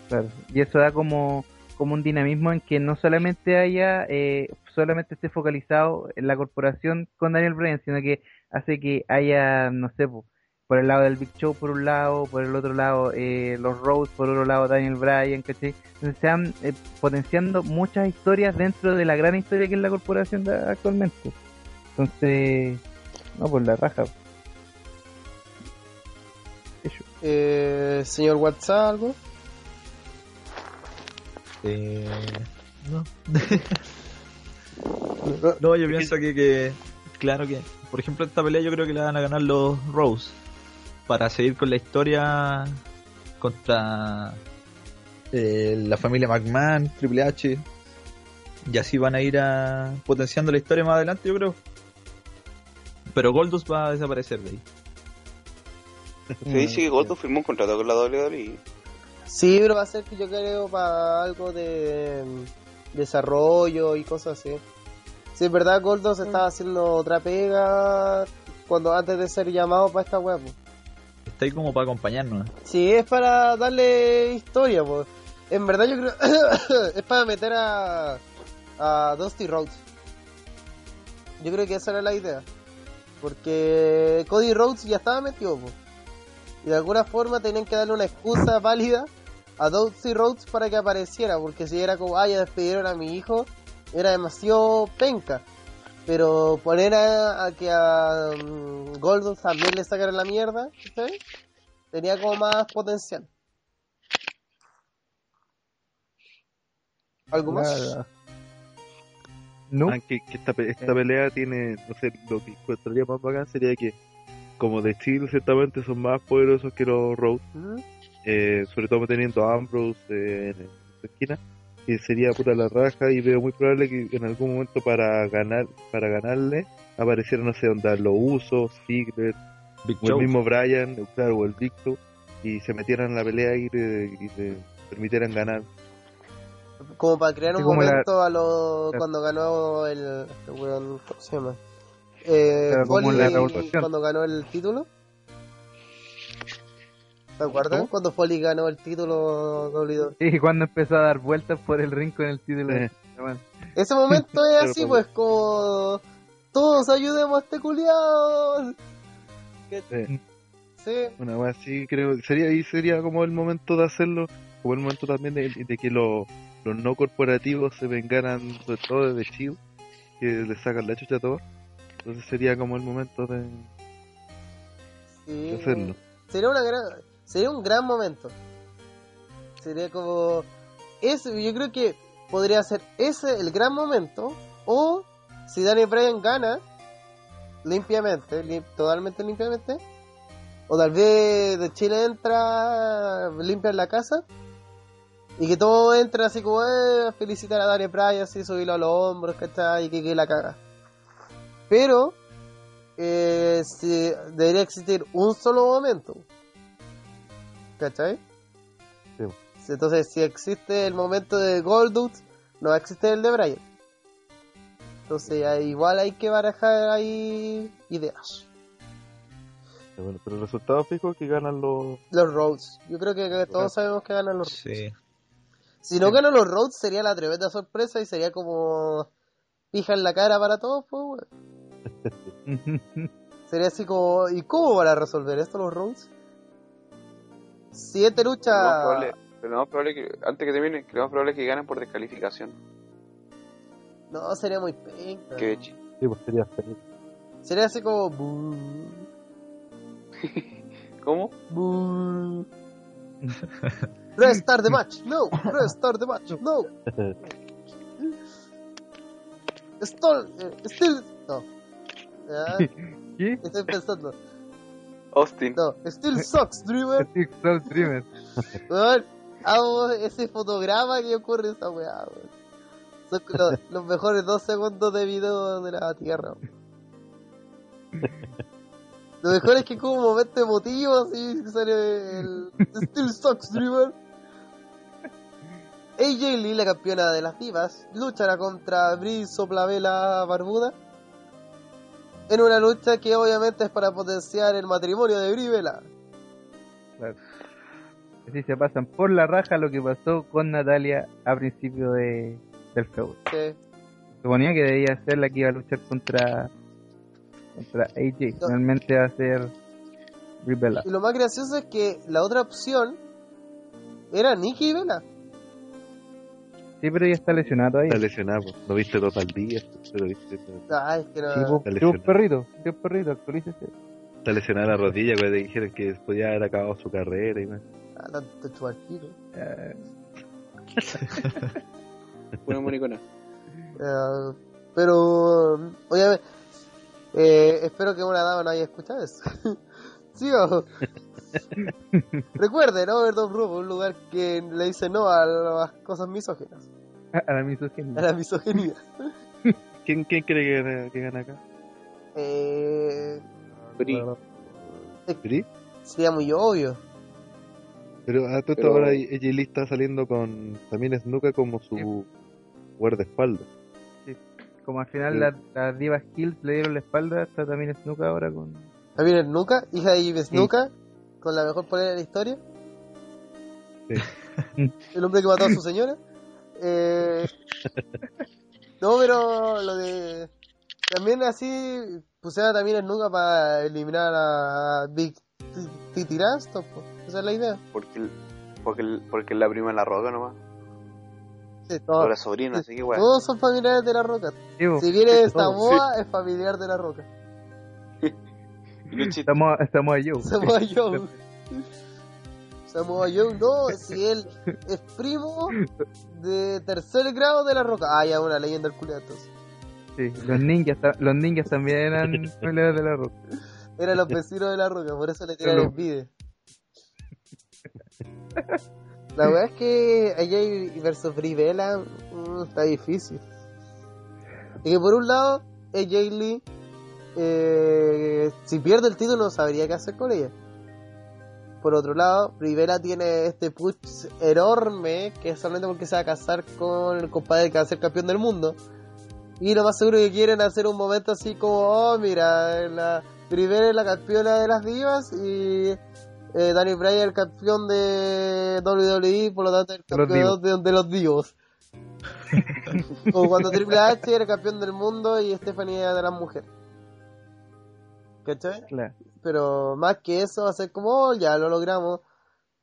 Speaker 2: Claro. Y eso da como, como un dinamismo en que no solamente haya, eh, solamente esté focalizado en la corporación con Daniel Bryan, sino que hace que haya, no sé, po, por el lado del Big Show por un lado, por el otro lado eh, los Rhodes, por otro lado Daniel Bryan, ¿cachai? Entonces se van eh, potenciando muchas historias dentro de la gran historia que es la corporación de- actualmente. Entonces, no, por la raja.
Speaker 1: Eh, señor WhatsApp, algo.
Speaker 8: Eh, no. no, yo pienso que, que- Claro que. Por ejemplo, esta pelea yo creo que la van a ganar los Rose. Para seguir con la historia contra eh, la familia McMahon, Triple H. Y así van a ir a- potenciando la historia más adelante, yo creo. Pero Goldust va a desaparecer de ahí.
Speaker 7: Se dice que Gordo firmó un contrato con la E WWE.
Speaker 1: Sí, pero va a ser que yo creo para algo de mm, desarrollo y cosas así. Sí, en verdad Gordo se estaba haciendo otra pega cuando antes de ser llamado para esta web.
Speaker 8: Está ahí como para acompañarnos.
Speaker 1: Sí, es para darle historia, pues. En verdad yo creo... es para meter a... A Dusty Rhodes. Yo creo que esa era la idea. Porque Cody Rhodes ya estaba metido, pues. Y de alguna forma tenían que darle una excusa válida a Dusty Rhodes para que apareciera. Porque si era como, ah, ya despidieron a mi hijo, era demasiado penca. Pero poner a, a que a mm, Goldust también le sacaran la mierda, ¿sabes? tenía como más potencial. ¿Algo más?
Speaker 2: No,
Speaker 6: Ah, que, que esta, pe- esta pelea tiene, no sé, lo que encontraría más bacán sería que, como de Steel, ciertamente son más poderosos que los Rhodes,
Speaker 1: ¿Mm?
Speaker 6: eh, sobre todo teniendo a Ambrose eh, en su esquina, que sería puta la raja y veo muy probable que en algún momento para ganar para ganarle apareciera, no sé, onda, los usos, Ziggler,
Speaker 8: Big
Speaker 6: o el mismo Brian, o claro, o el Victor, y se metieran en la pelea y le, y le permitieran ganar.
Speaker 1: Como para crear
Speaker 2: Sí,
Speaker 1: un
Speaker 2: como la-
Speaker 1: momento a lo
Speaker 2: Claro.
Speaker 1: cuando ganó el, el weón, ¿cómo se llama? Eh,
Speaker 2: Claro, como la
Speaker 1: Foley
Speaker 2: revolución.
Speaker 1: cuando ganó el título. ¿Te acuerdas
Speaker 6: ¿Cómo?
Speaker 1: cuando Foley ganó el título WWE?
Speaker 2: Y cuando empezó a dar vueltas por el ring con el título.
Speaker 6: Eh.
Speaker 2: de- bueno,
Speaker 1: Ese momento es
Speaker 6: Pero
Speaker 1: así,
Speaker 6: como-
Speaker 1: pues, como... Todos ayudemos a este culiado.
Speaker 6: Eh,
Speaker 1: Sí,
Speaker 6: una vez así creo sería y sería como el momento de hacerlo como el momento también de, de que los los no corporativos se vengaran sobre todo de Shield que le sacan la chucha a todos entonces sería como el momento de, de
Speaker 1: sí.
Speaker 6: hacerlo
Speaker 1: Sería, una gran, sería un gran momento. Sería como... Eso, yo creo que podría ser ese el gran momento. O si Daniel Bryan gana, limpiamente, lim- totalmente limpiamente. O tal vez de Chile entra, limpia la casa. Y que todo entra así como, eh, felicitar a Daniel Bryan, así, subirlo a los hombros, ¿cachai? Y que, que la caga. Pero, eh, si- debería existir un solo momento. ¿Cachai?
Speaker 6: Sí.
Speaker 1: Si- Entonces, si existe el momento de Goldust, no va a existir el de Brian. Entonces, ya igual hay que barajar ahí ideas.
Speaker 6: Ya, bueno, pero el resultado fijo es que ganan los
Speaker 1: Los Rhodes. Yo creo que, que todos sabemos que ganan los Rhodes.
Speaker 8: Sí.
Speaker 1: Si no ganan los Rhodes, sería la tremenda sorpresa y sería como pija en la cara para todos. Pues, weón. Sería así como, ¿y cómo van a resolver esto los Rhodes? Siete
Speaker 7: Lo más
Speaker 1: luchas.
Speaker 7: probable- pero lo más probable que, antes que termine, que lo más probable es que ganen por descalificación.
Speaker 1: No, sería muy penca.
Speaker 7: Que chi-
Speaker 6: sí, pues sería feliz.
Speaker 1: Sería así como. "Bú,
Speaker 7: ¿Cómo?
Speaker 1: bú". Restart the match, no. Restart the match, no. Stall, eh, still. No. Ya,
Speaker 2: ¿Qué?
Speaker 1: estoy pensando.
Speaker 7: Austin.
Speaker 1: No, still sucks, Dreamer.
Speaker 2: Six Soul Dreamer.
Speaker 1: Weón, amo ese fotograma que ocurre esa weá, weón. Son los, los mejores dos segundos de video de la tierra. weón. Lo mejor es que como un momento emotivo así sale el Still Sucks Dreamer. AJ Lee, la campeona de las divas, luchará contra Brie Soplavela Barbuda. En una lucha que obviamente es para potenciar el matrimonio de Brie Vela.
Speaker 2: Así se pasan por la raja lo que pasó con Natalia a principio de, del feudo.
Speaker 1: que-
Speaker 2: Suponía que debía ser la que iba a luchar contra, contra AJ.
Speaker 1: No.
Speaker 2: Finalmente va a ser Ribela.
Speaker 1: Y lo más gracioso es que la otra opción era Nikki y Vela.
Speaker 2: Sí, pero ella está lesionada
Speaker 6: Está
Speaker 2: todavía.
Speaker 6: lesionado, pues. no viste total día, pero viste está
Speaker 1: Ah, es que no.
Speaker 2: Sí, po,
Speaker 6: Está
Speaker 2: sí,
Speaker 6: lesionada.
Speaker 2: un perrito, sí, un perrito, actualícese.
Speaker 6: lesionada la rodilla, que le dijeron que podía haber acabado su carrera y más.
Speaker 1: Ah, tanto chuarquito.
Speaker 2: Eh,
Speaker 7: Una maricona.
Speaker 1: Ah, pero, um, obviamente, eh, espero que una dama no haya escuchado eso. Sigo. Recuerden, Overdose Room, un lugar que le dice no a las cosas misóginas,
Speaker 2: a la misoginia.
Speaker 1: a la misoginia.
Speaker 6: ¿Quién, ¿Quién cree que gana, que gana acá?
Speaker 1: Eh,
Speaker 7: Bri.
Speaker 6: ¿Bri?
Speaker 1: sería muy obvio.
Speaker 6: Pero a todo esto
Speaker 7: Pero-
Speaker 6: ahora ella está saliendo con también Snuka como su guardaespaldas.
Speaker 2: Como al final
Speaker 6: Sí.
Speaker 2: las las divas Kills le dieron la espalda, está también Snuka ahora con.
Speaker 1: También es Nuka, hija de Jimmy Snuka, con la mejor polera de la historia. El hombre que mató a su señora. Eh, no, pero lo de. También así pusieron también en Nuka para eliminar a Big T- Titi Raston, po. Esa es la idea.
Speaker 7: Porque, el- porque, el- porque la prima la roca nomás.
Speaker 1: Sí,
Speaker 7: O
Speaker 1: todo-
Speaker 7: la sobrina, así que bueno.
Speaker 1: todos son familiares de la roca.
Speaker 2: Sí, po,
Speaker 1: Si viene esta
Speaker 2: todos.
Speaker 1: boa, es familiar de la roca.
Speaker 7: Oh.
Speaker 2: Estamos, estamos a Joe.
Speaker 1: Samoa Joe. Samoa Joe, no, si él es primo de tercer grado de la roca. Ah, ya, una leyenda del culo, entonces.
Speaker 2: Sí, los ninjas, ta- los ninjas también eran familiares de la roca.
Speaker 1: Eran los vecinos de la roca, por eso le tiran
Speaker 2: Los-
Speaker 1: el vide. La verdad es que AJ versus Brivela está difícil. Y que por un lado, AJ Lee, eh, si pierde el título, no sabría qué hacer con ella. Por otro lado, Brivela tiene este push enorme que es solamente porque se va a casar con el compadre que va a ser campeón del mundo. Y lo más seguro que quieren hacer un momento así como, oh, mira, la Rivera es la campeona de las divas y eh, Daniel Bryan es el campeón de WWE, por lo tanto el
Speaker 2: De los
Speaker 1: campeón de, de los divos. Como cuando Triple H era campeón del mundo y Stephanie era de las mujeres. ¿Cachai?
Speaker 2: Claro.
Speaker 1: Pero más que eso, va a ser como, oh, ya lo logramos.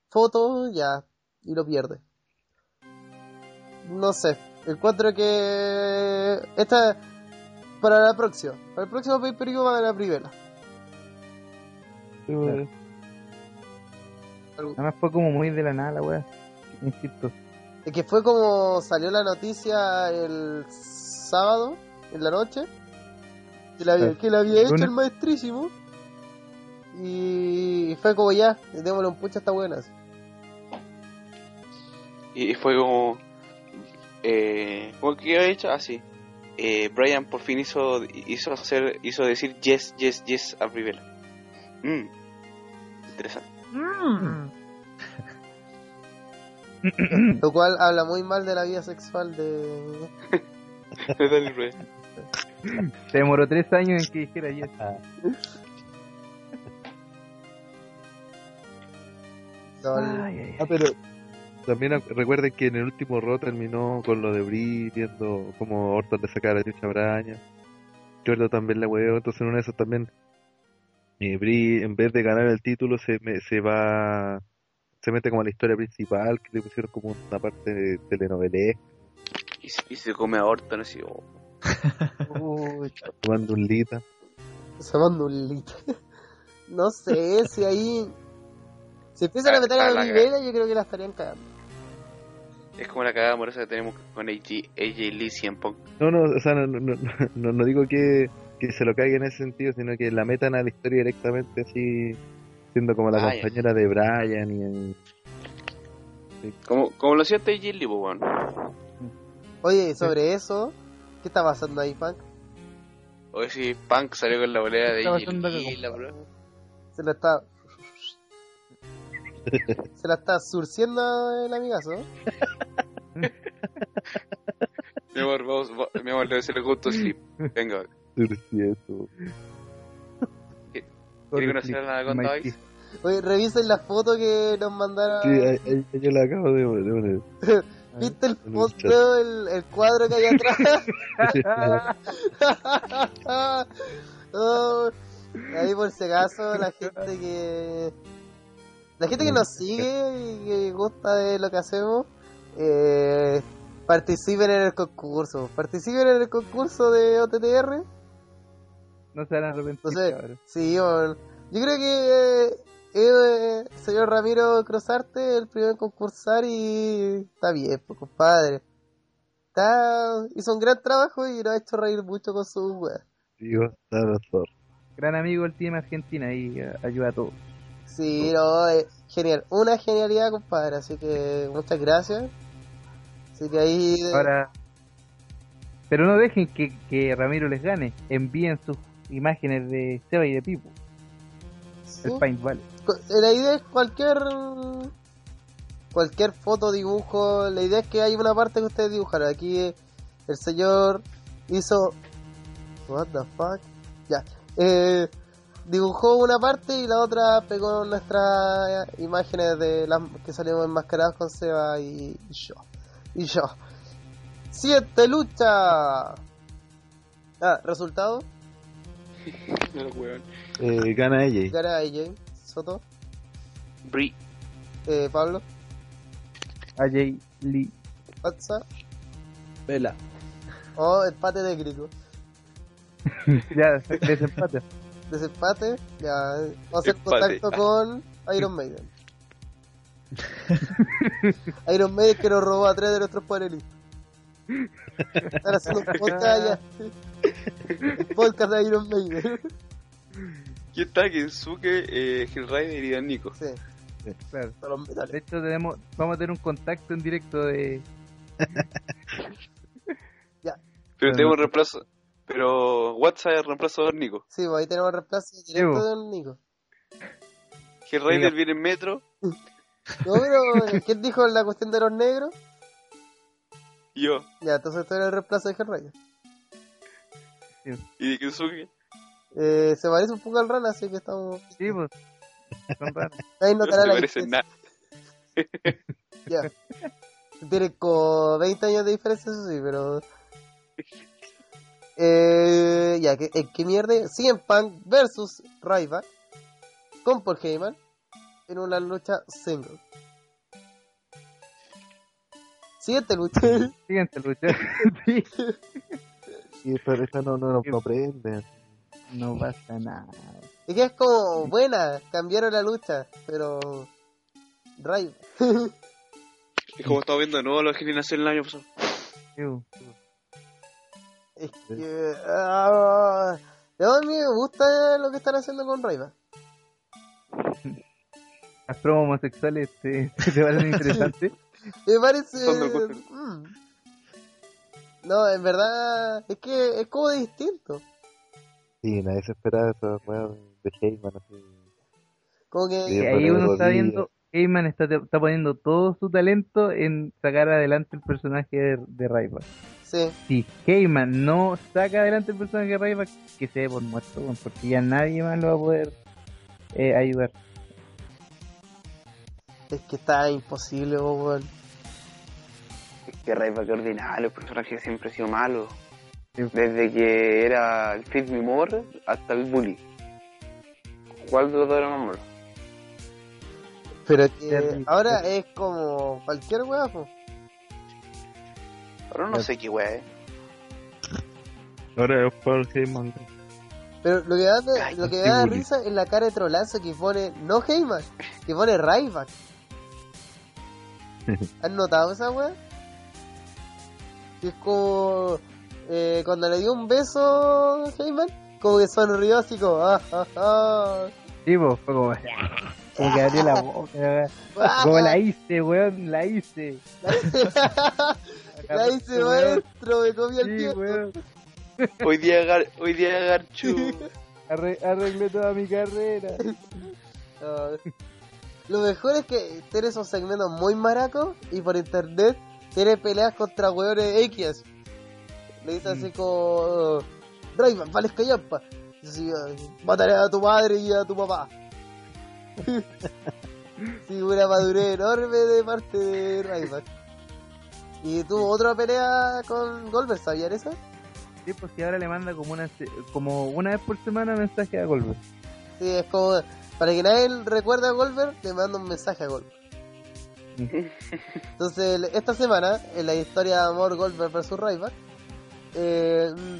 Speaker 1: Foto, ya. Y lo pierde. No sé. Encuentro que. Esta. Para la próxima. Para el próximo pay per view va a ganar Rivera.
Speaker 6: Ah,
Speaker 2: Claro.
Speaker 1: Algo-
Speaker 2: Además fue como muy de la nada la weá. Insisto.
Speaker 1: Es que fue como salió la noticia el sábado, en la noche, que la, había- que la había hecho
Speaker 2: Lunes.
Speaker 1: el maestrísimo. Y fue como ya, démosle un pucha, está buenas.
Speaker 7: Y fue como. Eh, ¿cómo que había dicho? Así. eh, Brian por fin hizo hizo hacer hizo decir yes, yes, yes a Rivera. Mm. Interesante.
Speaker 2: Mm.
Speaker 1: Lo cual habla muy mal de la vida sexual de...
Speaker 7: Dale, Rivera.
Speaker 2: Se demoró tres años en que dijera yes.
Speaker 1: no, el-
Speaker 2: Ay, ay,
Speaker 6: Ah, pero también ac- recuerden que en el último Raw terminó con lo de Brie viendo cómo Orton le sacaba la chucha a Braña. Jordan también la huevo, entonces en una de esas también. eh, Brie, en vez de ganar el título, se, me- se va. Se mete como a la historia principal, que le pusieron como una parte de telenovelé,
Speaker 7: Y, se- y se come a Orton así. oh.
Speaker 1: uy,
Speaker 6: tomando un lita.
Speaker 1: se manda un lito. No sé, si ahí... Si empiezan a meter a la Rivera, yo creo que la estarían cagando.
Speaker 7: Es como la cagada amorosa que tenemos con AJ, AJ Lee en Punk.
Speaker 6: No, no, o sea, no, no, no, no- no digo que, que se lo caiga en ese sentido, sino que la metan a la historia directamente así, siendo como la
Speaker 7: Ah, ya.
Speaker 6: compañera de Brian y...
Speaker 7: Como, como lo hacía hasta AJ Lee, po, weón.
Speaker 1: Oye, y sobre eso, ¿qué está pasando ahí, Punk?
Speaker 7: O si Punk salió con la bolera de
Speaker 2: Estaba
Speaker 7: AJ
Speaker 2: haciendo
Speaker 7: Lee,
Speaker 2: que
Speaker 7: la bro.
Speaker 1: Se la está. Se la está surciendo el amigazo.
Speaker 7: Mi amor, vamos, va- mi amor, le voy a hacer el gusto sleep. Venga,
Speaker 6: Turcieso.
Speaker 7: ¿quieres conocer a la Anaconda
Speaker 6: Mikey.
Speaker 7: Vice?
Speaker 1: Oye, revisen la foto que nos mandaron.
Speaker 6: Sí, ahí- ahí- ahí yo la acabo de de poner.
Speaker 1: ¿Viste el
Speaker 6: en el
Speaker 1: fondo, el, el cuadro que hay atrás?
Speaker 2: ay.
Speaker 1: Oh, ahí por si acaso, la gente que. La gente que nos sigue y que gusta de lo que hacemos, eh, participen en el concurso. Participen en el concurso de OTTR.
Speaker 2: No se van a arrepentir.
Speaker 1: No sé.
Speaker 2: cabrón.
Speaker 1: Sí, bueno. Yo creo que eh, eh, señor Ramiro Cruzarte el primer en concursar y está bien, pues, compadre. Está... Hizo un gran trabajo y nos ha hecho reír mucho con su wea.
Speaker 6: Digo, está la zorra.
Speaker 2: Gran amigo el Team Argentina y eh, ayuda a todos.
Speaker 1: Sí, no, eh, genial. Una genialidad, compadre. Así que muchas gracias. Así que ahí... eh,
Speaker 2: Ahora. Pero no dejen que, que Ramiro les gane. Envíen sus imágenes de Seba y de Pipo.
Speaker 1: sí.
Speaker 2: El Paint Valley.
Speaker 1: Cu- La idea es cualquier... Cualquier foto, dibujo. La idea es que hay una parte que ustedes dibujaron. Aquí eh, el señor hizo... What the fuck? Ya. Eh, dibujó una parte y la otra pegó nuestras eh, imágenes de las que salimos enmascarados con Seba y y yo. Y yo. Siete lucha. Ah, resultado.
Speaker 7: No, weón.
Speaker 6: Eh, gana ella.
Speaker 1: Gana AJ Soto,
Speaker 7: Brie,
Speaker 1: eh, Pablo,
Speaker 2: AJ Lee.
Speaker 1: Patsa.
Speaker 8: Vela.
Speaker 1: Oh, empate técnico.
Speaker 2: Ya, desempate.
Speaker 1: Desempate, ya. Vamos a hacer
Speaker 7: Empate.
Speaker 1: contacto con Iron Maiden. Iron Maiden que nos robó a tres de nuestros panelistas. Están haciendo un podcast ya. El podcast de Iron Maiden.
Speaker 7: ¿quién está? Kensuke, eh, Hellrider y Dan Nico.
Speaker 1: Sí,
Speaker 2: Claro.
Speaker 1: son los
Speaker 2: De
Speaker 1: metales.
Speaker 2: hecho, tenemos, vamos a tener un contacto en directo de.
Speaker 7: Pero
Speaker 2: Ah,
Speaker 7: tengo
Speaker 2: no.
Speaker 7: un reemplazo. Pero WhatsApp es reemplazo de Dan Nico.
Speaker 1: Sí, pues ahí tenemos el reemplazo directo
Speaker 2: Sí, pues.
Speaker 1: del Nico.
Speaker 7: Hellrider
Speaker 2: Diga.
Speaker 7: viene en metro
Speaker 1: No, pero eh, ¿quién dijo la cuestión de los negros?
Speaker 7: y yo.
Speaker 1: Ya, entonces esto era el reemplazo de Hellraiser.
Speaker 7: Y de Kensuke.
Speaker 1: Eh, se parece un poco al Rana, así que estamos.
Speaker 2: Sí, pues. Son raros.
Speaker 1: Ahí
Speaker 3: No
Speaker 1: notará
Speaker 3: se
Speaker 1: la
Speaker 3: parecen
Speaker 1: diferencia.
Speaker 3: nada.
Speaker 1: Ya. Tiene como 20 años de diferencia, eso sí, pero. Eh, ya, ¿qué, eh, qué mierda? CM Punk versus Ryback con Paul Heyman en una lucha single. Siguiente lucha.
Speaker 2: Siguiente lucha. Sí.
Speaker 6: Y esta, esta no, no, no, no prende.
Speaker 2: No pasa nada.
Speaker 1: Es que es como buena, cambiaron la lucha, pero. Ryback.
Speaker 3: Es como estamos viendo de nuevo la generación del año pasado.
Speaker 2: Ew.
Speaker 1: Es que. ah, a mí me gusta lo que están haciendo con Ryback.
Speaker 2: Las pruebas homosexuales se, se parecen interesantes.
Speaker 1: Me parece.
Speaker 3: Son del golpe.
Speaker 1: mm. No, en verdad es que es como distinto.
Speaker 6: Sí, nadie se esperaba esa weá de Heyman así.
Speaker 1: Como
Speaker 2: Y
Speaker 1: que
Speaker 6: Sí.
Speaker 2: ahí uno está
Speaker 6: Rodríguez.
Speaker 2: viendo, Heyman está, está poniendo todo su talento en sacar adelante el personaje de, de Ryback.
Speaker 1: sí,
Speaker 2: Si Heyman no saca adelante el personaje de Ryback, que se dé por muerto, weón, porque ya nadie más lo va a poder eh, ayudar.
Speaker 1: es que está imposible, po, weón.
Speaker 7: Que Raiva, que ordinario, el personaje siempre ha sido malo.
Speaker 2: Sí.
Speaker 7: Desde que era el Fit Me More hasta el Bully. ¿Cuál de los dos era más malo?
Speaker 1: Pero que
Speaker 2: Terrible.
Speaker 1: Eh, ahora es como cualquier weá, po.
Speaker 7: Ahora no sé qué wea es.
Speaker 6: Ahora es Paul Heyman.
Speaker 1: Pero lo que, da,
Speaker 7: Ay,
Speaker 1: lo que
Speaker 6: qué
Speaker 1: da
Speaker 6: bullying.
Speaker 1: risa es la cara de trolazo que pone, no Heyman, que pone Ryback. ¿Han notado esa weá? Que es como. eh, cuando le dio un beso Heyman, como que sonrió así como. Ah, ah, ah.
Speaker 2: Sí, pues, fue como, como que abrió la boca.
Speaker 1: Ah,
Speaker 2: Como la hice, weón, la hice.
Speaker 1: La hice maestro, me comí el
Speaker 2: Sí,
Speaker 1: tiempo.
Speaker 2: weón,
Speaker 7: Hoy día, Gar- hoy día Garchu.
Speaker 2: arre- arreglé toda mi carrera.
Speaker 1: Ah. Lo mejor es que tiene esos segmentos muy maracos y por internet tiene peleas contra hueones X. Le dice
Speaker 2: Mm.
Speaker 1: así como. Rayman, vales callampa. Y así, ah, Mataré a tu madre y a tu papá. sí, una madurez enorme de parte de Rayman. Y tuvo otra pelea con Goldberg, ¿sabían eso?
Speaker 2: Sí, pues que ahora le manda como una, se- como una vez por semana mensaje a Goldberg.
Speaker 1: Sí, es como. Para que nadie recuerde a Goldberg, le mando un mensaje a Goldberg. Entonces, el- esta semana, en la historia de amor Goldberg vs. Ryback, eh, mm,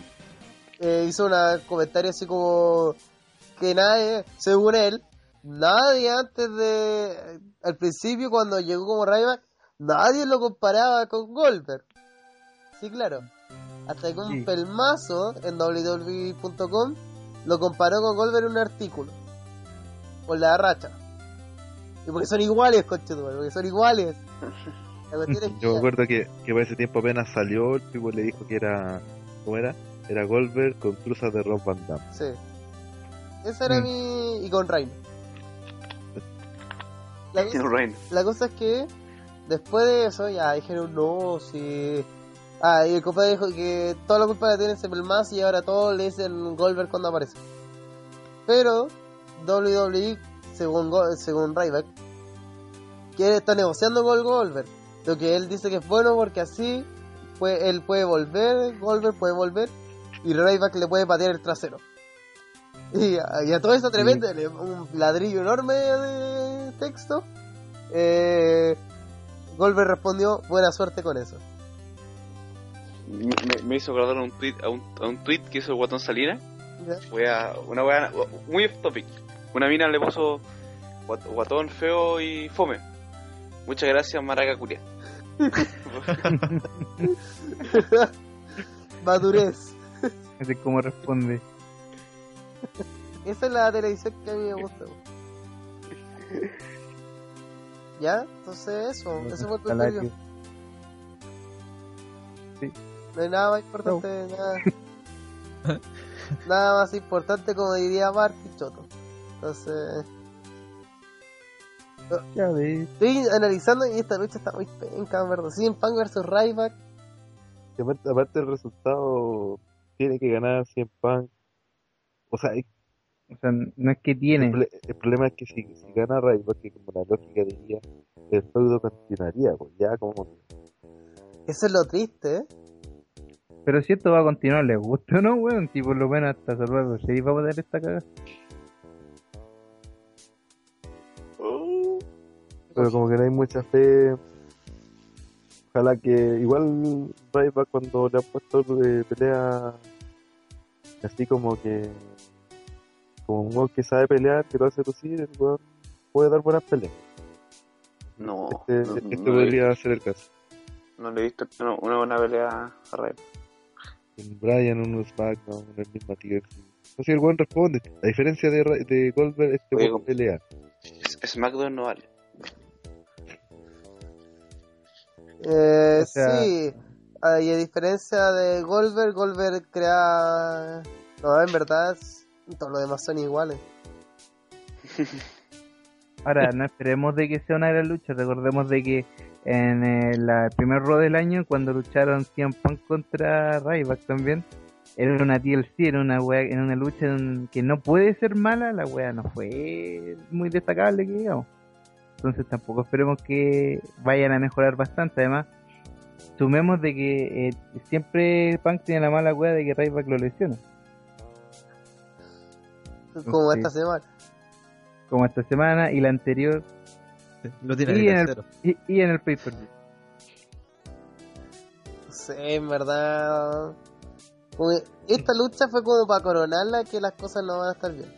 Speaker 1: eh, hizo un comentario así como que nadie, según él, nadie antes de. Al principio, cuando llegó como Ryback, nadie lo comparaba con Goldberg. Sí, claro. Hasta que un
Speaker 2: Sí.
Speaker 1: pelmazo en www.com lo comparó con Goldberg en un artículo. Por la racha. Y porque son iguales, conchetumare, porque son iguales. La cuestión es que-
Speaker 6: Yo me acuerdo que, que para ese tiempo apenas salió, el tipo le dijo que era. ¿Cómo era? Era Goldberg con cruzas de Rob Van Damme.
Speaker 1: Sí. Esa era
Speaker 2: Mm.
Speaker 1: mi. Y con Reino. La cosa,
Speaker 7: Reino.
Speaker 1: la cosa es que después de eso ya dijeron no, si. Ah, y el compadre dijo que toda la culpa la tiene ese más y ahora todos le dicen Goldberg cuando aparece. Pero WWE, según, Go- según Ryback, que está negociando con Goldberg. Lo que él dice que es bueno porque así puede- él puede volver, Goldberg puede volver y Ryback le puede patear el trasero. Y a, y a todo eso tremendo, le- un ladrillo enorme de texto. Eh, Goldberg respondió, buena suerte con eso.
Speaker 7: Me, me- me hizo acordar a un tweet, a un, a un tweet que hizo el Guatón Salina.
Speaker 1: Ya.
Speaker 7: Wea- una wea muy off topic. Una mina le puso "Guat- guatón feo y fome. Muchas gracias, Maraca Curia.
Speaker 1: Madurez.
Speaker 2: Así como responde.
Speaker 1: Esa es la televisión que a mí me gusta. ¿Ya? Entonces eso, Oh, ese fue el
Speaker 2: Salario.
Speaker 1: criterio. No hay nada más importante, nada. nada más importante como diría Marty Choto. Entonces,
Speaker 2: Ya ves.
Speaker 1: estoy analizando y esta lucha está muy penca, en verdad. en Punk versus Ryback.
Speaker 6: Y aparte, aparte el resultado tiene que ganar 100 Punk. O sea, es-
Speaker 2: O sea, no es que
Speaker 6: El,
Speaker 2: tiene.
Speaker 6: proble- el problema es que si, si gana Ray, porque como la lógica diría, el feudo continuaría, pues ya como.
Speaker 1: Eso es lo triste, ¿eh?
Speaker 2: Pero si esto va a continuar, ¿le gusta o no, weón? Si por lo menos hasta Survivor Series va a poder esta cagada.
Speaker 6: Pero como que no hay mucha fe. Ojalá que igual Ryback cuando le han puesto de pelea así como que como un weón que sabe pelear, que lo hace lucir, el weón puede dar buenas peleas.
Speaker 7: No,
Speaker 6: Este,
Speaker 7: no,
Speaker 6: este
Speaker 3: Mm.
Speaker 7: no le-
Speaker 6: podría ser el caso.
Speaker 7: no le he visto no, una buena pelea a Ray.
Speaker 6: En Brian, un SmackDown, en el mismo TXT. Así el weón responde. A diferencia de, Ra- de Goldberg, este
Speaker 7: Oye,
Speaker 6: weón
Speaker 7: com-
Speaker 6: pelea.
Speaker 7: S- SmackDown no vale.
Speaker 1: Eh,
Speaker 2: O sea-
Speaker 1: Sí, Ah, y a diferencia de Goldberg, Goldberg crea... No, en verdad, es- todos los demás son iguales.
Speaker 2: Ahora, no esperemos de que sea una gran lucha. Recordemos de que en el la primer road del año, cuando lucharon 100 Punk contra Ryback también, era una TLC, era una, wea, era una lucha en un- que no puede ser mala. La wea no fue muy destacable, que digamos. Entonces tampoco esperemos que vayan a mejorar bastante. Además, sumemos de que eh, siempre Punk tiene la mala wea de que Ryback lo lesiona.
Speaker 1: Como
Speaker 2: Sí.
Speaker 1: esta semana.
Speaker 2: Como esta semana y la anterior
Speaker 8: Lo tiene
Speaker 2: Sí,
Speaker 8: en
Speaker 2: el-
Speaker 8: el tercero.
Speaker 2: y, y en el paper.
Speaker 1: No sé, en verdad... como que Esta lucha fue como para coronarla que las cosas no van a estar bien.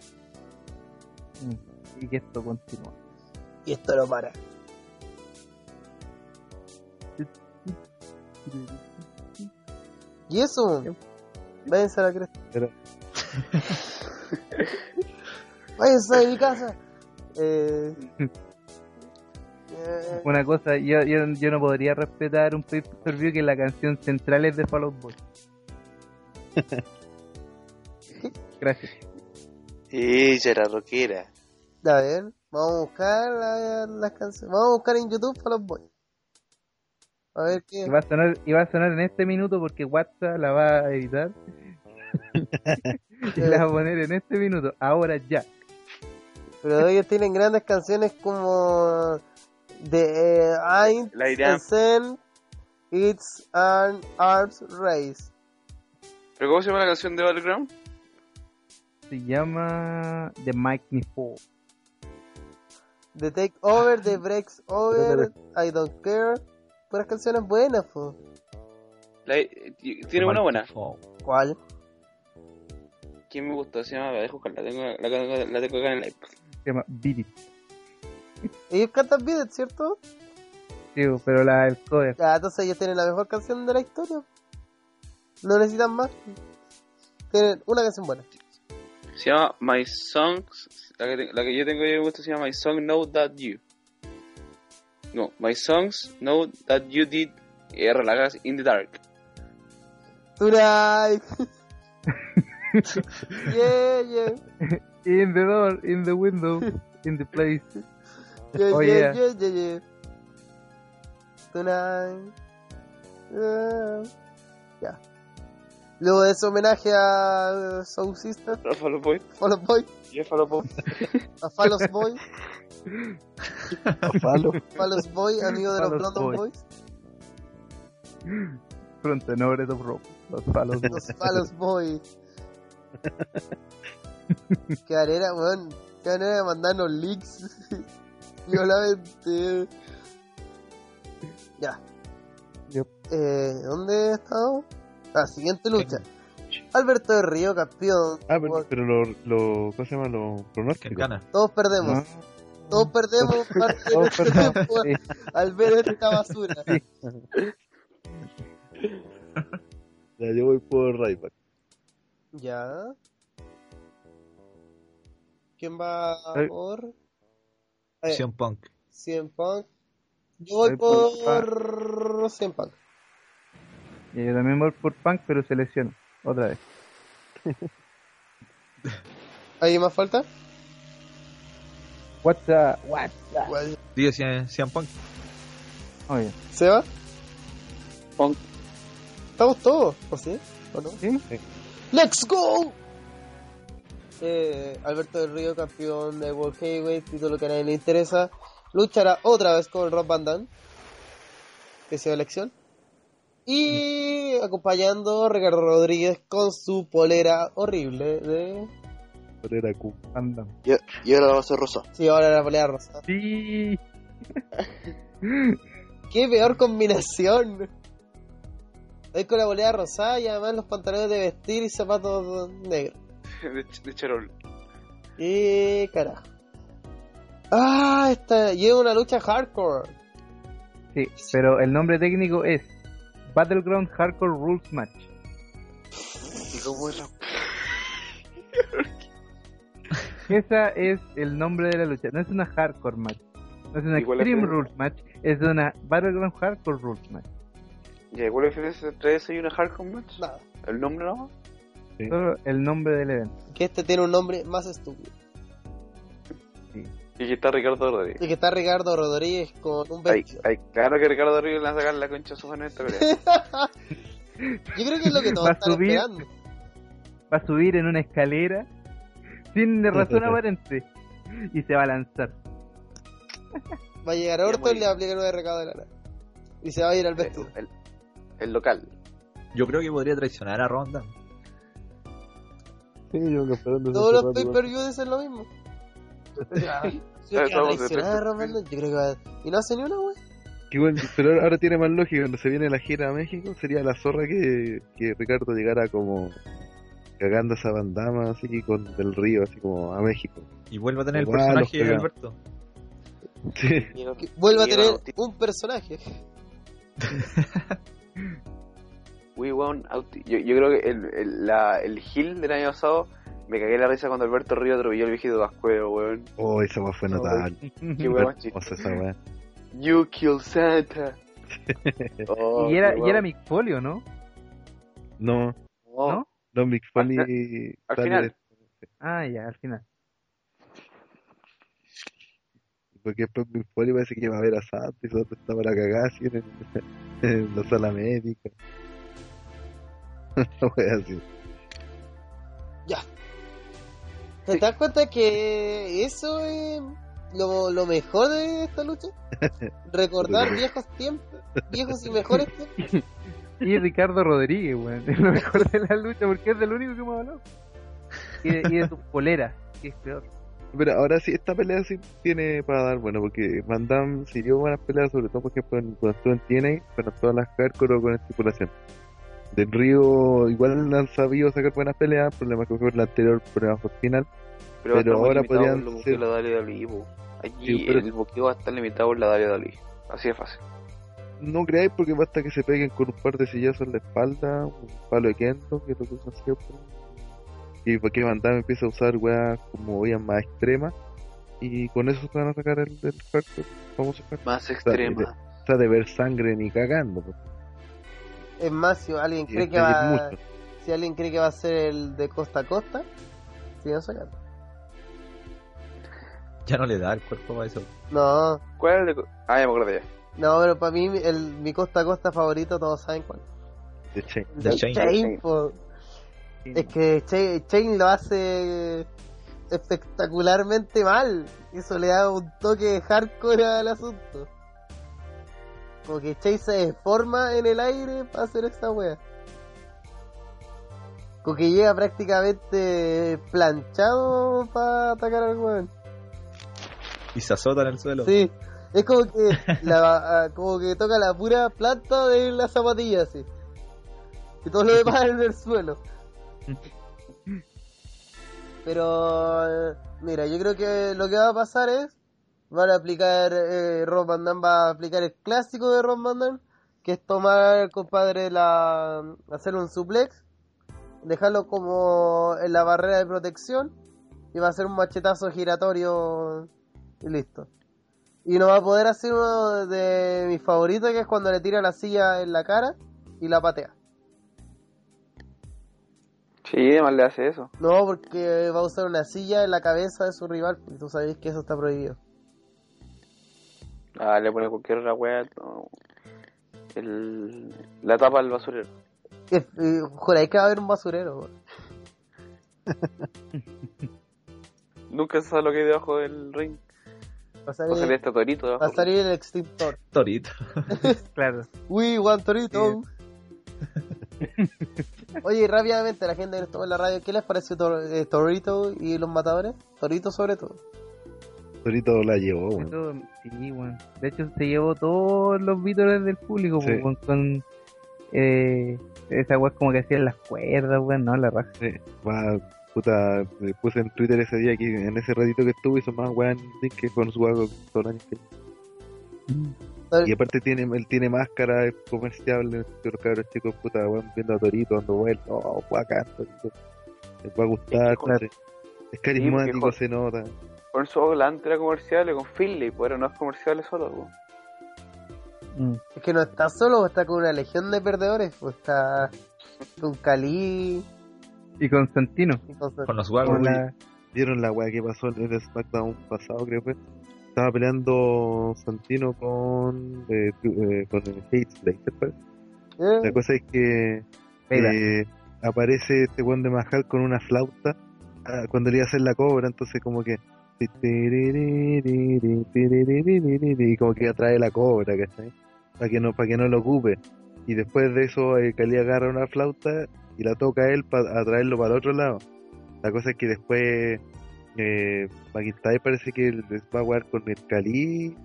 Speaker 2: Y que esto continúa.
Speaker 1: Y esto no para. Y eso, váyanse a la cresta.
Speaker 6: Era-
Speaker 1: váyanse de mi casa. Eh, eh,
Speaker 2: Una cosa, yo, yo, yo no podría respetar un pay-per-view que la canción central es de Fall Out Boy. Gracias.
Speaker 7: Y era rockera.
Speaker 1: a ver, vamos a buscar la- las canciones. Vamos a buscar en YouTube para los boys. A ver qué.
Speaker 2: Y va a sonar, y va a sonar en este minuto porque WhatsApp la va a editar.
Speaker 1: eh,
Speaker 2: y la va a poner en este minuto, ahora ya.
Speaker 1: Pero ellos tienen grandes canciones como. De. Eh, I'm
Speaker 7: La idea.
Speaker 1: Zen, It's an Arms Race.
Speaker 7: ¿Pero cómo se llama la canción de Battleground?
Speaker 2: Se llama The Mike Me Fall.
Speaker 1: The Take Over, The Breaks Over, I Don't Care. Puras canciones buenas, po.
Speaker 7: La- eh, tiene una buena.
Speaker 8: Oh.
Speaker 1: ¿Cuál?
Speaker 7: ¿Quién me gustó? Se llama, la dejo acá, la tengo, la, tengo- la tengo acá en el iPad.
Speaker 2: Se llama Beat It.
Speaker 1: Ellos cantan Beat It, ¿cierto?
Speaker 2: Sí, pero la el cover.
Speaker 1: Ah, entonces ellos tienen la mejor canción de la historia. No necesitan más. Tienen una canción buena.
Speaker 7: Se llama My Songs. La que, te- la que yo tengo yo me gusta se llama My Song Know That You. No, My Songs Know That You Did eh, Relax in the Dark.
Speaker 1: Tonight. yeah, yeah.
Speaker 2: In the door, in the window, in the place.
Speaker 1: Yeah,
Speaker 2: Oh,
Speaker 1: yeah,
Speaker 2: yeah.
Speaker 1: yeah, yeah, yeah. Tonight. Yeah. Eh. Ya. Luego de ese homenaje a eh, Soul Sister,
Speaker 7: Rafa lo voy.
Speaker 1: Fall Out Boy,
Speaker 7: Rafa lo voy.
Speaker 1: a Fallos Boy,
Speaker 6: Falo.
Speaker 1: Fallos Boy, amigo de los
Speaker 2: Fall Out
Speaker 1: Blondon
Speaker 2: Boy.
Speaker 1: Boys,
Speaker 2: Pronto, no de rock. Los palos.
Speaker 1: los Fallos Boy. Qué manera, weón. Qué manera de mandarnos leaks. Violamente. Ya.
Speaker 2: Yep.
Speaker 1: Eh, ¿Dónde he estado? La siguiente lucha. Alberto de Río, campeón.
Speaker 6: Ah, pero,
Speaker 1: Bueno,
Speaker 6: pero lo, lo. ¿Cómo se llama? Los pronósticos.
Speaker 8: Cancana.
Speaker 1: Todos perdemos. Todos perdemos parte de
Speaker 2: Todos
Speaker 1: nuestro
Speaker 2: perdemos,
Speaker 1: tiempo
Speaker 2: sí.
Speaker 1: al ver esta basura.
Speaker 6: Ya, yo voy por Ryback.
Speaker 1: Ya. ¿Quién va
Speaker 2: Eh.
Speaker 1: por Eh.
Speaker 8: Cien Punk.
Speaker 1: 100 Punk? Yo voy
Speaker 2: Voy por-
Speaker 1: por 100 Punk.
Speaker 2: Y yo también voy por Punk, pero se lesiona. Otra vez.
Speaker 1: ¿Alguien más falta?
Speaker 2: What's up? What's up?
Speaker 1: Igual.
Speaker 8: Digo, Cien Cien Punk.
Speaker 2: Oye,
Speaker 1: ¿Se va?
Speaker 7: Punk.
Speaker 1: ¿Estamos todos? ¿O sí? ¿O no?
Speaker 2: ¿sí?
Speaker 1: ¡Let's go! eh, Alberto del Río, campeón de World Heavyweight, título que a nadie le interesa, luchará otra vez con Rob Van Damme, que se elección. Y acompañando a Ricardo Rodríguez con su polera horrible de...
Speaker 6: Polera Q.
Speaker 2: Anda.
Speaker 7: Y, y ahora va a ser rosa.
Speaker 1: Sí, ahora la polera rosa.
Speaker 2: Sí.
Speaker 1: ¡Qué peor combinación! Hoy con la polera rosada y además los pantalones de vestir y zapatos negros.
Speaker 7: De, ch- de charol.
Speaker 1: Y carajo. Ah, esta lleva una lucha hardcore.
Speaker 2: Sí, pero el nombre técnico es Battleground Hardcore Rules Match.
Speaker 7: ¿Y cómo es la-
Speaker 2: Esa es el nombre de la lucha. No es una hardcore match. No es una
Speaker 7: Igual la
Speaker 2: Extreme
Speaker 7: primera.
Speaker 2: Rules match. Es una Battleground Hardcore Rules match.
Speaker 7: Ya, ¿cuál es la diferencia entre eso y una hardcore match?
Speaker 1: Nada,
Speaker 7: ¿El nombre no?
Speaker 6: Sí.
Speaker 2: Solo el nombre del evento.
Speaker 1: que este tiene un nombre más estúpido.
Speaker 7: Y que está Ricardo Rodríguez.
Speaker 1: Y que está Ricardo Rodríguez con un
Speaker 7: Ay,
Speaker 1: vestido.
Speaker 7: ay, claro que Ricardo Rodríguez le va a sacar la concha a su mano en esta pelea.
Speaker 1: Yo creo que es lo que todos
Speaker 2: Va a
Speaker 1: están
Speaker 2: subir.
Speaker 1: esperando.
Speaker 2: Va a subir en una escalera sin razón aparente y se va a lanzar.
Speaker 1: Va a llegar
Speaker 7: Ya,
Speaker 1: Orton
Speaker 7: muy
Speaker 1: y le va a aplicar un recado de lana. Y se va a ir al vestido.
Speaker 7: el, el local.
Speaker 8: Yo creo que podría traicionar a Ronda.
Speaker 6: Sí, yo que esperando
Speaker 1: Todos
Speaker 6: hace
Speaker 1: los
Speaker 6: rato,
Speaker 1: pay
Speaker 6: igual.
Speaker 1: per view dicen lo mismo. Sí,
Speaker 7: Claro,
Speaker 1: que va a
Speaker 7: estamos de
Speaker 1: traicionar a
Speaker 7: tres-
Speaker 1: Roman Reigns, yo creo que va a- Y no hace ni una, wey.
Speaker 6: Que igual- pero ahora- ahora tiene más lógica. Cuando se viene la gira a México, sería la zorra que, que Ricardo llegara como cagando esa bandama, así que con del río, así como a México.
Speaker 8: Y vuelve a tener el
Speaker 6: Igual, los
Speaker 8: personaje de
Speaker 6: pega.
Speaker 8: Alberto.
Speaker 6: Sí,
Speaker 1: Que vuelva a
Speaker 7: Mira,
Speaker 1: tener
Speaker 7: Agustín.
Speaker 1: un personaje.
Speaker 7: We want out. Yo, yo creo que el, el, la, el Hill del año pasado me cagué la risa cuando Alberto Río atropelló el viejito Vascuero, weón.
Speaker 6: oh, esa weá fue notable.
Speaker 7: Qué
Speaker 6: Fue
Speaker 7: weón más chiste.
Speaker 6: hermosa esa weá.
Speaker 7: You kill Santa. Oh,
Speaker 2: y era,
Speaker 7: qué
Speaker 2: y
Speaker 7: weón.
Speaker 2: era Mick Folio, ¿no?
Speaker 6: No,
Speaker 7: No,
Speaker 2: ¿no?
Speaker 6: no, Mick Foley.
Speaker 7: Al al
Speaker 6: sale
Speaker 7: final.
Speaker 2: Ah, ya, al final.
Speaker 6: de- Porque después Mick Foley parece que va a ver a Santos y Santos está para cagar así en, el- en la sala médica. Una weá así.
Speaker 1: ¿Te das cuenta que eso es lo, lo mejor de esta lucha? Recordar viejos tiempos, viejos y mejores tiempos.
Speaker 2: Y Ricardo Rodríguez, weón. Es lo mejor de la lucha porque es el único que hemos hablado. Y de, y de sus poleras, que es peor.
Speaker 6: Pero ahora sí, esta pelea sí tiene para dar, bueno, porque Van Damme sí dio buenas peleas, sobre todo, por ejemplo, en, cuando estuvo en TNA, para todas las hardcore o con estipulación. Del Río igual han sabido sacar buenas peleas, el problema que fue el anterior programa fue final.
Speaker 7: pero, va a
Speaker 6: pero
Speaker 7: estar muy
Speaker 6: ahora
Speaker 7: limitado por
Speaker 6: podrían
Speaker 7: los boqueos
Speaker 6: ser-
Speaker 7: de la Dalia Dalí, po. Aquí
Speaker 6: Sí, pero-
Speaker 7: el boqueo va a estar limitado por la Dalia Dalí. Así de fácil.
Speaker 6: No creáis porque basta que se peguen con un par de sillazos en la espalda, un palo de Kento, que es lo que usan siempre. Y porque Van Damme empieza a usar weas como veían más extremas, y con eso se van a sacar el, el hardcore, famoso hardcore.
Speaker 7: Más extrema.
Speaker 6: O sea, de ver sangre ni cagando, pues.
Speaker 1: Es más, si alguien cree
Speaker 6: Este
Speaker 1: que
Speaker 6: es
Speaker 1: va,
Speaker 6: mucho.
Speaker 1: si alguien cree que va a ser el de costa a costa, sigan soñando.
Speaker 8: Ya no le da el cuerpo a eso.
Speaker 1: No,
Speaker 7: ¿Cuál es el de.? Ah, ya me acuerdo ya.
Speaker 1: no, pero para mí el, mi costa a costa favorito todos saben cuál.
Speaker 6: de Chain.
Speaker 8: The
Speaker 1: El
Speaker 8: Chain.
Speaker 1: po. pues. Es que Chain, Chain lo hace espectacularmente mal. Eso le da un toque hardcore al asunto. Como que Chain se deforma en el aire para hacer esa wea. Como que llega prácticamente planchado para atacar al weón.
Speaker 8: Y se azota en el suelo.
Speaker 1: Sí. Es como que, la, ah, como que toca la pura planta de la zapatilla, así. Y todo lo demás en el suelo. Pero, eh, mira, yo creo que lo que va a pasar es, van a aplicar, eh, Rob Van Damme va a aplicar el clásico de Rob Van Damme, que es tomar, compadre, la, hacer un suplex, dejarlo como en la barrera de protección, y va a hacer un machetazo giratorio y listo. Y no va a poder hacer uno de mis favoritos, que es cuando le tira la silla en la cara y la patea.
Speaker 7: Sí, además le hace eso.
Speaker 1: No, porque va a usar una silla en la cabeza de su rival, y tú sabéis que eso está prohibido.
Speaker 7: Ah, le pone cualquier otra wea. no. El... La tapa al basurero.
Speaker 1: Es- eh, Juráis que va a haber un basurero, weón.
Speaker 7: Nunca se sabe lo que hay debajo del ring.
Speaker 1: Va a
Speaker 7: O sea, de
Speaker 1: salir,
Speaker 7: este torito
Speaker 1: va
Speaker 7: debajo.
Speaker 1: a salir el extintor.
Speaker 8: Torito.
Speaker 2: Claro.
Speaker 1: We want Torito. Oye, rápidamente, la gente que estuvo en la radio, ¿qué les pareció Tor- eh, Torito y los matadores? Torito sobre todo.
Speaker 6: Torito la llevó, weón.
Speaker 2: Eso, sí, weón. De hecho, se llevó todos los vítores del público,
Speaker 6: Sí.
Speaker 2: weón, con eh, esa weá como que hacían las cuerdas, weón, no, la raja.
Speaker 6: Más, puta, me puse en Twitter ese día que en ese ratito que estuvo hizo más weón que con su weón todo el año. Y aparte tiene, él tiene máscara, es comerciable, los cabros chicos, puta, weón, viendo a Torito dando vueltas, oh, bacán, Torito. Les va a gustar,
Speaker 7: Es que con-
Speaker 6: compadre. es carismático,
Speaker 7: mejor.
Speaker 6: se nota.
Speaker 7: Por eso Holland era comercial con Finley, pues ahora no es comercial solo. pues. po.
Speaker 1: Es que no está solo, está con una legión de perdedores. Pues está con Cali
Speaker 2: Y Constantino,
Speaker 1: y con
Speaker 8: Con los
Speaker 2: con
Speaker 8: guagos.
Speaker 2: la-
Speaker 6: ¿Vieron la weá que pasó en el SmackDown pasado, creo que fue? Estaba peleando Santino con, eh, eh, con el Hate Slater, parece. La
Speaker 1: Eh,
Speaker 6: cosa es que
Speaker 2: Pela.
Speaker 6: eh, aparece este weón de Majal con una flauta ah, cuando le iba a hacer la cobra, entonces como que y como que atrae la cobra, ¿cachai? Para que no, para que no lo ocupe. Y después de eso eh, Cali agarra una flauta y la toca a él para atraerlo para el otro lado. La cosa es que después eh, McIntyre parece que les va a jugar con el Cali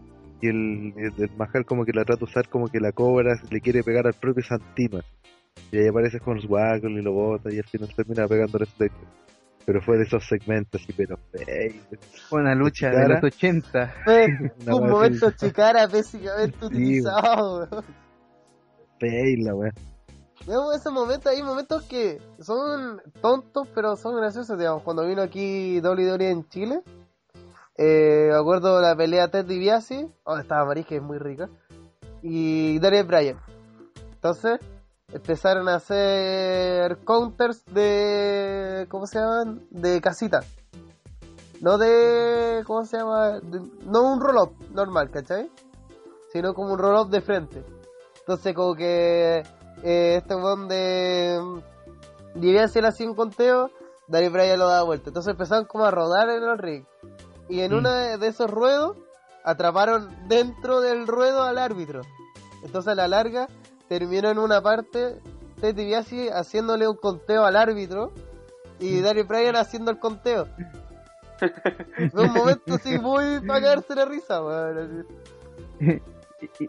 Speaker 6: y el, el, el Mahal como que la trata de usar como que la cobra se le quiere pegar al propio Santino. Y ahí aparece con los wackles y lo bota y al final termina pegándole a Slater. Pero fue de esos segmentos así, pero ey,
Speaker 2: fue una lucha de
Speaker 6: Chicara.
Speaker 2: los 80.
Speaker 1: fue
Speaker 6: una
Speaker 1: un
Speaker 6: wea
Speaker 1: momento
Speaker 6: así,
Speaker 1: chicara básicamente
Speaker 6: Sí,
Speaker 1: utilizado. weón.
Speaker 6: ey, la wea.
Speaker 1: Digamos, esos momentos, hay momentos que son tontos, pero son graciosos. Digamos, cuando vino aquí WWE en Chile, eh, me acuerdo de la pelea Ted DiBiase, donde estaba Maris, que es muy rica, y Daniel Bryan. Entonces, empezaron a hacer counters de. ¿Cómo se llaman? De casita. No de. ¿Cómo se llama? De- no un roll-up normal, ¿cachai? Sino como un roll-up de frente. Entonces, como que eh, este weón de. mm, Llegué a hacer así un conteo, Daniel Bryan lo daba vuelta. Entonces empezaron como a rodar en el ring. Y en
Speaker 2: Mm.
Speaker 1: uno de, de esos ruedos, atraparon dentro del ruedo al árbitro. Entonces a la larga, terminó en una parte Ted DiBiase haciéndole un conteo al árbitro y Daniel Bryan haciendo el conteo. Fue un momento así muy para cagarse la risa, weón. así.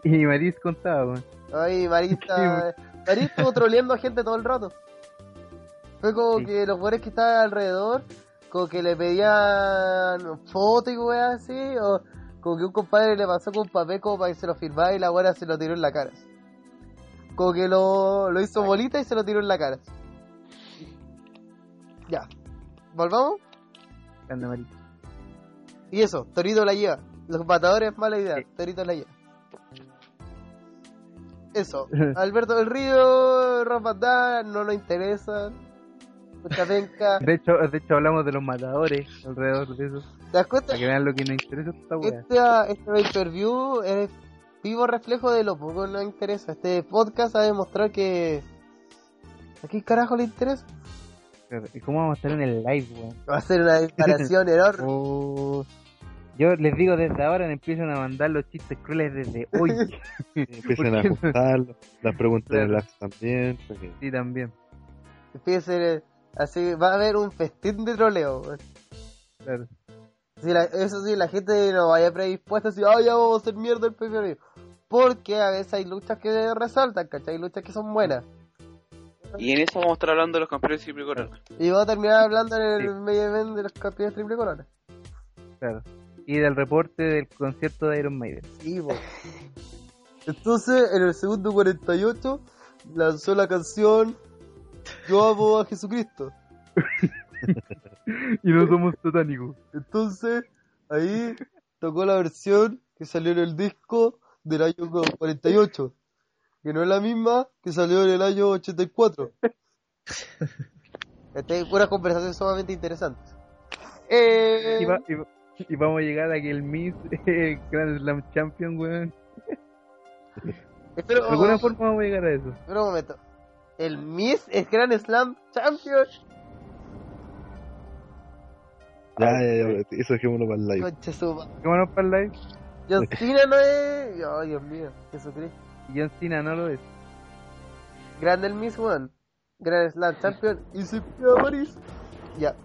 Speaker 2: Y, y- y Maris contaba, weón.
Speaker 1: Ay, Marista. Marista estuvo troleando a gente todo el rato. Fue como
Speaker 2: Sí.
Speaker 1: que los jugadores que estaban alrededor, como que le pedían fotos y weas así, o como que un compadre le pasó con un papel como para que se lo firmara y la wea se lo tiró en la cara. así. Como que lo, lo hizo bolita y se lo tiró en la cara. así. Ya. ¿Volvamos?
Speaker 2: Grande Maris.
Speaker 1: Y eso, Torito la lleva. Los matadores, mala idea. Torito la lleva. Eso. Alberto del Río, Rafa no nos interesa. Mucha penca.
Speaker 2: De hecho, de hecho hablamos de los matadores alrededor de eso.
Speaker 1: ¿Te das cuenta?
Speaker 2: Para que vean lo que nos interesa esta weá.
Speaker 1: Este, este pay-per-view es vivo reflejo de lo poco que nos interesa. Este podcast ha demostrado que... ¿A qué carajo le interesa?
Speaker 2: ¿Y cómo vamos a estar en el live, weón?
Speaker 1: Va a ser una declaración enorme.
Speaker 2: Oh, yo les digo desde ahora empiezan a mandar los chistes crueles desde hoy.
Speaker 6: Empiezan a
Speaker 2: Porque-
Speaker 6: juntarlo, las preguntas de
Speaker 2: Claro.
Speaker 6: las también. porque-
Speaker 2: sí, también.
Speaker 1: Fíjense, así va a haber un festín de troleo. weón.
Speaker 2: claro.
Speaker 1: Si la- eso sí, la gente no vaya predispuesta así, ah, ya vamos a hacer mierda el pay Porque a veces hay luchas que resaltan, ¿cachai? Hay luchas que son buenas.
Speaker 7: Y en eso vamos a estar hablando de los campeones triple corona.
Speaker 1: Y vamos a terminar hablando en el
Speaker 2: Sí.
Speaker 1: medio event de los campeones triple corona.
Speaker 2: claro. Y del reporte del concierto de Iron Maiden.
Speaker 1: Sí, po. Entonces, en el segundo 48, lanzó la canción Yo amo a Jesucristo.
Speaker 2: Y no somos satánicos.
Speaker 1: Entonces, ahí tocó la versión que salió en el disco del año 48, que no es la misma que salió en el año 84. Esta es una conversación Este, sumamente interesante. Eh,
Speaker 2: Y, va- y va- y vamos a llegar a que el Miss eh, Grand Slam Champion, weón.
Speaker 1: espero,
Speaker 2: De
Speaker 1: Oh.
Speaker 2: alguna forma vamos a llegar a eso.
Speaker 1: espera un momento. El Miss es Grand Slam Champion.
Speaker 6: Ya,
Speaker 1: Ah,
Speaker 6: ya, ya, eso dejémoslo para el live.
Speaker 1: Concha su ma-
Speaker 2: ¿Qué bueno para el live?
Speaker 1: John Cena no es. Ay, Dios mío, Jesucristo.
Speaker 2: John Cena no lo es.
Speaker 1: Grande el Miss One. Grand Slam Champion. Y se fue a París. Ya.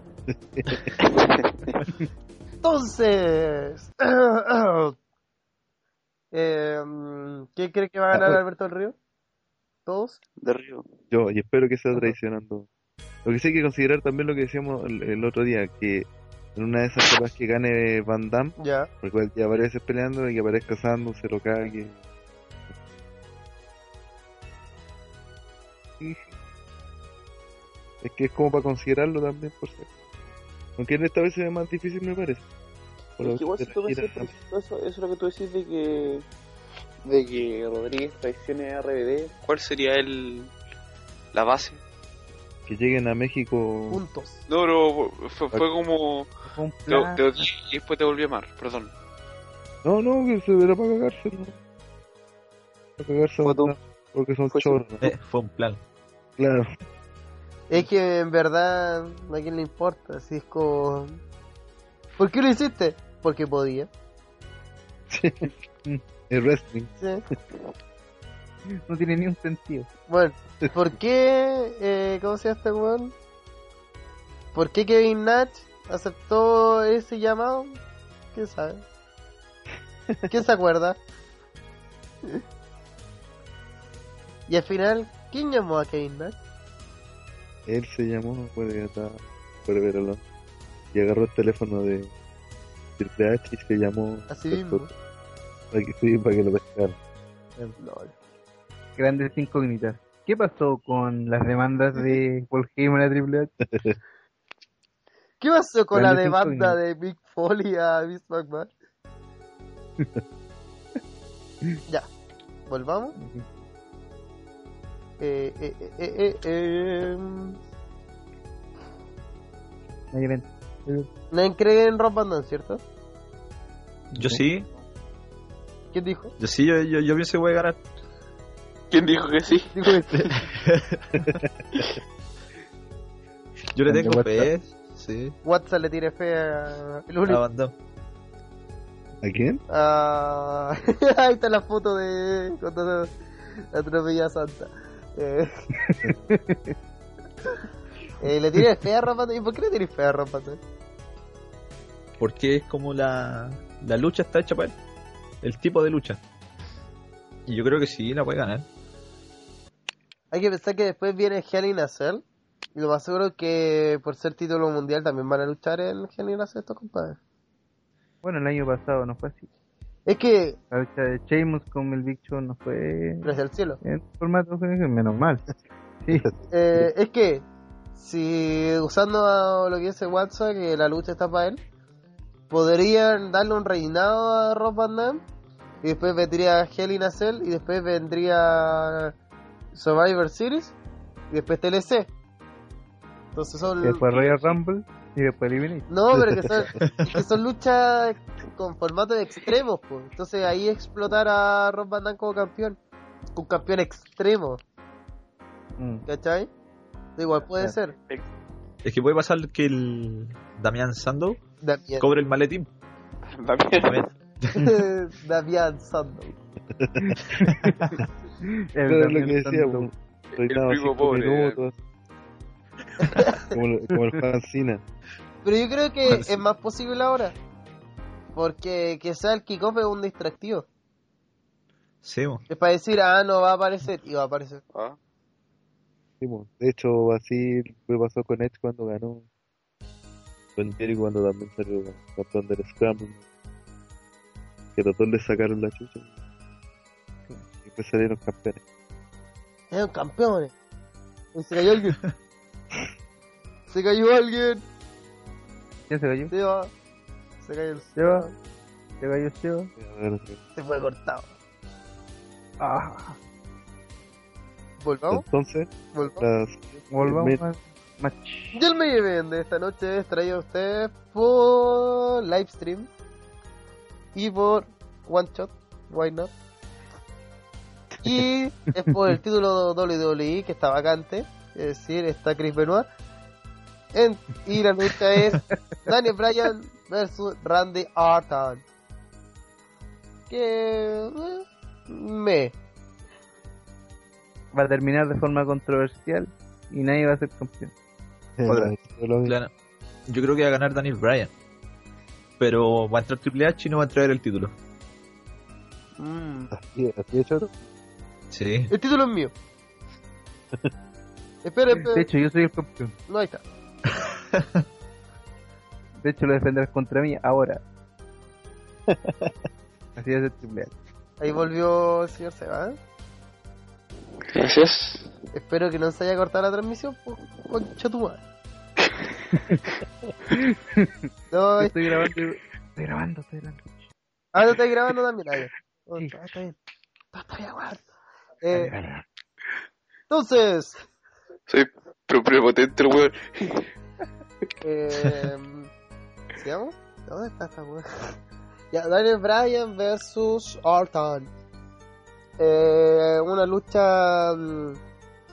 Speaker 1: Entonces. Em, ¿Quién cree que va a ganar Alberto del Río? ¿Todos?
Speaker 7: De Río.
Speaker 6: Yo, y espero que sea traicionando. Lo que sí hay que considerar también lo que decíamos el, el otro día, que en una de esas capaz que gane Van Damme,
Speaker 1: Ya.
Speaker 6: porque ya varias veces peleando y que aparezca Sando, se lo cague. Y- Es que es como para considerarlo también, por ser. Aunque en esta vez se ve más difícil, me parece. Por
Speaker 7: Es
Speaker 6: lo
Speaker 7: que igual
Speaker 6: que
Speaker 7: si tú
Speaker 6: se
Speaker 7: ves
Speaker 6: refiere
Speaker 7: por ejemplo, eso, eso es lo que tú decís de que de que Rodríguez traicione a RBD, ¿cuál sería el la base?
Speaker 6: a que lleguen a México.
Speaker 1: Juntos.
Speaker 7: No, pero fue, fue como
Speaker 2: Fue un
Speaker 7: te,
Speaker 2: plan.
Speaker 7: te odié y después te volví a amar, perdón.
Speaker 6: No, no, que se verá para cagarse. ¿no? Para cagarse.
Speaker 7: Fue tu-
Speaker 6: ¿no? Porque son
Speaker 7: fue su-
Speaker 6: chorros. ¿no?
Speaker 8: Eh, fue un plan.
Speaker 6: Claro.
Speaker 1: Es que en verdad a quién le importa. Si es como. ¿Por qué lo hiciste? Porque podía.
Speaker 6: El wrestling.
Speaker 1: Sí.
Speaker 2: No tiene ni un sentido.
Speaker 1: Bueno, ¿por qué? eh, ¿Cómo se llama este weón? ¿Por qué Kevin Nash aceptó ese llamado? ¿Quién sabe? ¿Quién se acuerda? Y al final, ¿quién llamó a Kevin Nash?
Speaker 6: Él se llamó, puede estar puede verlo. Y agarró el teléfono de Triple H y se llamó.
Speaker 1: Así mismo.
Speaker 6: Para que, sí, para que lo pescaran.
Speaker 1: Lol.
Speaker 2: Grandes incógnitas. ¿Qué pasó con las demandas de Paul Heyman a Triple H?
Speaker 1: ¿Qué pasó con la
Speaker 2: Grandes
Speaker 1: demanda
Speaker 2: incógnitas.
Speaker 1: de Big Foley a Vince McMahon? ya, volvamos. Eh, eh, eh, eh, eh, em.
Speaker 2: Nadie ven.
Speaker 1: Nadie cree en Rob Van Damme, ¿cierto?
Speaker 8: Yo sí,
Speaker 1: ¿Quién dijo?
Speaker 8: yo sí, yo, yo, yo pienso que voy a ganar.
Speaker 7: ¿Quién dijo que sí?
Speaker 1: Dijo este.
Speaker 8: Yo le
Speaker 6: Ande
Speaker 8: tengo fe,
Speaker 6: WhatsApp.
Speaker 8: sí.
Speaker 1: WhatsApp le tiene fe a. El
Speaker 8: La
Speaker 1: único.
Speaker 8: banda.
Speaker 6: ¿A quién?
Speaker 1: a- Ah, Ahí está la foto de. Cuando se atropella a Santa. Eh. Eh, le tiene fe a Rob Van Damme. ¿Y por qué le tiene fe a Rob Van Damme?
Speaker 8: Porque es como la, la lucha está hecha para él. El tipo de lucha. Y yo creo que sí, la puede ganar.
Speaker 1: Hay que pensar que después viene Hell in a Cell. Y lo más seguro es que por ser título mundial también van a luchar en Hell in a Cell estos compadres.
Speaker 2: Bueno, el año pasado no fue así.
Speaker 1: Es que.
Speaker 2: La lucha de Sheamus con el Big Show no fue
Speaker 1: Desde el cielo.
Speaker 2: en formato, menos mal. Sí,
Speaker 1: Eh, es que, si usando a lo que dice WhatsApp, que la lucha está para él, podrían darle un reinado a Rob Van Damme, y después vendría Hell in a Cell, y después vendría Survivor Series, y después TLC. Entonces son.
Speaker 2: y después Royal Rumble y después Elimination.
Speaker 1: No, pero que son, es que son luchas con formato de extremos, pues. Entonces ahí explotar a Rob Van Damme como campeón. Un campeón extremo,
Speaker 2: Mm.
Speaker 1: ¿cachai? Igual puede ser.
Speaker 8: Es que puede pasar que el Damián Sandow
Speaker 1: Damián.
Speaker 8: cobre el maletín.
Speaker 7: También.
Speaker 1: Damián Sandow.
Speaker 2: El
Speaker 6: Claro, es lo
Speaker 2: Damián Sandow.
Speaker 6: que decíamos. Reinado
Speaker 7: primo
Speaker 6: cinco
Speaker 7: pobre, eh.
Speaker 6: minutos. como, el- como el Juan Cena.
Speaker 1: Pero yo creo que
Speaker 8: ¿Cuál sí?
Speaker 1: es más posible ahora. Porque que sea el kickoff es un distractivo.
Speaker 8: Sí, bo.
Speaker 1: Es para decir, ah, no va a aparecer. Y va a aparecer.
Speaker 7: Ah,
Speaker 6: Sí, po. De hecho, así fue pasó con Edge cuando ganó. Con Jericho cuando también salió campeón del Scrum. Que trató de sacar la chucha. Y después salieron campeones.
Speaker 1: Es un campeón. eh. Uy, se cayó alguien. se cayó alguien.
Speaker 2: ¿Quién se cayó?
Speaker 1: Se va. Se cayó el
Speaker 2: Se va. ¿Se cayó Seba?
Speaker 1: Se fue cortado.
Speaker 2: Ah,
Speaker 1: ¿Volvamos?
Speaker 6: Entonces,
Speaker 1: ¿Volvamos?
Speaker 6: las
Speaker 2: volvamos
Speaker 6: Mira.
Speaker 2: al match.
Speaker 1: Y el main event de esta noche es traído a ustedes por Livestream y por One Shot, why not? Y E es por el título WWE que está vacante, es decir, está Chris Benoit En- y la lucha es Daniel Bryan versus Randy Orton. Que. eh, Me.
Speaker 2: Va a terminar de forma controversial y nadie va a ser campeón.
Speaker 6: eh,
Speaker 8: Otra.
Speaker 6: Lo-
Speaker 8: Claro. Yo creo que va a ganar Daniel Bryan. Pero va a entrar Triple H y no va a traer el título.
Speaker 1: Mm.
Speaker 6: así- así es, Choro.
Speaker 8: Sí.
Speaker 1: El título es mío. espera,
Speaker 2: De
Speaker 1: espera.
Speaker 2: hecho, yo soy el campeón.
Speaker 1: No, ahí está.
Speaker 2: De hecho, lo defenderás contra mí ahora. Así es el triple H.
Speaker 1: Ahí volvió el señor Seba. ¿eh?
Speaker 3: Gracias.
Speaker 1: Espero que no se haya cortado la transmisión. Pues, concha tu madre. no,
Speaker 2: Yo
Speaker 1: es-
Speaker 2: Estoy grabando, estoy grabando, estoy grabando.
Speaker 1: ah, no estáis grabando también. Ah, ya. Oh,
Speaker 2: Sí.
Speaker 1: está, está bien. Está, está bien, weón. Eh, entonces,
Speaker 7: Soy pro- prepotente, el weón.
Speaker 1: Eh, ¿Sigamos? ¿Dónde está esta weá? Ya, Daniel Bryan versus Orton. Eh, una lucha. mm,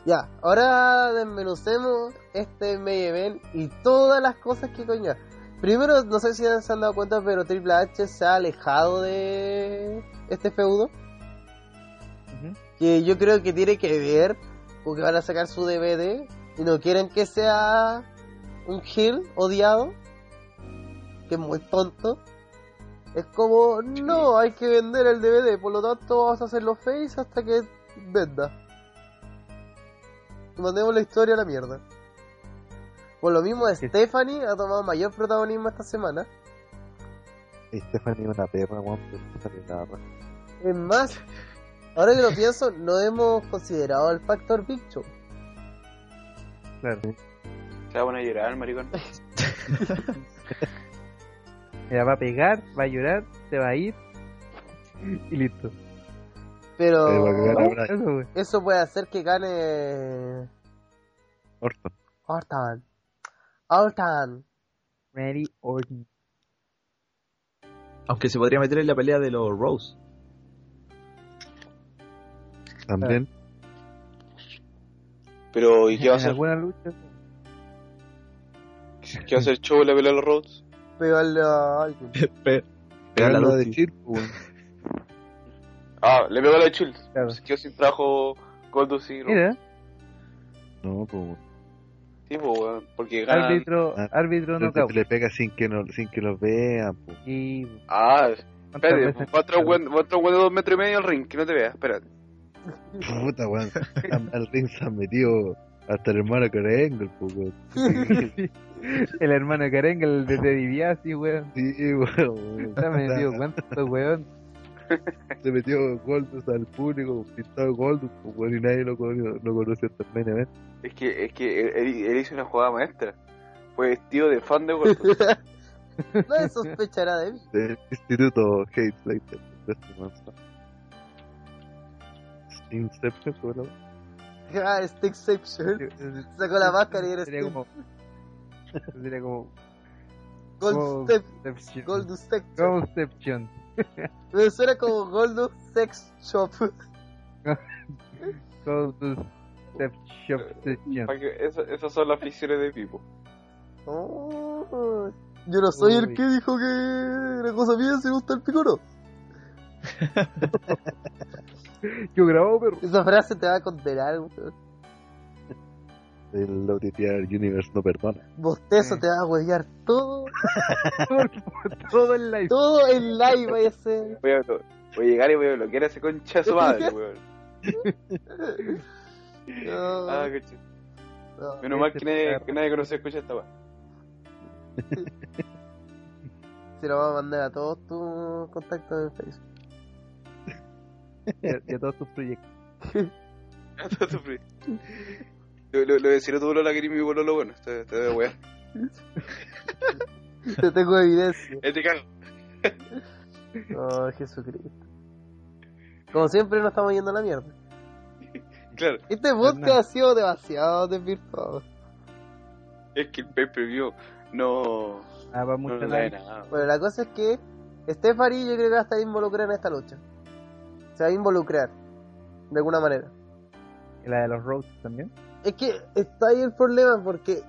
Speaker 1: Ya, ahora desmenucemos este main event y todas las cosas que coña. Primero, no sé si se han dado cuenta, pero Triple H se ha alejado de este feudo.
Speaker 2: Ujú.
Speaker 1: Que yo creo que tiene que ver, porque van a sacar su DVD y no quieren que sea un heel odiado, que es muy tonto. Es como, no, hay que vender el DVD, por lo tanto vamos a hacerlo face hasta que venda. Y mandemos la historia a la mierda. Por lo mismo, Stephanie ha tomado mayor protagonismo esta semana.
Speaker 6: Y Stephanie es una perra, weón, pero no sale nada, weón.
Speaker 1: Es más, ahora que lo pienso, no hemos considerado el factor Big Show.
Speaker 2: Claro.
Speaker 7: Se van a llorar, maricón.
Speaker 2: Mira, va a pegar, va a llorar, se va a ir y listo.
Speaker 1: Pero
Speaker 6: Eh, va a cagar a Bryan.
Speaker 2: Eso, güey.
Speaker 1: eso puede hacer que gane
Speaker 6: Orton.
Speaker 1: Orton. Orton.
Speaker 2: Randy Orton.
Speaker 8: Aunque se podría meter en la pelea de los Rose.
Speaker 6: También.
Speaker 7: Pero, ¿y qué
Speaker 2: En
Speaker 7: va a hacer?
Speaker 2: alguna lucha,
Speaker 7: ¿Qué va a hacer show en la pelea de los Rhodes?
Speaker 1: pegarle a alguien.
Speaker 6: Pegarla
Speaker 8: Pegarla
Speaker 6: de
Speaker 8: Luchi.
Speaker 6: Chip, weón.
Speaker 7: Ah, le pegó a la Chul.
Speaker 2: claro.
Speaker 7: Se quedó sin trabajo Goldust y Rhodes.
Speaker 2: Mira,
Speaker 6: No, pues, weón.
Speaker 7: Sí, pues, weón, porque ganan.
Speaker 2: árbitro,
Speaker 6: Ah.
Speaker 2: árbitro
Speaker 6: Pero
Speaker 2: knockout.
Speaker 6: se le pega sin que, no, sin que los vean, pues.
Speaker 2: Y
Speaker 7: Ah,
Speaker 2: ¿cuántas
Speaker 7: espérate,
Speaker 2: veces-
Speaker 7: va otro weón va otro weón de dos metros y medio al ring, que no te vea, espérate.
Speaker 6: Puta, weón. Al- Al ring se han metido hasta el hermano Carengo, pues, weón.
Speaker 2: el hermano Karenga, el de Teddy Biasi, weón.
Speaker 6: Sí, weón.
Speaker 2: Está metido cuánto, weón.
Speaker 6: Se metió Goldus al público, pintado Goldus, pues, weón, y nadie lo, cono- lo conoció hasta el main event.
Speaker 7: Es que, es que él, él- él hizo una jugada maestra. Fue vestido de fan de Goldust.
Speaker 1: Nadie sospechará de mí.
Speaker 6: del Instituto Hate Slater de este manso. Inception, ¿cómo lo-
Speaker 1: Ah, Stickception. Sacó la máscara y eres
Speaker 2: Sería
Speaker 1: Steve.
Speaker 2: como. Sería como.
Speaker 1: Gold Step.
Speaker 2: Goldception.
Speaker 1: Gold Sex Shop.
Speaker 2: Goldception.
Speaker 1: Me suena como Gold Sex Shop.
Speaker 2: Goldception.
Speaker 7: Pa' que- esa- esas son las aficiones de Pipo.
Speaker 1: Oh, yo no soy el
Speaker 2: Uy.
Speaker 1: que dijo que la cosa mía se gusta el picoro.
Speaker 2: Yo grabó, pero.
Speaker 1: Esa frase te va a condenar. weón.
Speaker 6: El OTTR Universe no perdona.
Speaker 1: Bostezo
Speaker 2: Sí.
Speaker 1: te va a huellar todo.
Speaker 2: Todo el live.
Speaker 1: Todo en live va a ser.
Speaker 7: Voy a, voy a llegar y voy a bloquear a ese concha de su madre, weón.
Speaker 1: No,
Speaker 7: Ah, concha.
Speaker 1: no.
Speaker 2: Este
Speaker 7: Menos mal que nadie, que nadie conoce escucha esta weá.
Speaker 1: Se lo va a mandar a todos tus contactos en Facebook.
Speaker 2: Y a- y a todos tus proyectos.
Speaker 7: Todo sufrí. Lo, lo, lo deciré todo lo lagrimio y bueno, lo bueno. Te, te voy a wear.
Speaker 1: Te tengo evidencia.
Speaker 7: Este cago.
Speaker 1: Oh, Jesucristo. Como siempre, no estamos yendo a la mierda.
Speaker 7: Claro,
Speaker 1: Este podcast ha sido demasiado desvirtuado.
Speaker 7: es que el pay per view no.
Speaker 2: Ah, va
Speaker 7: No
Speaker 2: mucho
Speaker 7: le da de
Speaker 2: like.
Speaker 7: nada.
Speaker 1: Bueno, la cosa es que Stephanie yo creo que va a estar involucrada en esta lucha. Se va a involucrar. De alguna manera.
Speaker 2: Y la de los Rhodes también.
Speaker 1: Es que está ahí el problema porque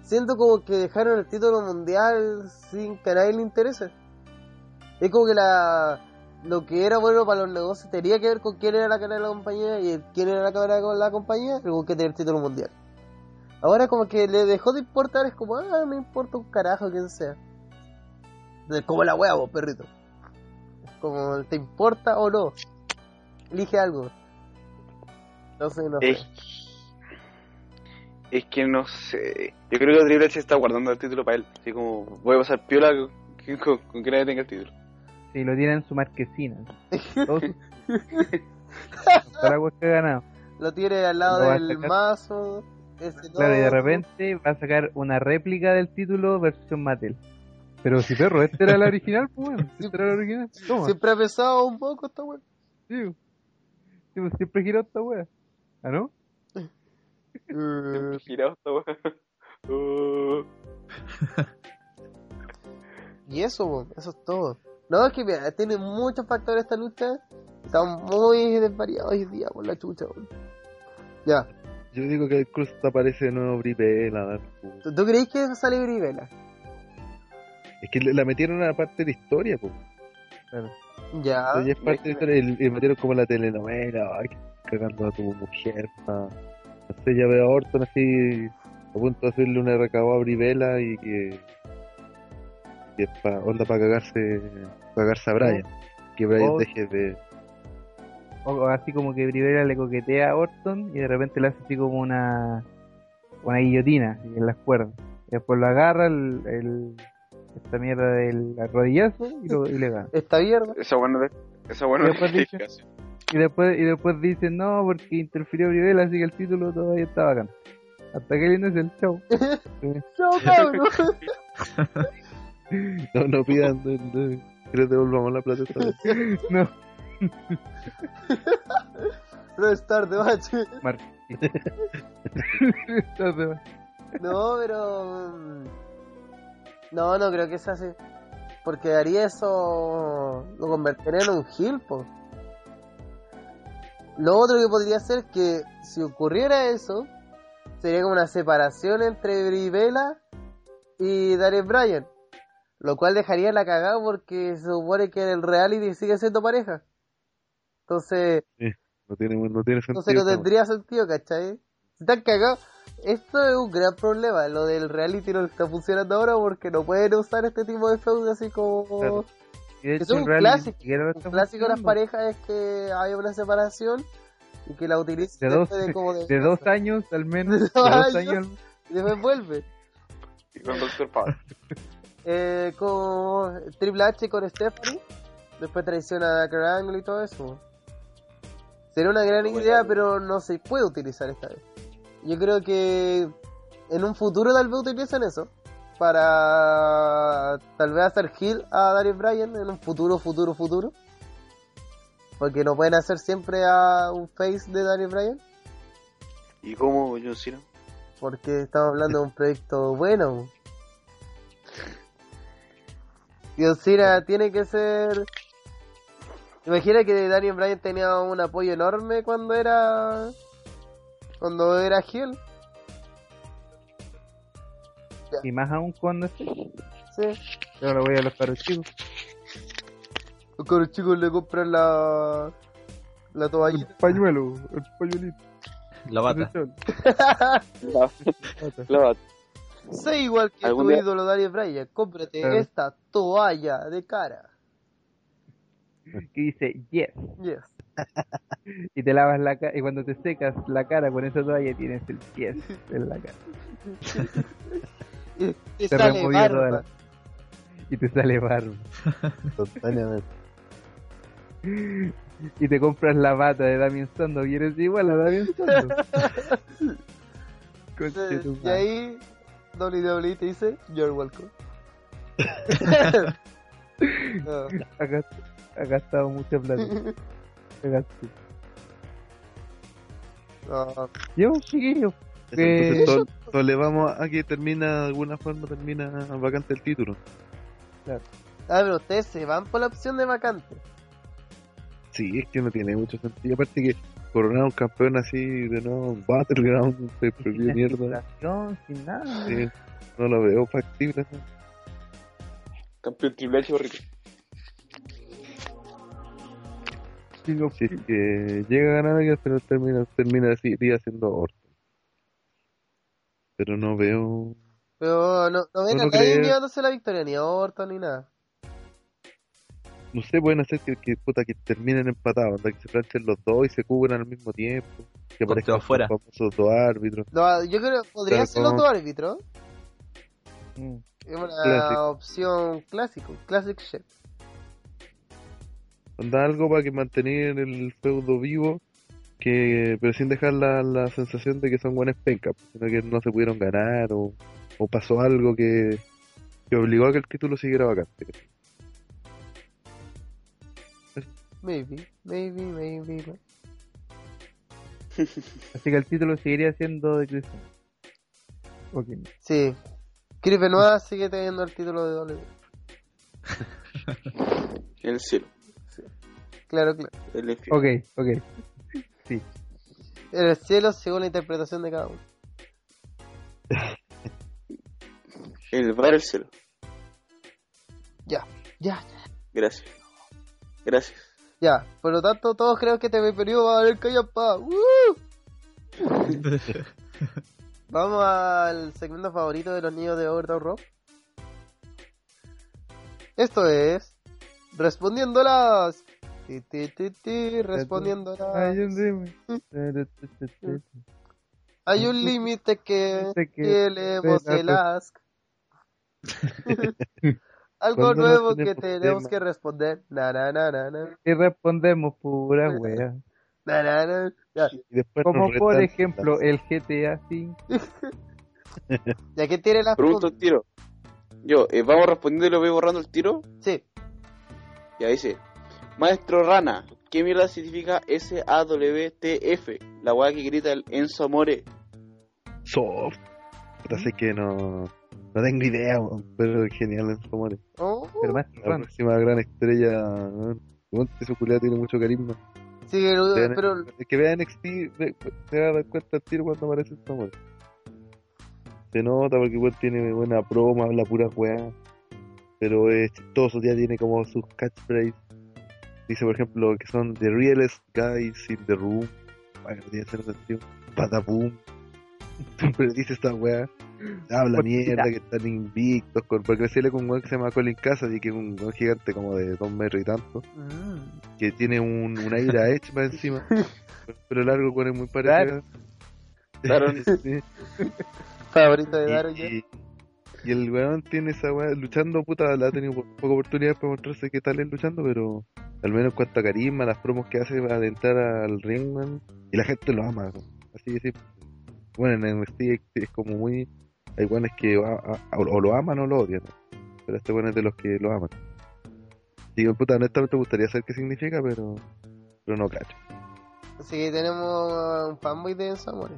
Speaker 1: siento como que dejaron el título mundial sin que a nadie le interese. Es como que la lo que era bueno para los negocios tenía que ver con quién era la cara de la compañía y el- quién era la cara de la compañía, luego que tener el título mundial. Ahora como que le dejó de importar, es como, ah, me importa un carajo quién sea. Es como la hueá, vos, perrito. Es como, ¿te importa o no? Elige algo. No sé, no sé.
Speaker 7: Es, es que no sé. Yo creo que Triple H está guardando el título para él. Así como, voy a pasar piola con, con, con que nadie tenga el título.
Speaker 2: Sí, lo tiene en su marquesina. Todos sus- los paraguas que ha ganado.
Speaker 1: Lo tiene al lado
Speaker 2: Lo va a
Speaker 1: del
Speaker 2: sacar.
Speaker 1: mazo. ese
Speaker 2: Claro, y de
Speaker 1: no,
Speaker 2: repente va a sacar una réplica del título versión Mattel. Pero si perro, este era el original, pues bueno, este era el original. Toma,
Speaker 1: Siempre ha pesado un poco esta weá.
Speaker 2: sí. Sí, pues, siempre giró esta wea. ¿Ah, no?
Speaker 1: Eh,
Speaker 7: Girado esta weá. Uh,
Speaker 1: y eso, po, eso es todo. No, es que mira, tiene muchos factores esta lucha. Están muy desvariados hoy día por la chucha, weón. Ya,
Speaker 6: Yo digo que el Cruz aparece de nuevo Bripel a dar. po.
Speaker 1: ¿tú, tú creís que sale Brivela?
Speaker 6: Es que le- la metieron a parte de la historia, pues.
Speaker 1: Ya,
Speaker 6: es parte de la historia. Y, y metieron como la telenovela, ay, cagando a tu mujer. pa. No sé, ya veo a Orton así, a punto de hacerle una recabada a Brivela y que. que es pa, onda para cagarse, pa cagarse a Brian. Que Brian
Speaker 2: Oh.
Speaker 6: deje de.
Speaker 2: O, o así como que Rivera le coquetea a Orton y de repente le hace así como una una guillotina así, en las cuerdas. Y después lo agarra el, el- esta mierda del rodillazo y, lo- y le gana.
Speaker 1: esta mierda.
Speaker 7: esa buena esa buena
Speaker 2: Yo pues dije-
Speaker 7: justificación.
Speaker 2: Y después y después dicen no porque interfirió Rivera así que el título todavía está bacán. Hasta que viene el show.
Speaker 1: No, cabrón.
Speaker 6: No, no pidan, no, no, que les devolvamos la plata esta vez.
Speaker 2: No,
Speaker 1: Restart de match.
Speaker 2: Mar- Entonces,
Speaker 1: No, pero. mm, No, no creo que sea así. Porque haría eso. Lo convertiría en un heel, po. Lo otro que podría ser es que si ocurriera eso, sería como una separación entre Brivela y Darius Bryan. Lo cual dejaría la cagada porque se supone que en el reality sigue siendo pareja. Entonces,
Speaker 6: No tiene, no tiene sentido.
Speaker 1: entonces no
Speaker 6: esta
Speaker 1: tendría sentido, ¿cachai? Si están cagados. Esto es un gran problema. Lo del reality no está funcionando ahora porque no pueden usar este tipo de feudos así como.
Speaker 2: Claro. y de
Speaker 1: Es
Speaker 2: hecho,
Speaker 1: un
Speaker 2: en realidad ni
Speaker 1: clásico,
Speaker 2: siquiera lo
Speaker 1: Un
Speaker 2: está
Speaker 1: clásico de las
Speaker 2: funcionando.
Speaker 1: parejas es que hay una separación y que la utilicen
Speaker 2: De dos-
Speaker 1: después como de-
Speaker 2: De dos años al menos.
Speaker 1: De
Speaker 2: De
Speaker 1: dos
Speaker 2: dos
Speaker 1: años.
Speaker 2: años.
Speaker 1: y después vuelve.
Speaker 7: Y con Doctor Power.
Speaker 1: Eh, con Triple H y con Stephanie. Después traiciona a Kurt Angle y todo eso. Sería una gran
Speaker 7: Bueno.
Speaker 1: idea, pero no se puede utilizar esta vez. Yo creo que en un futuro tal vez utilicen eso. Para tal vez hacer heel a Darius Bryan en un futuro, futuro, futuro. Porque no pueden hacer siempre a un face de Darius Bryan.
Speaker 7: ¿Y cómo, John Cena?
Speaker 1: Porque estamos hablando de un proyecto bueno. Dios Cena tiene que ser. Imagina que Daniel Bryan tenía un apoyo enorme cuando era. Cuando era Gil.
Speaker 2: Y más aún cuando esté.
Speaker 1: Sí.
Speaker 2: Yo lo voy a los caros chicos.
Speaker 1: Porque los chicos le compran la. La toalla.
Speaker 2: pañuelo, el pañuelito.
Speaker 8: La bata.
Speaker 7: La, la bata.
Speaker 1: sé igual que
Speaker 7: Algún
Speaker 1: tu
Speaker 7: día-
Speaker 1: ídolo Daniel Bryan. Cómprate
Speaker 2: Claro.
Speaker 1: esta toalla de cara.
Speaker 2: Que dice yes.
Speaker 1: Yes.
Speaker 2: Y te lavas la cara. Y cuando te secas la cara con esa toalla tienes el yes en la cara.
Speaker 1: Y te
Speaker 2: Te
Speaker 1: sale
Speaker 2: removió toda
Speaker 1: barba.
Speaker 2: Y te sale barro.
Speaker 6: Instantáneamente.
Speaker 2: Y te compras la bata de Damien Sando. Y eres igual a Damien Sando. Conche
Speaker 1: Entonces,
Speaker 2: tu
Speaker 1: y
Speaker 2: madre.
Speaker 1: ahí WWE te dice, you're welcome. No.
Speaker 2: Ha gast- ha gastado mucha plata. Ha gastado.
Speaker 1: No.
Speaker 2: Yo, chiquillo.
Speaker 6: Entonces,
Speaker 2: Eh,
Speaker 6: todo, todo le vamos a que termina, de alguna forma termina vacante el título.
Speaker 1: Ah, pero ustedes se van por la opción de vacante.
Speaker 6: Sí, es que no tiene mucho sentido. Aparte que coronar un campeón así de nuevo, un battleground, se prohibió
Speaker 2: sin
Speaker 6: mierda.
Speaker 2: titulación, sin nada.
Speaker 6: Sí. no lo veo factible. ¿no?
Speaker 7: Campeón Triple H por Ripley.
Speaker 6: Si es que llega a ganar alguien, pero termina, termina así, iría siendo Orton. Pero no veo.
Speaker 1: Pero no, no ven
Speaker 6: No,
Speaker 1: a
Speaker 6: no
Speaker 1: nadie
Speaker 6: creo.
Speaker 1: llevándose la victoria, ni a Orton ni nada.
Speaker 6: No sé, pueden hacer que, que, puta, que terminen empatados, onda, que se planchen los dos y se cubran al mismo tiempo. Que
Speaker 8: Ponte
Speaker 6: aparezcan
Speaker 8: afuera.
Speaker 6: los famosos dos árbitros.
Speaker 1: No, yo creo que podría
Speaker 6: Claro,
Speaker 1: ser los
Speaker 6: como-
Speaker 1: dos árbitros.
Speaker 2: Mm.
Speaker 1: Es una
Speaker 6: Clásico.
Speaker 1: opción clásico, classic shit.
Speaker 6: Onda algo para que mantener el feudo vivo, que pero sin dejar la, la sensación de que son buenas pencas, sino que no se pudieron ganar o, o pasó algo que, que obligó a que el título siguiera vacante.
Speaker 1: Maybe, maybe, maybe. maybe.
Speaker 2: Así que el título seguiría siendo de Chris Benoit. Ok.
Speaker 1: Sí. Chris Benoit sigue teniendo el título de E. WWE.
Speaker 7: En el cielo.
Speaker 1: Claro, claro.
Speaker 7: El infierno.
Speaker 2: Ok, ok.
Speaker 1: En el cielo según la interpretación de cada uno.
Speaker 7: En el bar el cielo.
Speaker 1: Ya, ya, ya.
Speaker 7: Gracias. Gracias.
Speaker 1: ya. Por lo tanto, todos creo que este periodo va a haber callampa. ¡Woo! Vamos al segmento favorito de los niños de Overtown Rock. Esto es. Respondiéndolas. Ti, ti, ti, ti, respondiéndolas.
Speaker 2: Ayúdeme.
Speaker 1: Hay un límite que,
Speaker 2: Dice que
Speaker 1: tenemos
Speaker 2: pena,
Speaker 1: el
Speaker 2: pues.
Speaker 1: ask. Algo
Speaker 6: Cuando no
Speaker 1: nuevo que
Speaker 6: tenemos
Speaker 1: tenemos
Speaker 6: tema.
Speaker 1: que responder. Na, na, na, na, na.
Speaker 2: Y respondemos pura wea.
Speaker 1: Na, na, na. Ya.
Speaker 6: Y después nos
Speaker 2: Como por
Speaker 6: retan-
Speaker 2: ejemplo el GTA V.
Speaker 1: Ya que tiene las
Speaker 7: Pregunto el tiro. Yo, eh, vamos respondiendo y lo voy borrando el tiro.
Speaker 1: Sí,
Speaker 7: Ya dice. Maestro Rana, ¿qué mierda significa S-A-W-T-F? La weá que grita el Enzo Amore.
Speaker 6: Soft. Puta, sé que no, no tengo idea, weón, pero es genial en Somare.
Speaker 1: Oh,
Speaker 2: Pero más
Speaker 6: La próxima gran estrella, weón. Weón, Ese culiao tiene mucho carisma.
Speaker 1: sí, pero-
Speaker 6: Vean-
Speaker 1: pero
Speaker 6: El que vea NXT ve- ve- se va a dar cuenta al tiro cuando aparece el Samuel. Se nota porque igual tiene buena broma, habla pura weá. Pero es chistoso, ya tiene como sus catchphrases. Dice, por ejemplo, que son The Realest Guys in the Room. Bueno, no tiene cero sentido. Pataboom. Siempre dice esta weá. Habla mierda, que están invictos. Con... Porque se le con un weón que se llama Colin Cassidy, que es un weón gigante como de dos metros y tanto que tiene un, un aire a Edge más encima. Pero largo con el muy parecido.
Speaker 7: Daron.
Speaker 6: Sí.
Speaker 1: favorito de Daron
Speaker 6: Y, y- y el weón tiene esa weá luchando, puta, la ha tenido po- poca oportunidad para mostrarse qué tal es luchando, pero al menos en cuanto a carisma, las promos que hace para entrar al ring, man, y la gente lo ama. man. Así es. Bueno, en NXT es, es como muy. Hay weones que a- a- o, lo aman o lo odian, ¿no? pero este weón es de los que lo aman. Digo, puta, honestamente me gustaría saber qué significa, pero, pero no cacho.
Speaker 1: Así que tenemos un fanboy de Enzo Amore.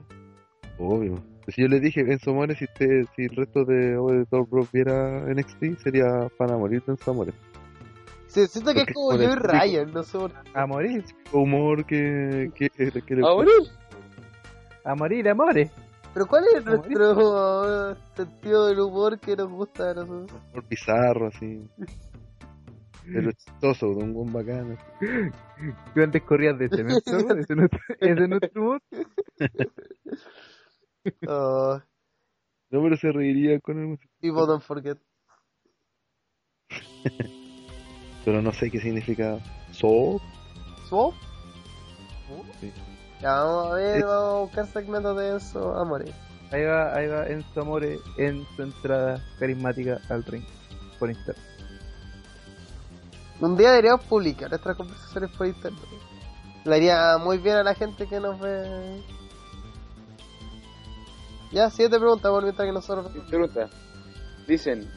Speaker 6: Obvio. Si yo le dije, en Somores, si, te- si el resto de Overtor Bros viera NXT, sería para morir en Somores.
Speaker 1: Sí, siento que es
Speaker 6: Porque
Speaker 1: como
Speaker 6: por el
Speaker 1: yo y
Speaker 6: público.
Speaker 1: Ryan, no sé por qué.
Speaker 2: A morir.
Speaker 6: Este Humor que, que, que le
Speaker 7: ¿Ahora?
Speaker 2: A morir, amores.
Speaker 1: Pero ¿cuál es
Speaker 2: Amore.
Speaker 1: nuestro eh, sentido del humor que nos gusta a nosotros?
Speaker 6: humor bizarro, así. Pero chistoso, de un buen bacán. así.
Speaker 2: Yo antes corría de cemento. Ese no- ese es nuestro humor.
Speaker 1: Oh,
Speaker 6: No, pero se reiría con el músico.
Speaker 1: people don't forget.
Speaker 6: Pero no sé qué significa so.
Speaker 1: ¿Swap?
Speaker 6: Sí.
Speaker 1: Ya, vamos a ver,
Speaker 6: Sí.
Speaker 1: vamos a buscar segmentos de Enzo Amore.
Speaker 2: Ahí va, ahí va Enzo Amore eh, en su entrada carismática al ring por Instagram.
Speaker 1: Un día deberíamos publicar nuestras conversaciones por internet. Le haría muy bien a la gente que nos ve. Ya, siguiente pregunta, por mientras que nosotros...
Speaker 7: Pregunta. Dicen.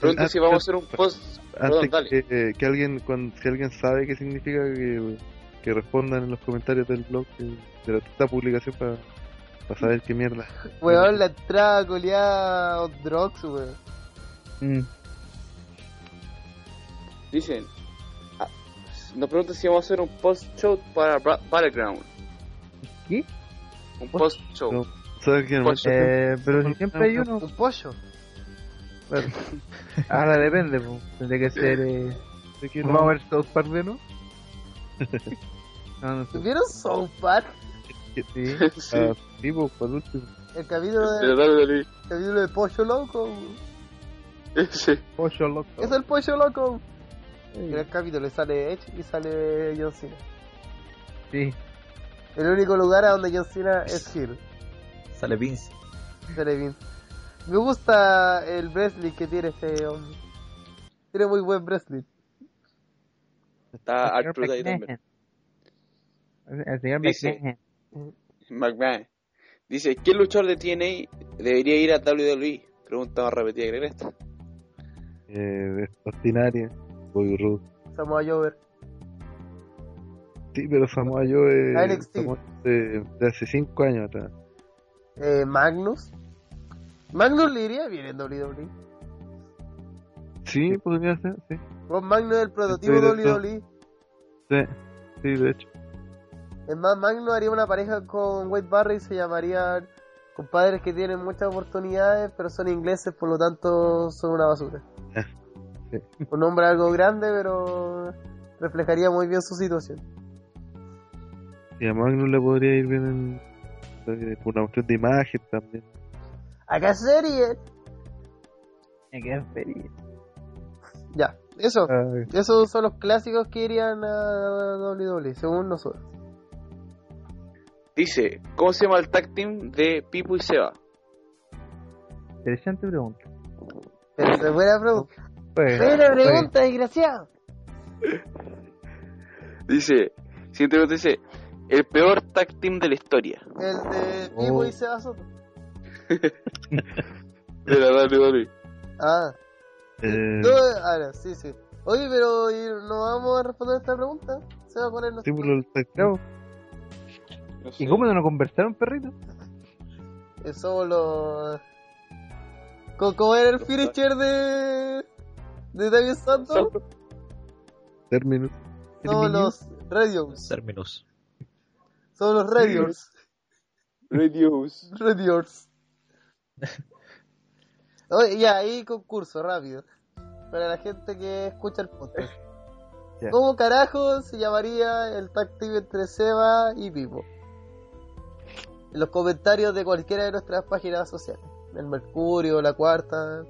Speaker 7: Pregunta
Speaker 6: Ah,
Speaker 7: si vamos a
Speaker 6: yo-
Speaker 7: hacer un post. Perdón,
Speaker 6: Antes
Speaker 7: dale.
Speaker 6: que, eh, que alguien, cuando, si alguien sabe qué significa, que, que respondan en los comentarios del blog, que- de la, esta publicación para saber qué mierda.
Speaker 1: Weón, la entrada culiada hot drugs, weón.
Speaker 7: Dicen. ah, Nos preguntan si vamos a hacer un post-show para Bra- Battleground.
Speaker 2: ¿Qué?
Speaker 7: Un post-show.
Speaker 6: No. ¿Sabes qué? hermano?
Speaker 7: Pues,
Speaker 2: Eh, pero si Eh, siempre hay uno.
Speaker 1: Un pollo.
Speaker 2: Claro. Ahora depende, pues. Tendría que ser. Eh,
Speaker 6: ¿De qué
Speaker 2: ¿Vamos a ver South Park de nuevo? No, no sé.
Speaker 1: ¿Tuvieron South Park?
Speaker 2: Sí.
Speaker 6: Ah, sí, pues, por último.
Speaker 1: El capítulo de,
Speaker 3: Pero dale, dale.
Speaker 1: el capítulo de Pollo Loco.
Speaker 3: Sí.
Speaker 6: Pollo loco.
Speaker 1: Es el Pollo Loco. En el capítulo sale Edge y sale John Cena.
Speaker 2: Sí.
Speaker 1: El único lugar a donde John Cena es Hill.
Speaker 8: Sale Vince.
Speaker 1: Sale bien. Me gusta el Breslin que tiene este hombre. Tiene muy buen Breslin.
Speaker 7: Está Art Truth ahí también.
Speaker 2: El señor
Speaker 7: Dice-
Speaker 2: McMahon.
Speaker 7: McMahon. Dice, ¿qué luchador de TNA debería ir a WWE? Pregunta más repetida que esta.
Speaker 6: Eh, Ostinaria. Bobby Roode.
Speaker 1: Samoa Jover.
Speaker 6: Sí, pero Samoa Joe es.
Speaker 1: NXT.
Speaker 6: Samoa Joe de, de hace 5 años atrás.
Speaker 1: Eh, Magnus. Magnus le iría bien en E. WWE.
Speaker 6: Sí, podría ser, sí.
Speaker 1: Vos Magnus es el prototipo E.
Speaker 6: Estoy de
Speaker 1: WWE.
Speaker 6: Sí, sí de hecho.
Speaker 1: Es más, Magnus haría una pareja con Wade Barry y se llamarían compadres que tienen muchas oportunidades, pero son ingleses, por lo tanto son una basura.
Speaker 6: Sí.
Speaker 1: Un hombre algo grande, pero reflejaría muy bien su situación.
Speaker 6: Y a Magnus le podría ir bien en. eh, por una cuestión de imagen también.
Speaker 1: Acá serie.
Speaker 2: Me quedé feliz.
Speaker 1: Ya, eso.
Speaker 2: Ah,
Speaker 6: Ay,
Speaker 1: Esos son los clásicos que irían a WWE, según nosotros.
Speaker 7: Dice, ¿cómo se llama el tag team de Pipo y Seba?
Speaker 6: Ah,
Speaker 2: Interesante pregunta.
Speaker 1: Pero se buena pregunta.
Speaker 2: Pues,
Speaker 1: Buena pregunta, desgraciado.
Speaker 7: Dice, siguiente pregunta dice, el peor tag team de la historia
Speaker 1: El de Pipo y Seba Soto.
Speaker 7: de la WWE.
Speaker 1: Ah,
Speaker 6: eh,
Speaker 1: no, ahora, sí, sí. Oye, pero ¿y no vamos a responder esta pregunta. Se va a poner
Speaker 6: sí,
Speaker 1: nuestro-
Speaker 6: pues, por el tag team.
Speaker 2: Bravo. ¿Y cómo no nos conversaron, perrito?
Speaker 1: Eh, Somos los. Co- ¿Cómo era el finisher de. de David Santos?
Speaker 6: Terminus.
Speaker 1: Somos los Radios.
Speaker 8: Terminus.
Speaker 1: Somos los Radios.
Speaker 7: Radios.
Speaker 1: Radios. Oye, ya, ahí concurso, rápido. Para la gente que escucha el podcast.
Speaker 6: Ya.
Speaker 1: ¿Cómo carajo se llamaría el tag team entre Seba y Pipo? En los comentarios de cualquiera de nuestras páginas sociales. El Mercurio, la cuarta,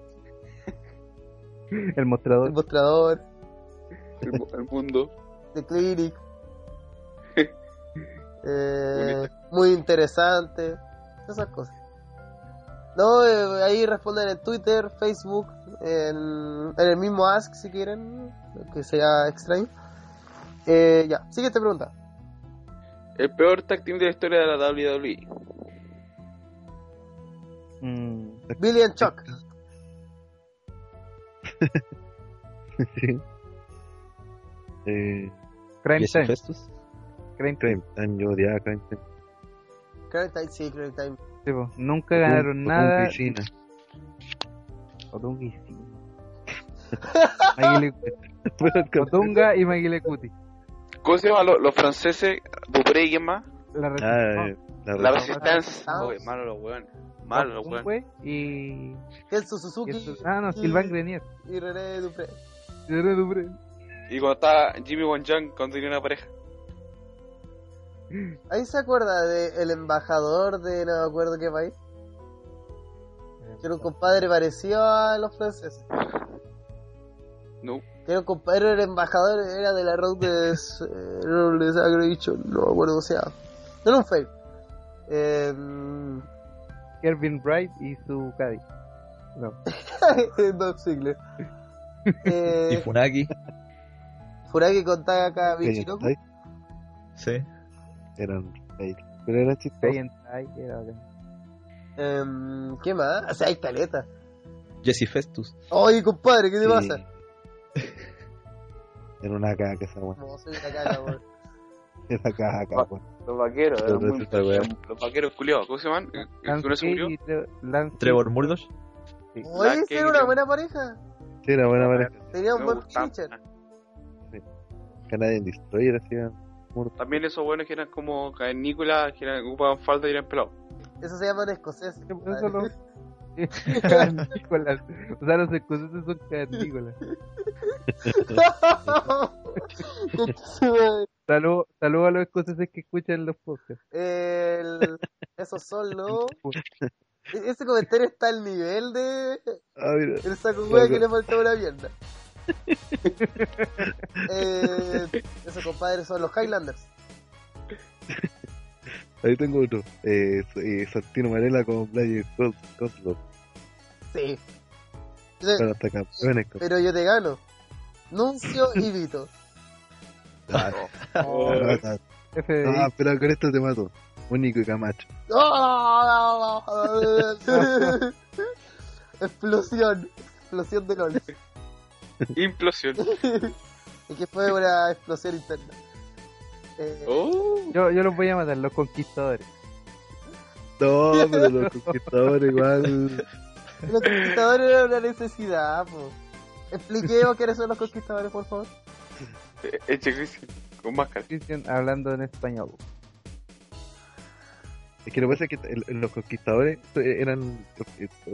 Speaker 2: El
Speaker 1: el
Speaker 2: mostrador.
Speaker 1: mostrador,
Speaker 7: El, mu- el mundo.
Speaker 1: The Clinic. Eh, muy interesante. Esas cosas. No, eh, ahí responden en Twitter, Facebook, en, en el mismo Ask si quieren, que sea extraño. Eh, ya, siguiente pregunta.
Speaker 7: El peor tag team de la historia de la E. WWE.
Speaker 2: Mm,
Speaker 1: Billy and Chuck.
Speaker 6: Sí. Eh,
Speaker 2: crime
Speaker 8: Jesse
Speaker 2: time.
Speaker 8: Festus.
Speaker 2: Crime time.
Speaker 6: Crime Time, yo odiaba Crime Time.
Speaker 1: Crime Time, sí, Crime Time.
Speaker 2: Sí, po. Nunca ganaron
Speaker 6: Con- con
Speaker 2: nada.
Speaker 6: piscina.
Speaker 2: Otunga y sí. Maguile-
Speaker 6: Bueno, el campeón.
Speaker 2: Otunga y Maguile Cuti.
Speaker 7: ¿Cómo se llaman los, los franceses? Dupré y quién más?
Speaker 2: La res-
Speaker 6: Ah, eh, la
Speaker 7: La
Speaker 6: verdad.
Speaker 7: Resistencia.
Speaker 1: Ah.
Speaker 7: Oye, malo los weones. Malo los
Speaker 2: Un
Speaker 7: weones.
Speaker 2: güey y.
Speaker 1: Kenzo
Speaker 2: y
Speaker 1: Suzuki
Speaker 2: esto- Ah, no,
Speaker 1: y-
Speaker 2: Silván Grenier.
Speaker 1: y René Dupré.
Speaker 2: Yo era Dupré.
Speaker 7: Y cuando estaba Jimmy Wonjang cuando tenía una pareja.
Speaker 1: ¿Ahí se acuerda de el embajador de no me acuerdo qué país? Que era un compadre parecido a los franceses.
Speaker 7: No.
Speaker 1: Que era un compadre, era embajador, era de la red de... eh, no les había dicho, no me acuerdo, o sea... No era un fake. Eh,
Speaker 2: Kevin Bright y su Caddy.
Speaker 1: Oh.
Speaker 2: No.
Speaker 1: Dolph Ziggler.
Speaker 8: Y
Speaker 1: Eh,
Speaker 8: Funaki.
Speaker 1: Furaki con Taka
Speaker 6: Crime
Speaker 1: Michinoku.
Speaker 6: Time
Speaker 8: Sí.
Speaker 6: Eran fail. Pero eran
Speaker 2: Ahí
Speaker 6: chistosos.
Speaker 2: en- ahí era bacán.
Speaker 1: Em, ¿Qué más? O sea, hay caleta.
Speaker 8: Jesse Festus.
Speaker 1: Oye, compadre, ¿qué te
Speaker 6: Sí.
Speaker 1: pasa?
Speaker 6: Era una caca esa weón.
Speaker 1: Como soy una caca, weón.
Speaker 6: Era caca, weón.
Speaker 7: Los vaqueros.
Speaker 6: Los
Speaker 7: eran muy-
Speaker 6: Resistencia, weón.
Speaker 7: Los vaqueros culiados. ¿Cómo se llaman? ¿El que uno se
Speaker 2: Lance
Speaker 7: murió?
Speaker 2: Cage y Tre- Lance
Speaker 8: Trevor Murdoch.
Speaker 1: Oye,
Speaker 7: La
Speaker 1: esa era
Speaker 7: que-
Speaker 1: una buena pareja.
Speaker 6: Sí, era buena pareja.
Speaker 1: Tenía un
Speaker 7: Me
Speaker 1: buen
Speaker 7: gustaban.
Speaker 1: pitcher.
Speaker 6: Canadian Destroyer hacían.
Speaker 7: También esos buenos que eran como cavernícolas, que eran, ocupaban falda y eran pelados.
Speaker 1: Eso se llama en escocés.
Speaker 2: Por eso lo- Cavernícolas. O sea, los excusantes son cavernícolas. Saludos a los escoceses que escuchan los podcasts.
Speaker 1: El- Esos son los. E- Ese comentario está al nivel de.
Speaker 6: Ah, mira.
Speaker 1: El saco hueá que le faltaba una pierna. eh, esos compadres son los Highlanders.
Speaker 6: Ahí tengo otro. Eh, eh, Santino Marela con Blayer Cos- Coslov.
Speaker 1: Sí. Yo te-
Speaker 6: Bueno, hasta campeones. compadre.
Speaker 1: Pero yo te gano. Nuncio y Vito.
Speaker 6: Ah,
Speaker 3: Oh,
Speaker 6: ah,
Speaker 2: FBI.
Speaker 6: ah, pero con esto te mato. Único y Camacho.
Speaker 1: ¡Ah! explosión. Explosión de LOL.
Speaker 3: Implosión.
Speaker 1: Y que fue una explosión interna. Eh,
Speaker 3: Oh,
Speaker 2: Yo, yo los voy a matar, los conquistadores.
Speaker 6: No, pero los conquistadores igual.
Speaker 1: Los conquistadores era una necesidad, po. Expliquemos quiénes son los conquistadores, por favor.
Speaker 7: Eh, Eche Cristian, con máscara.
Speaker 2: Christian hablando en español.
Speaker 6: Es que lo que pasa es que el- los conquistadores eran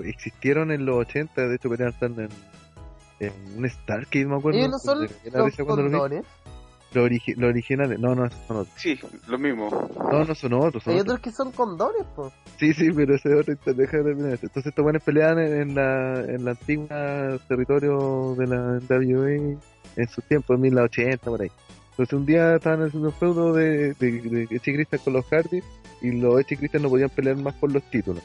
Speaker 6: existieron en los 80, de hecho, venían estando en, en un Starkid, me acuerdo.
Speaker 1: Ellos no son
Speaker 6: Era
Speaker 1: los
Speaker 6: ese cuando lo vi.
Speaker 1: condones.
Speaker 6: Los origi- los originales, no, no, esos son otros.
Speaker 7: Sí, lo mismo.
Speaker 6: No, no son otros. Son
Speaker 1: Hay
Speaker 6: otros.
Speaker 1: otros que son condones, po.
Speaker 6: Sí, sí, pero ese otro deja de terminar. Entonces, estos buenos peleaban en, en la, en la antigua territorio de la WWE en su tiempo, en 1980, por ahí. Entonces, un día estaban haciendo un feudo de, de, de Edge y Christian con los Hardy y los Edge y Christian no podían pelear más por los títulos.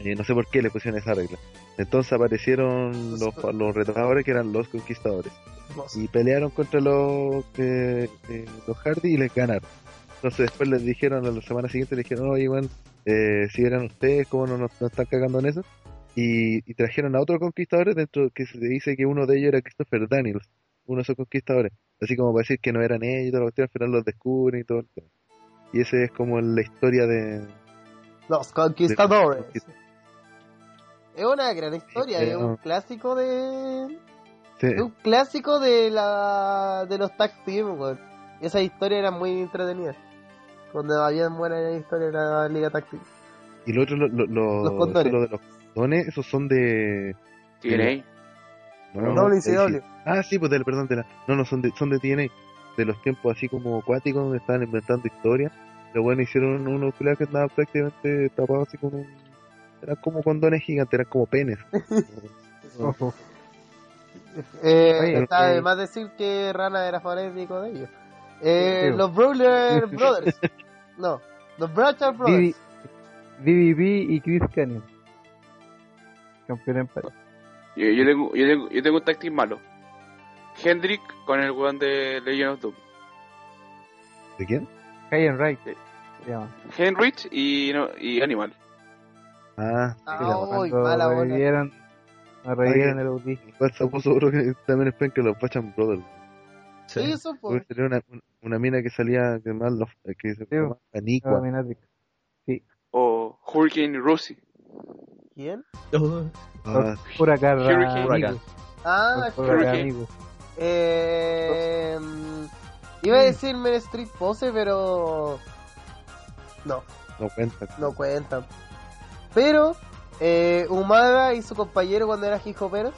Speaker 6: Eh, no sé por qué le pusieron esa regla. Entonces aparecieron los, los retadores que eran los conquistadores
Speaker 1: Hermoso.
Speaker 6: y pelearon contra los eh, eh, los Hardy y les ganaron. Entonces después les dijeron a la semana siguiente, les dijeron, oye, weón, eh, si eran ustedes, ¿cómo no nos, nos están cagando en eso? Y, y trajeron a otros conquistadores dentro que se dice que uno de ellos era Christopher Daniels, uno de esos conquistadores. Así como para decir que no eran ellos y toda la cuestión, al final los descubren y todo. el tema. Y ese es como la historia de...
Speaker 1: Los conquistadores. Es una gran historia, es
Speaker 6: Eh,
Speaker 1: un clásico de.
Speaker 6: Sí,
Speaker 1: es un clásico de la de los tag team, weón. Esas historias eran muy entretenidas. Cuando había buenas historias en la liga tag team.
Speaker 6: y el otro, lo, lo- lo-
Speaker 1: Los condones.
Speaker 6: lo de los condones, esos son de...
Speaker 7: Tiene ahí.
Speaker 6: No,
Speaker 1: Doble
Speaker 6: de-
Speaker 1: ICW.
Speaker 6: Ah, sí, pues del, perdón, de la, no, no, son de, son de TNA, de los tiempos así como acuáticos donde estaban inventando historias. Los buenos hicieron unos culiados que andaban prácticamente tapados así con un... Eran como condones gigantes, eran como penes.
Speaker 2: Ojo.
Speaker 1: Eh,
Speaker 2: Oye,
Speaker 1: está de
Speaker 2: eh,
Speaker 1: más decir que Rana era fanático de ellos.
Speaker 2: Sí,
Speaker 1: Eh,
Speaker 2: sí.
Speaker 1: los Brawler Brothers. No, los Bratcher
Speaker 2: Vivi-
Speaker 1: Brothers.
Speaker 2: BBB y Chris Canyon. Campeón en París.
Speaker 7: Yo, yo tengo, yo, tengo, yo tengo un táctil malo. Hendrik con el weón de Legend of Doom.
Speaker 6: ¿De quién?
Speaker 2: Kayan Wright. eh,
Speaker 7: Sí.
Speaker 2: Se llama.
Speaker 7: Henrich y, no, y Animal.
Speaker 6: Ah, sí,
Speaker 1: Ah,
Speaker 6: la
Speaker 1: oh.
Speaker 6: mamá.
Speaker 1: Uy,
Speaker 2: Cuando
Speaker 1: mala bola.
Speaker 2: revivieron, cuando revivieron el UDI.
Speaker 6: Igual sapo seguro que también es pen que los Pachan Brothers.
Speaker 8: Sí.
Speaker 1: Sí, eso po.
Speaker 6: Porque sería una, una, una mina que salía que más los, eh, que se
Speaker 2: Sí.
Speaker 6: llamaba
Speaker 2: Ah,
Speaker 6: Anicua.
Speaker 2: Minatrix.
Speaker 7: O Hurricane Rosie.
Speaker 1: ¿Quién?
Speaker 8: Oh,
Speaker 6: Ah,
Speaker 2: Huracán.
Speaker 7: Hurricane.
Speaker 2: Amigos.
Speaker 1: Ah,
Speaker 2: Huracán,
Speaker 7: Hurricane.
Speaker 2: amigos.
Speaker 1: eh, iba
Speaker 2: Mm.
Speaker 1: a decir Men Street Pose, pero no,
Speaker 6: no cuenta.
Speaker 1: no cuentan. Pero eh, Humada y su compañero cuando era Hijoperos,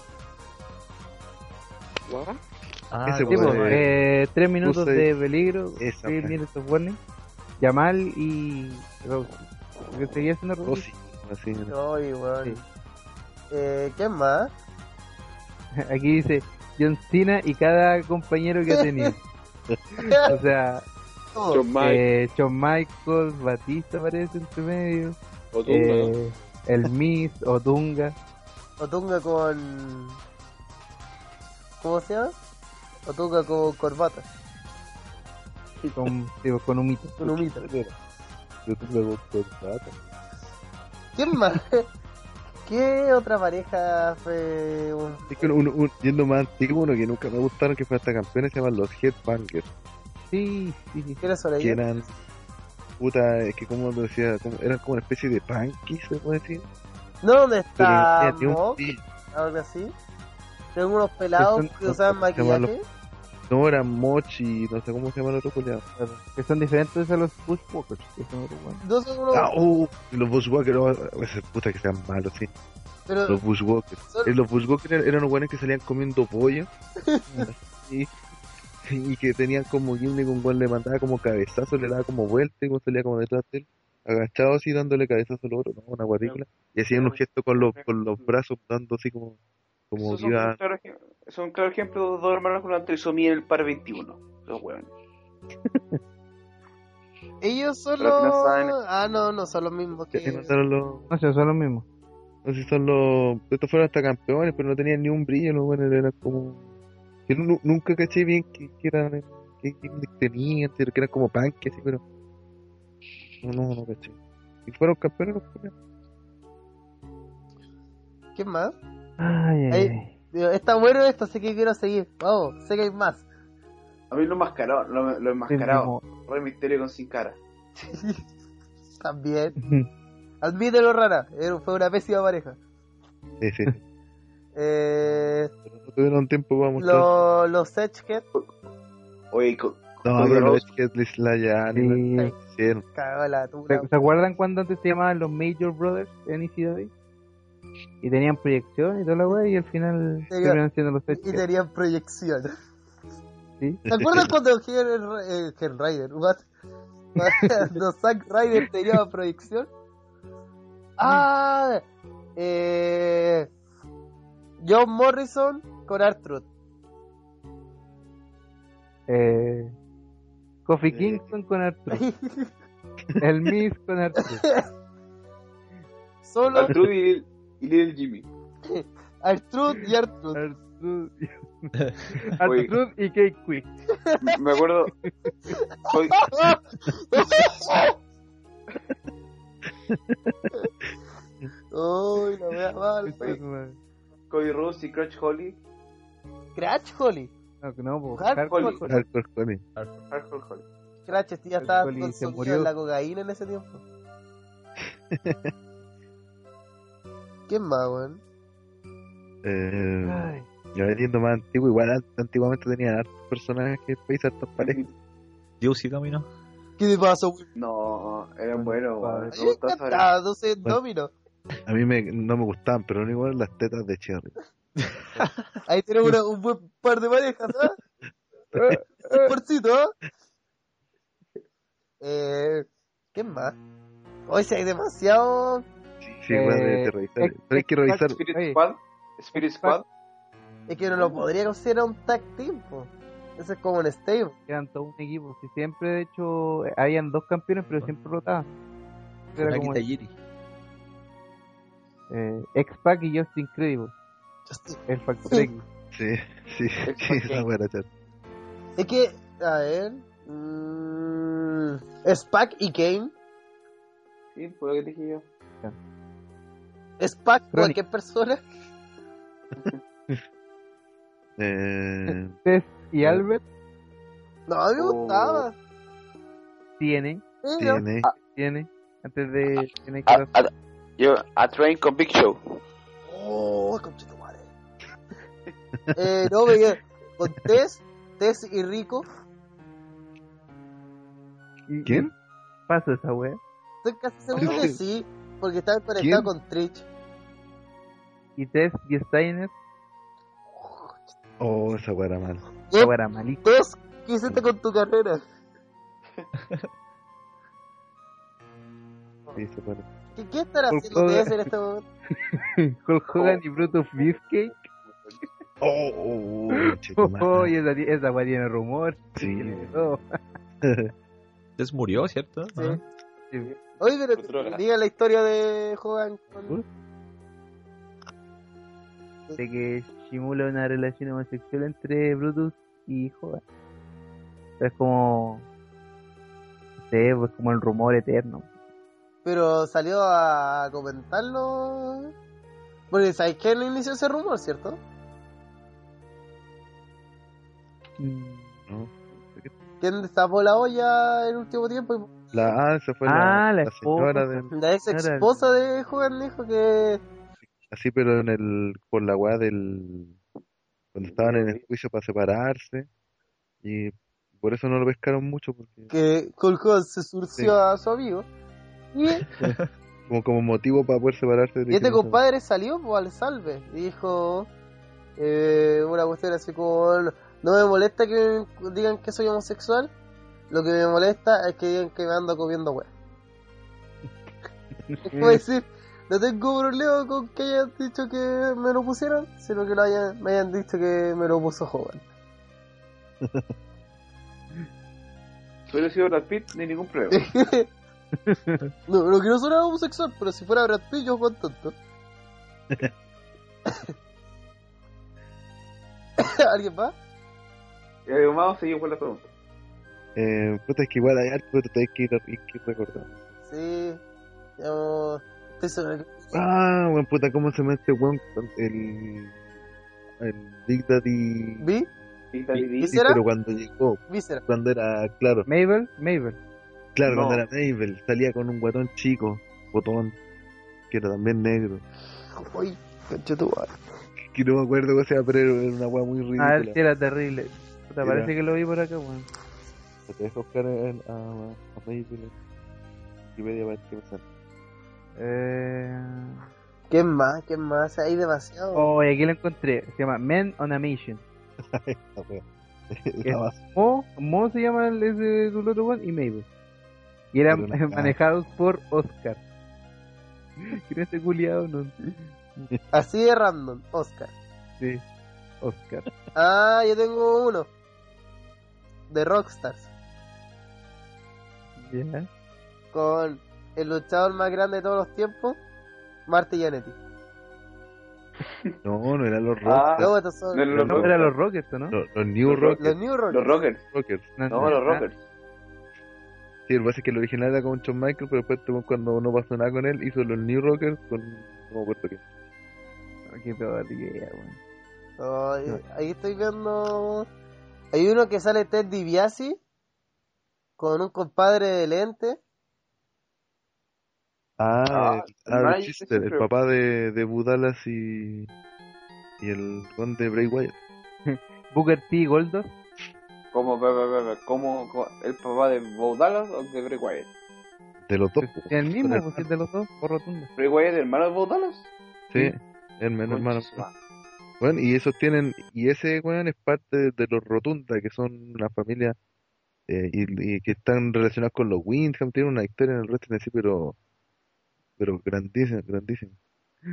Speaker 8: Ah,
Speaker 6: Ese
Speaker 2: Sí,
Speaker 8: ¿cómo
Speaker 6: Bueno,
Speaker 2: po,
Speaker 8: se llama?
Speaker 2: eh, tres minutos
Speaker 6: puse-
Speaker 2: de peligro,
Speaker 6: Esa,
Speaker 2: three
Speaker 6: man.
Speaker 2: minutes of warning, Yamal y Rose. Porque seguía haciendo Rose.
Speaker 6: Rosy. Así, era.
Speaker 1: no, igual.
Speaker 2: Sí.
Speaker 1: Eh, ¿Quién más?
Speaker 2: Aquí dice John Cena y cada compañero que ha tenido. o sea,
Speaker 1: Todos.
Speaker 7: John Mike.
Speaker 2: eh, Shawn Michaels, Batista aparece entre medio,
Speaker 3: Otunga, ¿no?
Speaker 2: eh, el Miss, Otunga,
Speaker 1: Otunga con. ¿Cómo se llama? Otunga con corbata,
Speaker 2: con, digo, con un mito.
Speaker 1: con humita.
Speaker 6: Yo tengo contrato.
Speaker 1: ¿Quién más? ¿Qué otra pareja fue un.?
Speaker 6: Es que uno, uno- yendo más antiguo, uno que nunca me gustaron, que fue hasta campeones, se llaman los Headbangers.
Speaker 2: Sí, sí, sí.
Speaker 1: ¿Quiénes son
Speaker 6: Que
Speaker 1: ellos?
Speaker 6: eran, puta, es que como lo decía, como- eran como una especie de punkies, se puede decir.
Speaker 1: ¿No dónde
Speaker 6: Pero
Speaker 1: está
Speaker 6: tenía un-
Speaker 1: Mock?
Speaker 6: sí,
Speaker 1: Algo así. Tengo unos pelados
Speaker 2: Son-
Speaker 1: que usan
Speaker 6: se llaman
Speaker 1: maquillaje.
Speaker 6: No, era Mochi, no sé cómo se llama el otro culiado.
Speaker 2: Que son diferentes a los Bushwalkers. Que son otros weones.
Speaker 1: No son unos-
Speaker 6: Ah, uh, los Bushwalkers, oh, esa puta que sean malos, sí.
Speaker 1: pero
Speaker 6: Los Bushwalkers.
Speaker 1: son-
Speaker 6: Eh, Los Bushwalkers eran- eran los buenos que salían comiendo pollo. y, y que tenían como gimmick, un buen le mandaba como cabezazo, le daba como vuelta y uno salía como detrás de él. Agachado así, dándole cabezazo al otro, ¿no? una guarrícula. Y hacían un gesto con los, con los brazos, dando así como, como
Speaker 7: Esos
Speaker 6: que
Speaker 7: son,
Speaker 6: iba.
Speaker 7: claro ej- son claro ejemplo de dos hermanos con una trisomía en el par 21. Los hueones.
Speaker 1: ellos son
Speaker 7: pero
Speaker 1: los...
Speaker 7: al final saben-
Speaker 1: Ah, no, no son los mismos
Speaker 6: Ya se
Speaker 1: que...
Speaker 6: mandaron los.
Speaker 2: Eh, No sé, son los mismos.
Speaker 6: No sé si son los. Estos fueron hasta campeones, pero no tenían ni un brillo, los buenos eran como. Yo nu- nunca caché bien que, eran. que tenían, si que eran como panques, así, pero. No, no, no caché. Y fueron campeones los buenos.
Speaker 1: ¿Quién más?
Speaker 2: Ay, ay,
Speaker 1: Ahí-
Speaker 2: ay.
Speaker 1: Digo, está bueno esto, sé que quiero seguir. Vamos, sé que hay más.
Speaker 7: A mí lo enmascarado, lo, lo enmascarado. Rey Misterio con sin cara.
Speaker 1: También.
Speaker 2: Ujú.
Speaker 1: Admítelo, rara. Era- Fue una pésima pareja.
Speaker 6: Sí, sí.
Speaker 1: Eh,
Speaker 6: pero no tuvieron tiempo para mostrar.
Speaker 1: lo- los Edgehead.
Speaker 7: Oye, co-
Speaker 6: No,
Speaker 7: Cody
Speaker 6: pero los
Speaker 7: Rhodes.
Speaker 6: Headless la ya ni la
Speaker 2: Sí.
Speaker 6: hicieron.
Speaker 1: Cagó la tula.
Speaker 2: ¿Se, se acuerdan cuando antes se llamaban los Major Brothers en ECW? Y tenían proyección y toda la weá, y al final
Speaker 1: Tenía-
Speaker 2: terminan siendo los
Speaker 1: Y
Speaker 2: Edgehead.
Speaker 1: tenían proyección.
Speaker 2: ¿sí?
Speaker 1: ¿Se acuerdan cuando Hell eh, Hell Rider, what? Cuando Zack Ryder tenía proyección? Ah, eh, John Morrison con Artruth.
Speaker 2: Eh, Kofi
Speaker 6: Sí.
Speaker 2: Kingston con Arthur. el Miss con Arthur.
Speaker 1: Solo
Speaker 7: Artrude y, Lil- y Little Jimmy.
Speaker 1: Artruth y Artruth.
Speaker 2: Arthur,
Speaker 7: Oye.
Speaker 2: Arthur y Kate Quick.
Speaker 7: Me acuerdo. Cody-
Speaker 1: Uy, la wea mal.
Speaker 7: Oye. Cody Rhodes y Crutch Holly.
Speaker 1: Crash Holly.
Speaker 2: No, que no, po,
Speaker 1: Hardcore.
Speaker 2: Hardcore.
Speaker 6: Hardcore Connie.
Speaker 7: Hardcore Holly.
Speaker 1: Crash, este ya
Speaker 2: Crash
Speaker 1: estaba
Speaker 2: Holly se
Speaker 1: consumido
Speaker 2: murió.
Speaker 1: en la cocaína en ese tiempo. ¿Quién más, weón?
Speaker 6: Eh,
Speaker 2: Ay,
Speaker 6: yo entiendo más antiguo, igual ant- antiguamente tenían hartos personajes que país hartos parejas.
Speaker 8: Dios y camino.
Speaker 1: ¿Qué te pasa, weón?
Speaker 7: No, eran buenos.
Speaker 2: padre.
Speaker 7: weón.
Speaker 1: A mí
Speaker 7: Me
Speaker 1: me encantaba,
Speaker 7: gustaba sobre-
Speaker 3: Ah,
Speaker 1: 12
Speaker 6: Bueno.
Speaker 1: Domino.
Speaker 6: A mí me, no me gustaban, pero lo único eran las tetas de Cherry.
Speaker 1: Ahí tenemos una- un buen par de parejas, ¿ah? ¿eh? Un porcito, ¿ah? ¿eh? ¿Quién más? Hoy sí hay demasiado.
Speaker 6: Sí, sí, igual de, de
Speaker 2: Eh,
Speaker 6: revisar.
Speaker 2: ex-
Speaker 6: Pero hay que revisar.
Speaker 7: Spirit
Speaker 2: Oye.
Speaker 7: Squad. Spirit Squad.
Speaker 1: Es que no lo podría considerar un tag team, po. Ese es como un stable.
Speaker 2: eran todo un equipo. Si siempre, de hecho, habían dos campeones, pero siempre rotaban. Era
Speaker 8: Funaki
Speaker 2: como
Speaker 8: Tajiri.
Speaker 2: eh, X-Pac y Justin Credible. El Fact Check.
Speaker 6: Sí, sí, sí, esa buena chat.
Speaker 1: Es que, a ver. mm, Spack y Kane.
Speaker 7: Sí, por lo que dije yo.
Speaker 1: Spack,
Speaker 2: Crónica.
Speaker 1: cualquier persona.
Speaker 6: Eh,
Speaker 2: Tess y Albert
Speaker 1: No, a mí me
Speaker 7: Oh.
Speaker 1: gustaba. Eh,
Speaker 2: tiene,
Speaker 1: Mira,
Speaker 6: tiene.
Speaker 2: Ah. tiene, antes de tiene que
Speaker 3: A, a- ah, yo, a Train con Big Show.
Speaker 1: Oh, conchetumare. eh, no, veía. Con Tess, Tess y Rico.
Speaker 2: y-
Speaker 6: ¿Quién?
Speaker 2: y Paso esa wea.
Speaker 1: Estoy casi seguro que sí, porque estaba conectado
Speaker 6: ¿Quién?
Speaker 1: con Trish.
Speaker 2: Y Tess y Steiner,
Speaker 6: Oh, esa buena mala.
Speaker 2: esa
Speaker 1: Yep,
Speaker 2: wea era malísima.
Speaker 1: Tess, ¿qué hiciste con tu carrera?
Speaker 6: Sí, esa buena.
Speaker 1: ¿Qué, qué estará
Speaker 2: Por
Speaker 1: haciendo
Speaker 2: favor.
Speaker 1: Tess en este momento?
Speaker 2: Hulk Hogan y Brutus Beefcake.
Speaker 6: Oh, oh, oh, chico,
Speaker 2: Oh, y esa, esa wea tiene rumor.
Speaker 6: Sí.
Speaker 2: tiene todo.
Speaker 8: Tess murió, ¿cierto?
Speaker 1: Sí.
Speaker 8: Ah.
Speaker 1: Oye, pero
Speaker 7: Otro gas.
Speaker 1: diga la historia de Hogan con...
Speaker 2: De que simula una relación homosexual entre Brutus y Hogan. Es como. No sé, pues como el rumor eterno.
Speaker 1: Pero salió a comentarlo... Porque sabéis que él inició ese rumor, ¿cierto?
Speaker 2: Mm.
Speaker 6: No.
Speaker 1: ¿Quién destapó la olla en último tiempo?
Speaker 6: La, ah, esa fue
Speaker 2: Ah, la
Speaker 6: la, la señora de,
Speaker 1: La ex esposa de Hogan dijo que...
Speaker 6: así pero en el por la weá del cuando estaban en el juicio para separarse Y por eso no lo pescaron mucho, porque
Speaker 1: Que Hulk Hogan se surció
Speaker 6: Sí.
Speaker 1: a su amigo. Y,
Speaker 6: como, como motivo para poder separarse de
Speaker 1: y este
Speaker 6: Chris
Speaker 1: compadre salió pues, al salve. Y dijo eh, una cuestión así como: "No- No me molesta que me digan que soy homosexual. Lo que me molesta es que digan que me ando comiendo weas. Es como decir, no tengo problema con que hayan dicho que me lo pusieron, sino que lo hayan, me hayan dicho que me lo puso joven.
Speaker 7: Si hubiera sido Brad Pitt, no hay ningún problema.
Speaker 1: No, lo que no suena homosexual, pero si fuera Brad Pitt, yo contento. ¿Alguien va?
Speaker 7: Y algo más, seguimos con la pregunta.
Speaker 6: Eh, puta, es que igual hay harto, pero hay que ir, hay que ir recordando.
Speaker 1: Sí. Digamos, estoy seguro que-
Speaker 6: Ah, weón, puta, ¿cómo se llama este weón? El, el Big Daddy.
Speaker 1: ¿Vi?
Speaker 7: Y David
Speaker 1: ¿Y
Speaker 7: Lee,
Speaker 6: Sí,
Speaker 1: será?
Speaker 6: pero cuando llegó,
Speaker 1: Víscera.
Speaker 6: cuando era, claro,
Speaker 2: Mabel, Mabel.
Speaker 6: claro,
Speaker 7: No.
Speaker 6: cuando era Mabel, salía con un guatón chico, botón, que era también negro.
Speaker 1: Uy, concha tu madre.
Speaker 6: Que no me acuerdo cómo se llama, pero era una weá muy
Speaker 2: Ah, él sí
Speaker 6: ridícula.
Speaker 2: era terrible. Puta,
Speaker 6: Era-
Speaker 2: parece que lo vi por acá, weón.
Speaker 6: Te dejo buscar el- a, ah, a Mabel en Wikipedia para ver qué me sale.
Speaker 2: Eh...
Speaker 1: ¿Quién más? ¿Quién más? Hay demasiado.
Speaker 2: Oh, y aquí lo encontré. Se llama Men on a Mission.
Speaker 6: La wea.
Speaker 2: ¿Qué?
Speaker 6: La base.
Speaker 2: Mo, Mo se llama el- ese el otro weón y Mabel. Y eran
Speaker 6: Pero no-
Speaker 2: manejados por Oscar. ¿Quién es ese culiado? No sé.
Speaker 1: Así de random, Oscar.
Speaker 2: Sí, Oscar.
Speaker 1: Ah, yo tengo uno. De Rockstars.
Speaker 2: Ya.
Speaker 1: Con el luchador más grande de todos los tiempos, Marty Jannetty.
Speaker 6: Ah, No, no eran los
Speaker 7: Ah,
Speaker 6: Rockers,
Speaker 1: No, estos son
Speaker 7: no eran los
Speaker 2: No,
Speaker 7: Rockers.
Speaker 2: era los Rockets, ¿o ¿no?
Speaker 6: los, los New
Speaker 7: Los
Speaker 6: Rockers.
Speaker 1: los New Rockers.
Speaker 7: Los Rockers.
Speaker 6: Rockers.
Speaker 7: No, los Rockers.
Speaker 6: Sí, el base es que el original era con John Michael, pero después tuvo- cuando no pasó nada con él, hizo los New Rockers con. No me acuerdo qué.
Speaker 2: Ah, Qué peor idea, weón.
Speaker 1: Ay, ahí estoy viendo. Hay uno que sale Ted DiBiase con un compadre de lente.
Speaker 6: Ah,
Speaker 7: Ah,
Speaker 6: el, ah,
Speaker 7: Ryan
Speaker 6: el Chister, el
Speaker 7: Chister.
Speaker 6: papá de, de Budalas y. y el don de Bray Wyatt.
Speaker 2: Booker T. y Goldust.
Speaker 7: Como, ve, ve, ve, ve, como, como el papá de Bo Dallas o de Bray Wyatt.
Speaker 6: De los dos.
Speaker 2: Es el mismo,
Speaker 6: Pero-
Speaker 2: pues es de los dos, por rotunda.
Speaker 7: Bray Wyatt, hermano de Bo Dallas.
Speaker 6: Sí, el menos
Speaker 7: Concha
Speaker 6: hermano.
Speaker 7: su madre.
Speaker 6: Bueno, y esos tienen. Y ese weón es parte de, de los Rotunda, que son una familia. eh, y, y que están relacionados con los Windham. Tienen una historia en el resto de sí, pero. pero grandísima, grandísima.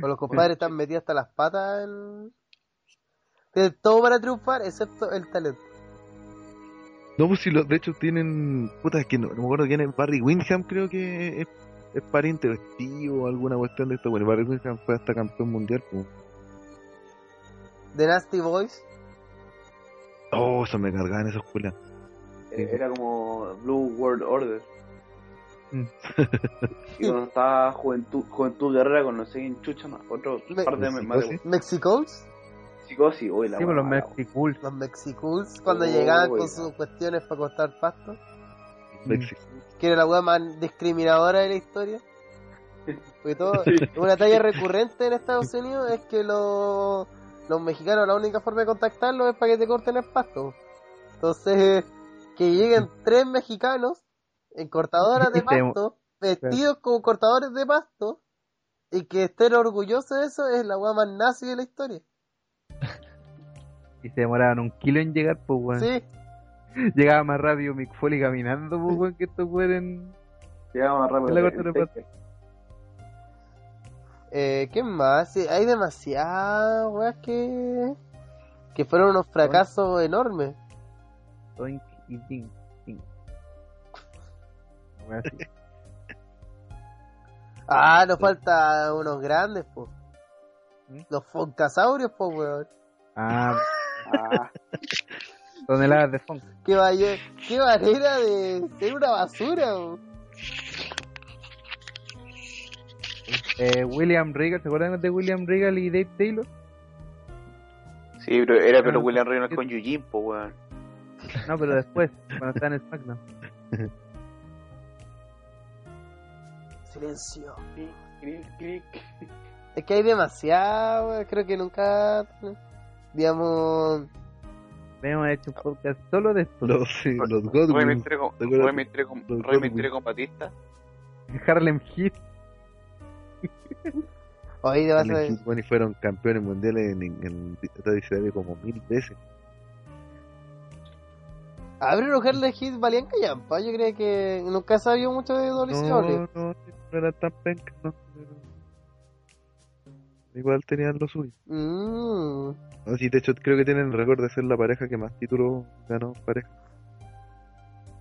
Speaker 1: Con los compadres están metidos hasta las patas en. Tienen todo para triunfar, excepto el talento.
Speaker 6: No, pues si los, de hecho tienen, puta, es que no, no me acuerdo quién es, Barry Windham creo que es, es pariente o es tío o alguna cuestión de esto, bueno, Barry Windham fue hasta campeón mundial, pues.
Speaker 1: The Nasty Boys.
Speaker 6: Oh, se me cargaban esos culas.
Speaker 7: Eh, Era como Blue World Order.
Speaker 2: Mm.
Speaker 7: y cuando estaba Juventud, Juventud Guerrera con no sé quién chucha más, otro
Speaker 1: Me-
Speaker 7: par de
Speaker 6: ¿Psicosis?
Speaker 7: más de
Speaker 1: Mexicools.
Speaker 7: psicosis, uy la
Speaker 2: Sí, por los
Speaker 7: mala,
Speaker 2: Maxi Cool.
Speaker 1: Los Mexicools, cuando
Speaker 7: Oh,
Speaker 1: llegaban con
Speaker 7: ya.
Speaker 1: sus cuestiones para cortar pasto.
Speaker 6: Lexi.
Speaker 1: que era la weá más discriminadora de la historia. Porque todo, una talla recurrente en Estados Unidos es que los, los mexicanos la única forma de contactarlos es para que te corten el pasto. Entonces, que lleguen tres mexicanos en cortadoras de
Speaker 2: Y te-
Speaker 1: pasto, vestidos como cortadores de pasto, y que estén orgullosos de eso es la weá más nazi de la historia.
Speaker 2: Y se demoraban un kilo en llegar, pues, weón.
Speaker 1: Sí,
Speaker 2: Llegaba más rápido Mick Foley caminando, pues, weón, que estos pueden.
Speaker 7: Llegaba más rápido.
Speaker 2: La
Speaker 7: que-
Speaker 2: corta de patas.
Speaker 1: eh, ¿qué más? Sí, hay demasiadas weas que, que fueron unos fracasos enormes.
Speaker 2: Toink y Ding. Ding. Una wea así.
Speaker 1: Ah, nos falta unos grandes, po.
Speaker 2: ¿Mm?
Speaker 1: Los foncasaurios, po, weón.
Speaker 2: Ah,
Speaker 7: Ah,
Speaker 2: toneladas de funk.
Speaker 1: Qué, vaya- qué manera de ser una basura, weón.
Speaker 2: Eh, William Regal, ¿se acuerdan de William Regal y Dave Taylor?
Speaker 7: sí, pero era
Speaker 2: pero
Speaker 7: pero
Speaker 2: William
Speaker 7: William
Speaker 2: Reynolds
Speaker 7: Reynolds
Speaker 2: con
Speaker 7: con Eugene, po weón.
Speaker 2: No, pero después, cuando estaban en SmackDown.
Speaker 1: Silencio.
Speaker 7: Clic, clic, clic.
Speaker 1: Es que hay demasiado, weón. Creo que nunca, digamos,
Speaker 2: Hemos hecho un este podcast solo de esto.
Speaker 6: Los, sí, los God
Speaker 7: Rey
Speaker 6: Groups.
Speaker 7: Misterio con,
Speaker 6: ¿Te acuerdas?
Speaker 7: Rey Misterio con,
Speaker 6: Los
Speaker 7: Rey
Speaker 6: Godwin.
Speaker 7: Misterio con Batista.
Speaker 2: Harlem Heat.
Speaker 1: Hoy te vas a ver.
Speaker 6: Allen Ginsman y fueron campeones mundiales en, en, en dieta diseñada como mil veces.
Speaker 1: Abre los Harlem Heat valían callampa. Yo creo que nunca sabía mucho de WCW.
Speaker 6: No, no, no era tan penca, no. pero Igual tenían lo suyo.
Speaker 1: Mm.
Speaker 6: No, Ah, sí, de hecho, creo que tienen el récord de ser la pareja que más títulos ganó en pareja.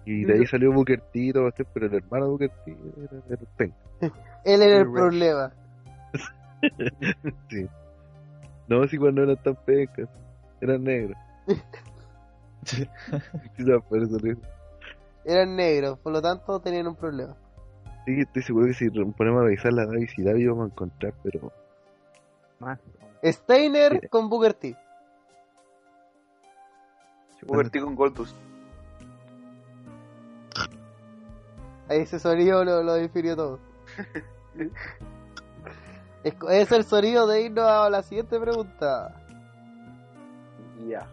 Speaker 6: Y de ahí salió Booker T, y todo este, pero el hermano de Booker T era, era penca.
Speaker 1: Él era el
Speaker 6: Rey.
Speaker 1: problema.
Speaker 6: Sí. No, si igual no eran tan pencas, eran negros. Quizás por eso le-
Speaker 1: Eran negros, por lo tanto tenían un problema.
Speaker 6: Sí, estoy seguro que si nos ponemos a revisar la Davis y Davis vamos a encontrar, pero
Speaker 2: Más.
Speaker 1: Steiner
Speaker 6: Sí.
Speaker 1: con Booker T.
Speaker 7: Booker T con Goldust.
Speaker 1: Ahí ese sonido lo, lo definió todo. es, co- es el sonido de irnos a la siguiente pregunta.
Speaker 7: Ya.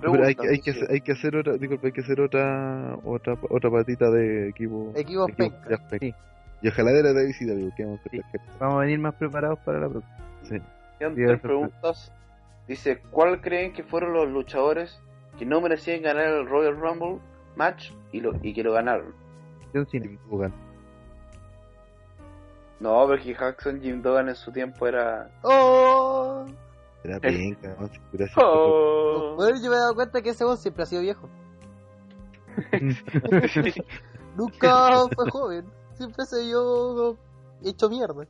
Speaker 6: Pero hay, que- hay, que hacer, hay que hacer otra, disculpa, hay que hacer otra otra otra patita de equipo.
Speaker 1: Equipos penca.
Speaker 6: ya penca.
Speaker 2: Sí.
Speaker 6: Y ojalá de la Davis y Davis, que vamos a hacer.
Speaker 2: Vamos a venir más preparados para la próxima. Sí,
Speaker 7: Sean tres
Speaker 2: eso fue.
Speaker 7: preguntas. Dice, ¿cuál creen que fueron los luchadores que no merecían ganar el Royal Rumble match y, lo, y que lo ganaron?
Speaker 2: John Cena.
Speaker 6: Jim Dugan.
Speaker 7: No, porque Jackson Jim Dogan en su tiempo era...
Speaker 1: ¡Oh!
Speaker 6: Era
Speaker 7: El-
Speaker 6: penca, ¿no? Sí, gracias.
Speaker 1: Bueno, yo me he dado cuenta que ese weón siempre ha sido viejo. Nunca fue joven. Siempre se vio hecho mierda.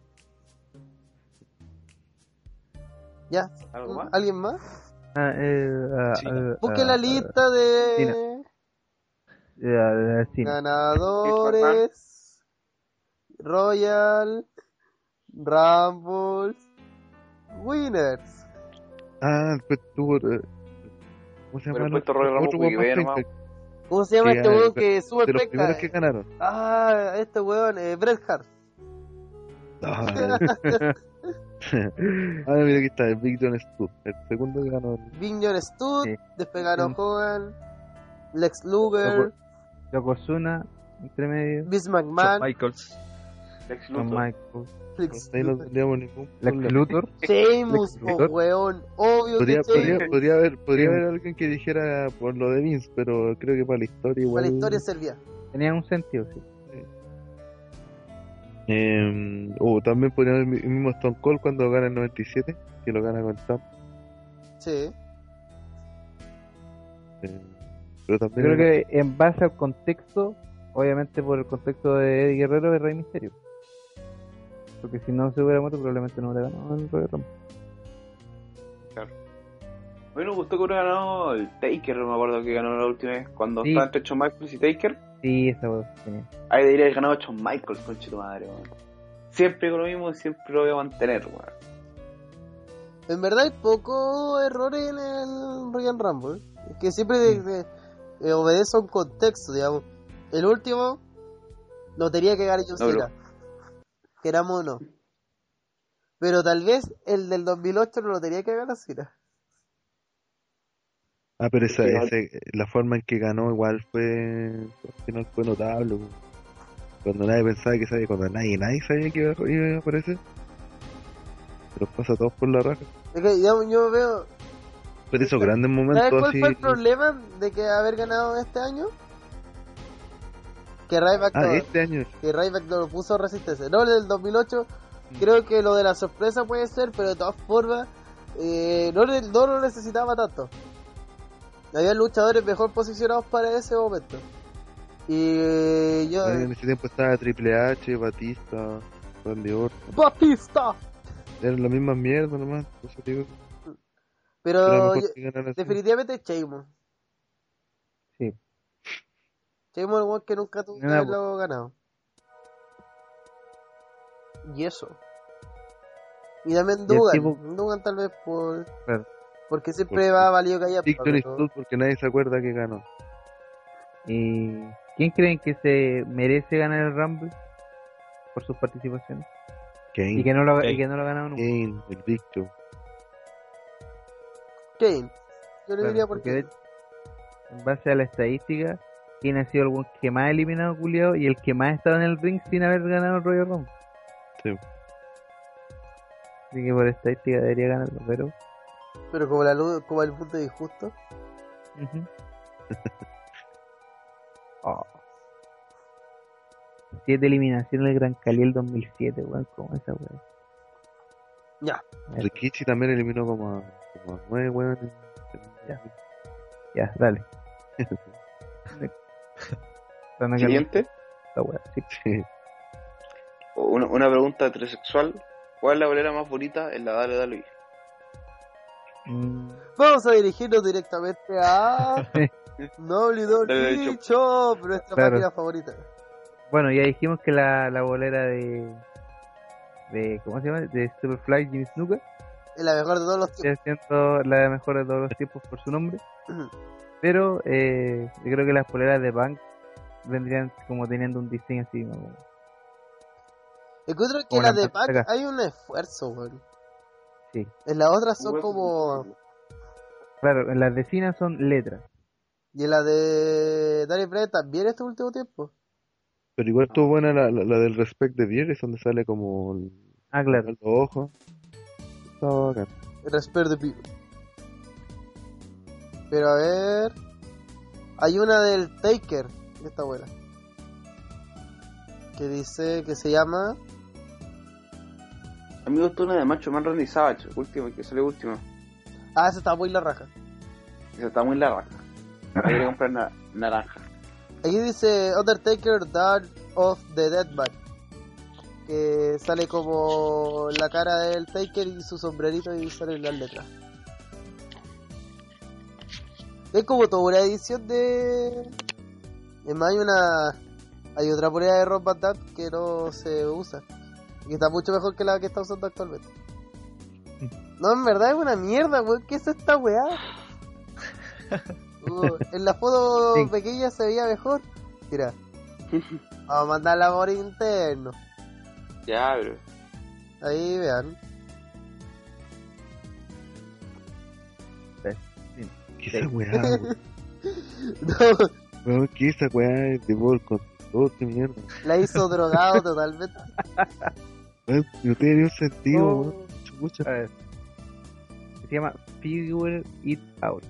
Speaker 1: Ya.
Speaker 7: ¿Algo más?
Speaker 1: ¿Alguien más?
Speaker 2: Ah, eh, ah,
Speaker 8: Sí.
Speaker 2: ah,
Speaker 1: Busque
Speaker 2: ah,
Speaker 1: la lista de
Speaker 2: Cena. ah, ah, Cena.
Speaker 1: ganadores. Royal. Rumble. Winners.
Speaker 6: Ah, pues tuvo. eh, ¿Cómo se
Speaker 7: Pero
Speaker 6: llama? el
Speaker 7: puesto Royal Rumble,
Speaker 6: weón
Speaker 7: porque
Speaker 6: más
Speaker 7: ve
Speaker 6: penca,
Speaker 1: ¿Cómo se llama
Speaker 6: Sí,
Speaker 1: este
Speaker 6: ah,
Speaker 1: weón que es
Speaker 6: De
Speaker 1: súper
Speaker 6: los
Speaker 1: peca?
Speaker 6: primeros que ganaron.
Speaker 1: Ah, este weón, eh, Bret Hart.
Speaker 6: Ah, ah, mira aquí está, el Big John Studd, el segundo que ganó. el-
Speaker 1: Vignon Stud,
Speaker 2: Sí.
Speaker 1: después ganó
Speaker 2: Sí.
Speaker 1: Hogan, Lex Luger,
Speaker 2: Yokozuna, entre medio.
Speaker 1: Vince McMahon,
Speaker 8: Michaels.
Speaker 7: Lex
Speaker 2: John
Speaker 7: Luthor.
Speaker 2: Michael.
Speaker 1: Lex
Speaker 6: Ahí no
Speaker 1: Luger.
Speaker 6: teníamos ningún
Speaker 2: Lex
Speaker 6: problema.
Speaker 2: Luthor.
Speaker 1: Sheamus,
Speaker 6: Lex
Speaker 1: po,
Speaker 6: Luthor.
Speaker 1: weón, obvio
Speaker 6: Podría,
Speaker 1: que
Speaker 6: podría,
Speaker 1: Sheamus,
Speaker 6: podría haber, podría
Speaker 2: Sí.
Speaker 6: haber alguien que dijera por lo de Vince, pero creo que para la historia igual.
Speaker 1: para la historia servía.
Speaker 2: Tenía un sentido, sí.
Speaker 6: Eh, o también podría haber el mismo Stone Cold cuando gana el 97, que lo gana con Stamp.
Speaker 1: Sí,
Speaker 6: eh,
Speaker 2: Yo
Speaker 6: pero también.
Speaker 2: creo que en base al contexto, obviamente por el contexto de Eddie Guerrero, es Rey Misterio. Porque si no se hubiera muerto, probablemente no hubiera ganado el Royal Rumble.
Speaker 7: A mí me gustó que hubiera ganado el Taker, no me acuerdo que ganó la última vez. Cuando
Speaker 2: Sí.
Speaker 7: estaba entre Shawn Michaels y Taker,
Speaker 2: Sí, esa voz. sí.
Speaker 7: ahí debería haber ganado Shawn Michaels, conche tu madre, weón. Siempre con lo mismo, siempre lo voy a mantener, weón.
Speaker 1: en verdad hay poco errores en el Royal Rumble, es que siempre de- de- eh, obedece a un contexto, digamos. El último lo tenía que ganar John
Speaker 7: No,
Speaker 1: Cena, queramos o no. Pero tal vez el del 2008 no lo tenía que ganar Cena.
Speaker 6: Ah, pero esa,
Speaker 7: Igual.
Speaker 6: ese- la forma en que ganó igual fue. Al final fue notable. po. Cuando nadie pensaba que sabía, cuando nadie, nadie sabía que iba, iba a aparecer. Pero pasa a todos por la raja.
Speaker 1: Es que, digamos, yo veo
Speaker 6: Pero esos grandes
Speaker 1: ¿Sabes
Speaker 6: momentos
Speaker 1: cuál
Speaker 6: así.
Speaker 1: fue el problema de que haber ganado este año? Que Ryback,
Speaker 6: Ah,
Speaker 1: no,
Speaker 6: este año.
Speaker 1: que Ryback no lo puso resistencia. No, el del 2008, creo que lo de la sorpresa puede ser, pero de todas formas, eh, no, le- no lo necesitaba tanto. Había luchadores mejor posicionados para ese momento. Y yo...
Speaker 6: En ese tiempo estaba Triple H, Batista, Randy Orton.
Speaker 1: ¡Batista!
Speaker 6: Eran las mismas mierdas nomás. Por eso digo, era
Speaker 1: Pero
Speaker 6: mejor
Speaker 1: yo-
Speaker 6: que ganara así.
Speaker 1: definitivamente Sheamus.
Speaker 2: Sí.
Speaker 1: Sheamus el weón que nunca tuvo que
Speaker 2: Nada, pues.
Speaker 1: haberlo ganado. Y eso. Y también
Speaker 2: Y el
Speaker 1: Dugan.
Speaker 2: tipo-
Speaker 1: Dugan tal vez por...
Speaker 2: Claro.
Speaker 1: Porque siempre
Speaker 6: Por-
Speaker 1: va valido callar.
Speaker 6: Dick
Speaker 1: pero-
Speaker 6: Johnny Stud porque nadie se acuerda que ganó.
Speaker 2: ¿Y Eh, quién creen que se merece ganar el Rumble por sus participaciones? Y
Speaker 6: Kane.
Speaker 2: que no lo,
Speaker 8: Kane.
Speaker 2: y que no lo ha ganado nunca.
Speaker 6: Eh, Kane, el Big Show.
Speaker 1: Kane. Yo le
Speaker 2: Claro,
Speaker 1: diría porque...
Speaker 2: porque de, en base a la estadística, quién ha sido el weón que más ha eliminado culiado y el que más ha estado en el ring sin haber ganado el Royal Rumble.
Speaker 6: Sí.
Speaker 2: Así que por estadística debería ganarlo, pero.
Speaker 1: Pero como, la, luz- como el punto de injusto.
Speaker 2: Ujú. Oh. Siete eliminaciones del Gran Cali el 2007, weón, como esa weón.
Speaker 1: Ya.
Speaker 6: Rikichi también eliminó como a, como a nueve weones.
Speaker 2: Ya. Ya, dale. Para no cagar
Speaker 7: Siguiente.
Speaker 2: la weá, sí.
Speaker 6: Sí.
Speaker 7: Una, una pregunta heterosexual. ¿Cuál es la bolera más bonita en la de Luis?
Speaker 2: Mm,
Speaker 1: Vamos a dirigirnos directamente a
Speaker 7: Dale,
Speaker 1: WWE
Speaker 7: Shop.
Speaker 1: Shop, nuestra
Speaker 2: Claro.
Speaker 1: página favorita.
Speaker 2: Bueno, ya dijimos que la, la bolera de, de. ¿Cómo se llama? De Superfly Jimmy Snuka.
Speaker 1: Es la mejor de todos los tiempos.
Speaker 2: sigue siendo la mejor de todos los tiempos por su nombre. Pero eh, yo creo que las poleras de Bank vendrían como teniendo un diseño así. como-
Speaker 1: Encuentro que
Speaker 2: Como
Speaker 1: las
Speaker 2: la
Speaker 1: de Pac
Speaker 2: acá.
Speaker 1: hay un esfuerzo, weón.
Speaker 2: Sí.
Speaker 1: En las otras son como.
Speaker 2: Claro, en las vecinas son letras.
Speaker 1: Y en la de Daniel Bryan también este último tiempo.
Speaker 6: Pero igual estuvo buena la, la, la del Respect the Beer, es donde sale como el,
Speaker 2: Ah, claro.
Speaker 6: los ojos. Estaba bacán.
Speaker 1: El Respect the People. Pero a ver. Hay una del Taker, que está buena. Que dice que se llama.
Speaker 7: A mí me gustó una de Macho Man Randy Savage, última, que salió última.
Speaker 1: Ah, esa está muy la raja.
Speaker 7: Esa está muy larga. Hay que comprar na- naranja.
Speaker 1: Aquí dice Undertaker Dawn of the Deadman. Que sale como la cara del Taker y su sombrerito y salen las letras. Es como toda una edición de. Es más, hay una. Hay otra polera de Rob Van Damme que no se usa. Y que está mucho mejor que la que está usando actualmente. No, en verdad es una mierda, weón. ¿Qué es esta weá? Uh, en la foto
Speaker 2: Sí.
Speaker 1: pequeña se veía mejor. Mira. Vamos a mandarla por interno.
Speaker 7: Ya, pero.
Speaker 1: Ahí vean.
Speaker 6: ¿Qué esa weá? weón?
Speaker 1: No,
Speaker 6: Weón, ¿Qué esa weá? Tipo el control, qué este mierda.
Speaker 1: la hizo drogado totalmente.
Speaker 6: Weón, No tiene ningún sentido,
Speaker 2: No.
Speaker 6: weón. Chucha.
Speaker 2: Oh, A ver. Se llama Figure It Out.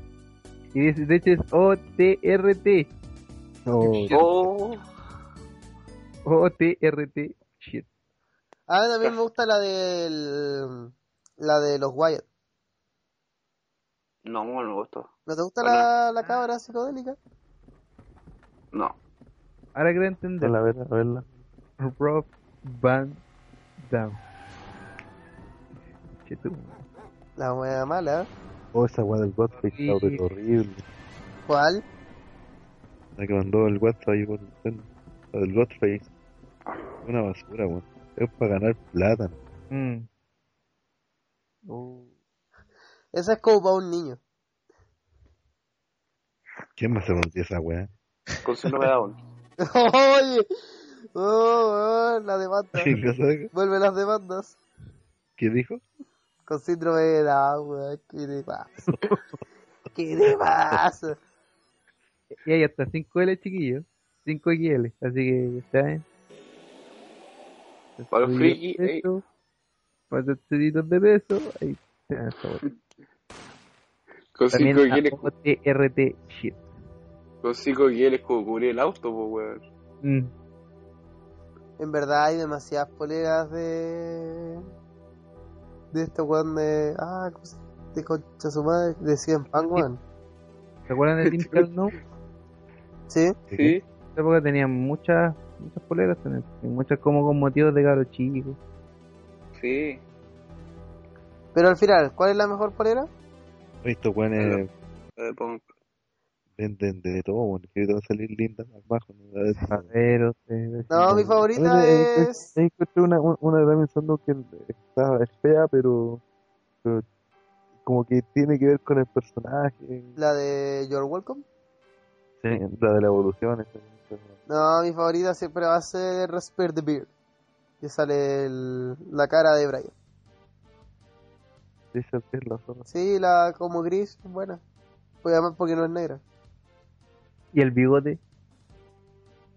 Speaker 2: Y dice, de hecho es O-T-R-T. Ah,
Speaker 6: No,
Speaker 7: Oh,
Speaker 2: O-T-R-T. Shit.
Speaker 1: A mí también me gusta la del. La de los Wyatt.
Speaker 7: no, no me gustó.
Speaker 1: ¿No te gusta la, la cámara psicodélica?
Speaker 7: No.
Speaker 2: Ahora quiero entender.
Speaker 6: a verla, a verla.
Speaker 2: Rob Van Down.
Speaker 1: La buena mala. ¿eh?
Speaker 6: Oh, esa weá del WhatsApp
Speaker 2: Sí.
Speaker 6: está horrible.
Speaker 1: ¿Cuál?
Speaker 6: La que mandó el WhatsApp ahí por Nintendo. La del Godface. Una basura, weón. Es para ganar plata. ¿no?
Speaker 2: Oh.
Speaker 1: Esa es como para un niño.
Speaker 6: ¿Quién más se rompió esa weá?
Speaker 7: Con síndrome de Down.
Speaker 1: Oye. Oh, oh, la demanda.
Speaker 6: ¿Qué cosa?
Speaker 1: Vuelven las demandas.
Speaker 6: ¿Qué dijo?
Speaker 1: Con síndrome de Down, weón. ¿Qué te pasa? ¿Qué te pasa?
Speaker 2: Y hay hasta 5L, chiquillos. 5XL. Así que, ya eh. saben.
Speaker 7: Para los friki,
Speaker 2: Para
Speaker 7: eh.
Speaker 2: los ceditos de peso. Ahí tienen esta weá.
Speaker 7: Con
Speaker 2: También
Speaker 7: cinco guieles,
Speaker 2: la OTRT shit.
Speaker 7: con cinco guieles como cubrir el auto, pues, weón.
Speaker 2: Mm.
Speaker 1: En verdad hay demasiadas poleras de. De este weón de. Ah, ¿cómo se- de concha su madre, de 100 pan, weón.
Speaker 2: ¿Se acuerdan de Tim Plan, no? En
Speaker 1: ¿Sí?
Speaker 7: Sí.
Speaker 2: esa época tenían muchas, muchas poleras también. Y muchas como con motivos de cabros chicos.
Speaker 7: Sí.
Speaker 1: Pero al final, ¿cuál es la mejor polera?
Speaker 6: Oye, Estos weones
Speaker 7: Eh, pon-
Speaker 6: venden de todo, weón. Que te va a salir linda más bajo. ¿no? A ver,
Speaker 2: Paveros, eh,
Speaker 1: No, mi favorita
Speaker 6: Oye, eh,
Speaker 1: es.
Speaker 6: eh, encontré una, un- una de Damien Sandow que está es fea, pero, pero como que tiene que ver con el personaje,
Speaker 1: La de You're Welcome.
Speaker 6: sí, la de la evolución. esa- esa-
Speaker 1: No, mi favorita siempre va a ser Respect the Beard. Que sale el- la cara de Brian.
Speaker 6: Esa es la zona.
Speaker 1: Sí, la como gris, buena. Pues además porque no es negra.
Speaker 2: ¿Y el bigote?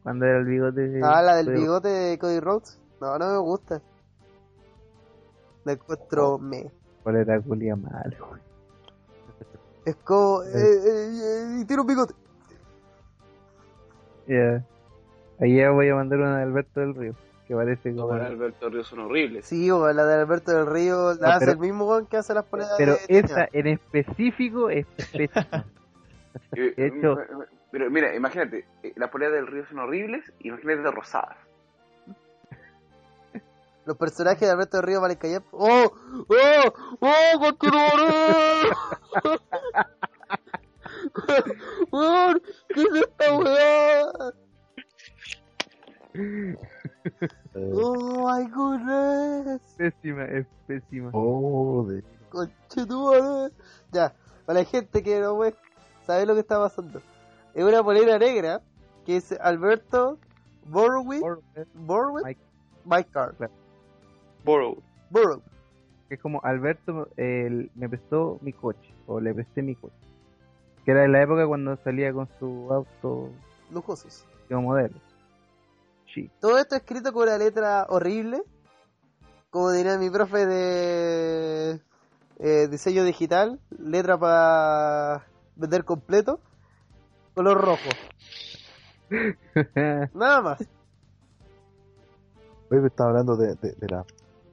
Speaker 2: ¿Cuándo era el bigote? de-
Speaker 1: Ah, la del
Speaker 2: de-
Speaker 1: bigote de Cody Rhodes. No, no me gusta. La encuentro me.
Speaker 2: ¿Cuál era Julia malo? güey.
Speaker 1: Es como. eh, eh, eh, y tiene un bigote.
Speaker 2: Ya. Allá voy a mandar una de Alberto del Río, que parece como...
Speaker 3: Los de Alberto Ríos son horribles.
Speaker 1: Sí, o la de Alberto del Río. La
Speaker 2: No,
Speaker 1: hace
Speaker 2: pero-
Speaker 1: el mismo weón que hace las ponedas
Speaker 2: Pero
Speaker 1: de
Speaker 2: esa en específico, específico.
Speaker 3: Eh,
Speaker 2: De hecho-
Speaker 3: Pero mira, imagínate, eh, las poleas del río son horribles, imagínate rosadas.
Speaker 1: Los personajes de Alberto del Río van a callar. ¡Oh! ¡Oh! ¡Oh! ¡Continuaré! ¡Weón! ¿Qué es esta weá? ¡Oh, my goodness!
Speaker 2: pésima, es pésima.
Speaker 6: Oh. Joder.
Speaker 1: ¡Conchetumare! Ya, para la gente que no puede saber lo que está pasando. Es una polera negra que es Alberto Borwick.
Speaker 2: Orwell,
Speaker 1: Borwick.
Speaker 2: Mike.
Speaker 1: Mike Carr.
Speaker 7: Borrow.
Speaker 1: Borwick.
Speaker 2: Que es como Alberto eh, me prestó mi coche, o le presté mi coche. Que era de la época cuando salía con su auto
Speaker 1: Lujosos.
Speaker 2: como modelo. Sí.
Speaker 1: Todo esto escrito con una letra horrible, como diría mi profe de eh, diseño digital, letra para vender completo, color rojo, nada más.
Speaker 6: Oye, me estaba hablando de, de, de la